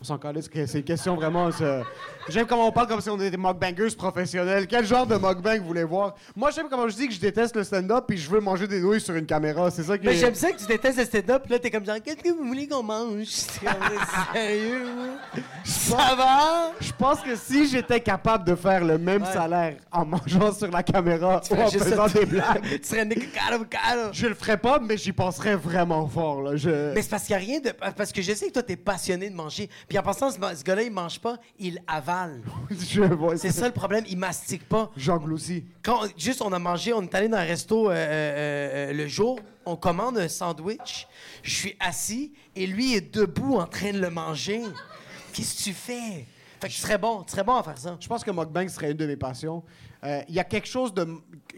On s'en calisse, que c'est une question vraiment... ça- J'aime comment on parle comme si on était des mukbangers professionnels. Quel genre de mukbang vous voulez voir? Moi, j'aime comment je dis que je déteste le stand-up puis je veux manger des nouilles sur une caméra. C'est ça qui Mais j'aime ça que tu détestes le stand-up, puis là, t'es comme genre, qu'est-ce que vous voulez qu'on mange? [laughs] C'est comme, C'est sérieux, moi? Ça va? Je pense que si j'étais capable de faire le même Ouais. salaire en mangeant sur la caméra ou en Juste faisant ça, des blagues, tu serais né que calme, calme. je le ferais pas, mais j'y penserais vraiment fort. Là. Je... Mais c'est parce qu'il n'y a rien de. Parce que je sais que toi, t'es passionné de manger. Puis en passant, ce, ma- ce gars-là, il mange pas, il avale. [laughs] je... ouais, C'est ça le problème, il mastique pas. J'engloutis. Quand juste on a mangé, on est allé dans un resto euh, euh, euh, le jour, on commande un sandwich, je suis assis et lui est debout en train de le manger. Qu'est-ce que tu fais? Fait que tu serais bon, tu serais bon à faire ça. Je pense que mukbang serait une de mes passions. Euh, Il y a quelque chose de...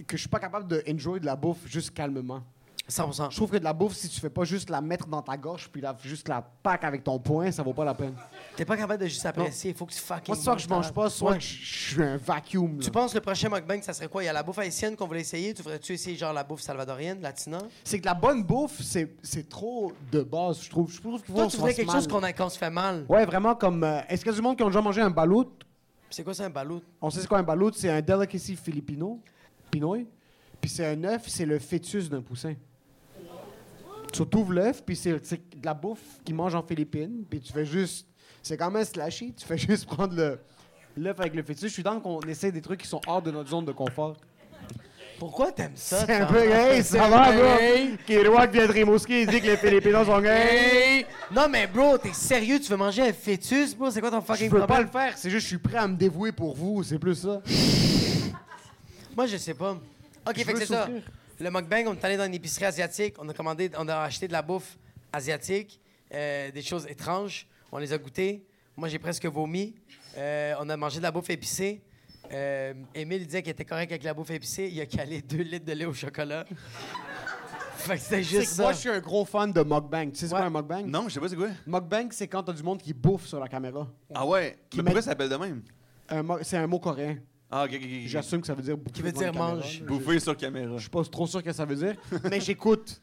que je suis pas capable de enjoy de la bouffe juste calmement. 100%. Je trouve que de la bouffe, si tu fais pas juste la mettre dans ta gorge puis la... juste la pack avec ton poing, ça vaut pas la peine. T'es pas capable de juste apprécier, il faut que tu fucking. Moi, soit que je mange pas, soit Ouais. que je je suis un vacuum. là. Tu penses le prochain mukbang, ça serait quoi? Il y a la bouffe haïtienne qu'on voulait essayer. Tu voudrais-tu essayer genre la bouffe salvadorienne, latina? C'est que la bonne bouffe, c'est c'est trop de base, je trouve. Je trouve qu'il faut Toi, qu'on tu se voudrais fasse quelque mal. chose qu'on a- qu'on se fait mal. Ouais, vraiment comme. euh, Est-ce qu'il y a du monde qui ont déjà mangé un balut C'est quoi ça, un balout? On sait ce qu'est un balut, c'est un delicacy filipino, pinoy. Puis c'est un œuf, c'est le fœtus d'un poussin. Tu t'ouvres l'œuf, puis c'est c'est de la bouffe qu'ils mangent en Philippines. Puis tu fais juste. C'est quand même slashy, tu fais [laughs] juste prendre le- l'œuf avec le fœtus. Je suis dans qu'on essaie des trucs qui sont hors de notre zone de confort. Pourquoi t'aimes ça? C'est un toi? peu gay, ça va, un peu bro. gay. Kiroak vient de Rimouski, il dit que les Philippinos sont gays. Hey! Non, mais bro, t'es sérieux? Tu veux manger un fœtus, bro? C'est quoi ton Je fucking peux pas le problème? faire, c'est juste je suis prêt à me dévouer pour vous, c'est plus ça. Moi, je sais pas. Ok, fait que veux c'est ça. souffrir. Le mukbang, on est allé dans une épicerie asiatique, on a commandé, on a acheté de la bouffe asiatique, euh, des choses étranges, on les a goûtées. Moi, j'ai presque vomi. Euh, on a mangé de la bouffe épicée. Euh, Émile disait qu'il était correct avec la bouffe épicée. Il a calé [laughs] deux litres de lait au chocolat. [laughs] fait que c'était juste C'est que ça. moi, je suis un gros fan de mukbang. Tu sais, c'est Ouais. quoi un mukbang? Non, je sais pas c'est quoi. Mukbang, c'est quand t'as du monde qui bouffe sur la caméra. Ah ouais? Mais met- pourquoi ça s'appelle de même? Un mu- c'est un mot coréen. Ah, ok, ok, ok, ok. J'assume que ça veut dire bouffer. Qui veut devant une dire caméra. mange. Bouffer sur caméra. Je suis pas trop sûr que ça [laughs] veut dire, mais j'écoute.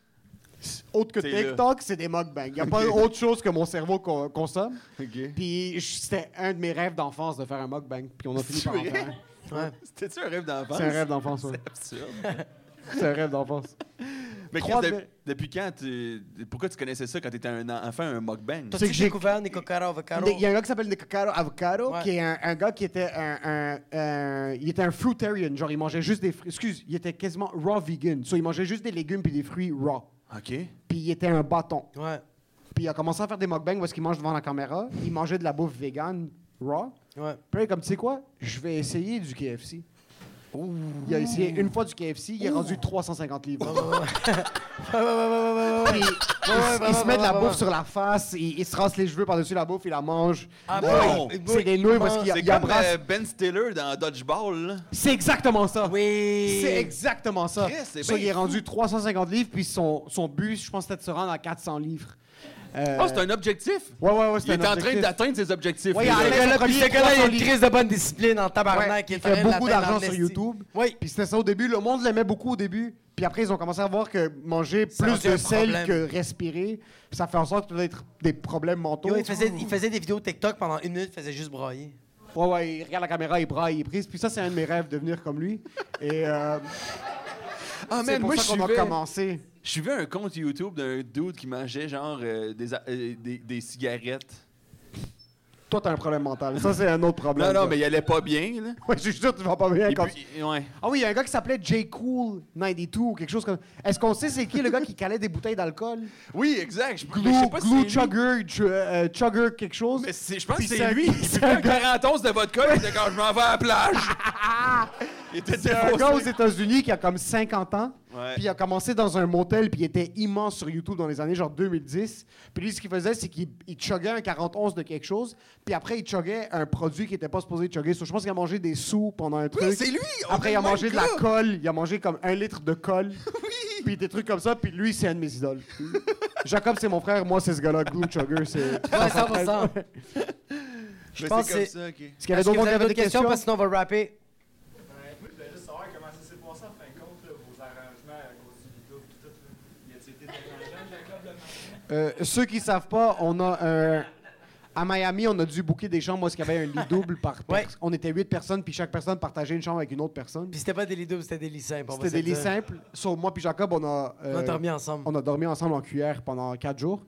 Autre que T'es là. TikTok, c'est des mukbangs. Il n'y a pas autre chose que mon cerveau co- consomme. Ok. Puis je- c'était un de mes rêves d'enfance de faire un mukbang. Puis on a fini [laughs] C'est par en vrai? faire un. Ouais. [laughs] C'était-tu un rêve d'enfance? C'est un rêve d'enfance, ouais. C'est absurde. C'est un rêve d'enfance. Mais Chris, Trois de- de- depuis quand, tu- pourquoi tu connaissais ça quand t'étais un en- enfant, un mukbang? C'est T'as-tu que j'ai- découvert Nico Caro Avocaro? Il y a un gars qui s'appelle Nico Caro Avocado, Ouais. qui est un, un gars qui était un, un- un- Il était un fruitarian, genre il mangeait juste des fruits. Excuse, il était quasiment raw vegan. So, il mangeait juste des légumes puis des fruits raw. Ok. Puis il était un bâton. Ouais. Puis il a commencé à faire des mukbangs où est-ce qu'il mange devant la caméra. Il mangeait de la bouffe vegan raw. Ouais. Puis là, il est comme, tu sais quoi, je vais essayer du KFC. Il a essayé une fois du KFC, il est rendu 350 livres. Puis il, il se met de la bouffe sur la face, il, il se rase les cheveux par-dessus la bouffe, il la mange. Ah, Non! boy. C'est des nouilles parce qu'il y a- C'est il y a comme brasse- euh, Ben Stiller dans Dodgeball. là. C'est exactement ça. Oui. C'est exactement ça. Chris, c'est Ça, bien il est rendu 350 livres, puis son, son but, je pense, c'était de se rendre à 400 livres. Euh, Ah, c'est un objectif? Ouais, ouais, ouais, Il c'est est un en train objectif. d'atteindre ses objectifs. Ouais, il là. enlève son premier Puis ce gars-là, il a 300 une livres. crise de bonne discipline en Ouais, tabarnak. il ferait fait beaucoup la peine en d'argent sur esti. YouTube. Oui. Puis c'était ça au début. Le monde l'aimait beaucoup au début. Puis après, ils ont commencé à voir que manger Ça plus rendu un de sel problème. que respirer, ça fait en sorte que tu être des problèmes mentaux. Yo, il, faisait, il faisait des vidéos TikTok pendant une minute, il faisait juste brailler. Ouais, ouais, il regarde la caméra, il braille, il prise. Puis ça, c'est un de mes rêves, devenir comme lui. Et euh, Ah, c'est man, pour moi, je ça qu'on a suivais, commencé. je suivais un compte YouTube d'un dude qui mangeait genre euh, des, a- euh, des, des cigarettes. Toi, t'as un problème mental. Ça, c'est un autre problème. Non, non, ça. mais il allait pas bien, là. Ouais, je suis sûr que tu vas pas bien Et quand puis, ouais. Ah oui, il y a un gars qui s'appelait J. Cool 92 ou quelque chose comme Est-ce qu'on sait c'est qui le gars qui calait des bouteilles d'alcool? Oui, exact. Je, mais je Glue, sais pas si Glue c'est lui. Chugger, Ch- euh, Chugger quelque chose. Mais c'est- je pense que Puis c'est c'est- lui. Il c'est buvait un un 40 onces de vodka il était quand je m'en vais à la plage. [laughs] il était C'est un gars aux défoncé. États-Unis qui a comme 50 ans. Ouais. Puis il a commencé dans un motel, puis il était immense sur YouTube dans les années genre 2010. Puis lui, ce qu'il faisait, c'est qu'il il chuggait un 40 onces de quelque chose. Puis après, il chuggait un produit qui n'était pas supposé chugger. So, je pense qu'il a mangé des sous pendant un truc. c'est lui! Oh On Après, est il a le même mangé de la gars! colle. Il a mangé comme un litre de [laughs] colle. oui! Puis des trucs comme ça. Puis lui, c'est un de mes idoles. Jacob, c'est mon frère. Moi, c'est ce gars-là. Glue Chugger, c'est... [laughs] Ouais, 100 Mais Je pense c'est que c'est. comme ça, OK. Est-ce qu'il y avait Est-ce que d'autres vous monde qui avez avait d'autres des questions? questions? Parce que sinon, on va rapper. Euh, ceux qui savent pas, on a un- À Miami, on a dû booker des chambres parce qu'il y avait un lit double par Ouais. personne. On était huit personnes, puis chaque personne partageait une chambre avec une autre personne. Puis c'était pas des lits doubles, c'était des lits simples. on va C'était des se le lits dire. simples. Sauf moi puis Jacob, on a... euh, On a dormi ensemble. On a dormi ensemble en cuillère pendant quatre jours.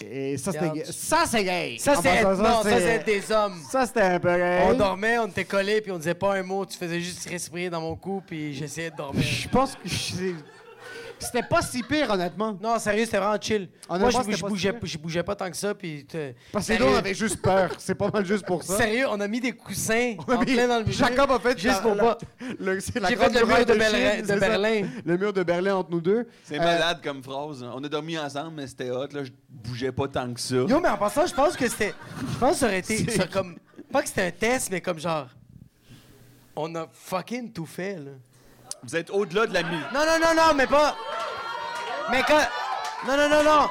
Et ça, c'était... Regarde. gay. Ça, c'est gay! Ah, bah, Ça, En c'est être, passant, non, ça, c'est être des hommes. Ça, c'était un peu gay. On dormait, on était collés, puis on disait pas un mot. Tu faisais juste respirer dans mon cou, puis j'essayais de dormir. Je pense que... c'est- C'était pas si pire, honnêtement. Non, sérieux, c'était vraiment chill. Honnêtement, Moi, je, c'était je pas bougeais, si pire. je bougeais pas tant que ça, puis... te- Ben, Parce que nous, sérieux- on avait juste peur. C'est pas mal juste pour ça. Sérieux, on a mis des [laughs] coussins en Oui, plein dans le milieu. Jacob a fait Juste la- pour la- pas... le- c'est la J'ai grande fait le mur muraille de, Chine, Berlin- de c'est ça? Berlin. Le mur de Berlin entre nous deux. C'est Euh, malade comme phrase. hein. On a dormi ensemble, mais c'était hot. Là. Je bougeais pas tant que ça. Yo, mais en passant, je pense que c'était... Je pense que ça aurait été... ça comme... Pas que c'était un test, mais comme genre... On a fucking tout fait, là. Vous êtes au-delà de la mi. Non, non, non, non, mais pas... Mais quand... Non, non, non, non.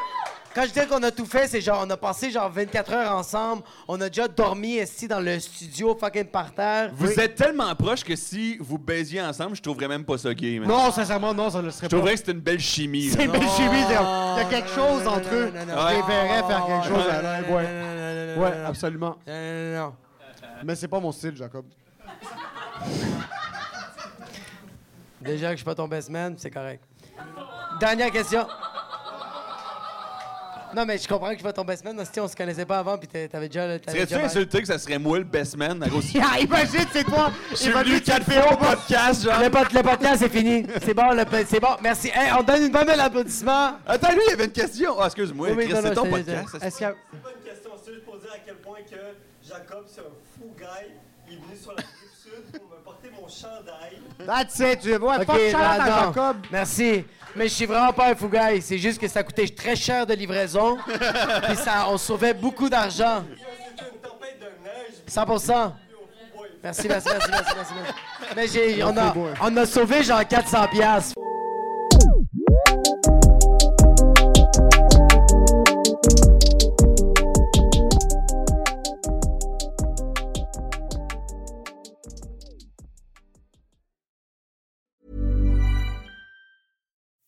Quand je dis qu'on a tout fait, c'est genre, on a passé genre 24 heures ensemble. On a déjà dormi ici dans le studio, fucking par terre. Vous êtes tellement proches que si vous baisiez ensemble, je trouverais même pas ça gay. man. Euh, Non, sincèrement, non, ça ne le serait Je pas. trouverais que c'est une belle chimie. là. C'est une [laughs] belle chimie. Il y a il y a quelque chose Ah, non, entre non, eux. Je non, les non, non. verrais faire quelque chose. à l'air, Non, non, Ouais, non, non, non, non, Ouais, non, absolument. non, non, non, non. Mais c'est pas mon [laughs] style, Jacob. Déjà que je suis pas ton best man, c'est correct. Dernière question. Non, mais je comprends que je suis pas ton best man. mais Si on se connaissait pas avant, puis t'es- t'avais déjà... le- t'avais Serais-tu déjà mal- insulté que ça serait moi le best man à cause Ah, imagine, c'est toi. Je suis venu 4 fois au podcast, genre. Le, pod- le podcast, c'est fini. C'est bon, le pod- c'est bon. Merci. Hey, on donne une bonne belle applaudissement. Attends, lui, il y avait une question. Ah, excuse-moi, Oui, oui, Chris, non, c'est non, ton je t'ai- podcast. Est-ce qu'il y a- pas une question, c'est juste pour dire à quel point que Jacob, c'est un fou guy. Il est venu sur la rive sud pour me porter mon chandail. That's it, tu vois. Ok, Fuck shout-out à j'adore. Jacob. Merci. Mais je suis vraiment pas un fougaille. C'est juste que ça coûtait très cher de [laughs] livraison. Puis ça, on sauvait beaucoup d'argent. C'était une tempête de neige. 100 Merci, merci, merci, merci, merci. merci. Mais j'ai, on, a, beau, hein. on a sauvé genre 400 piastres.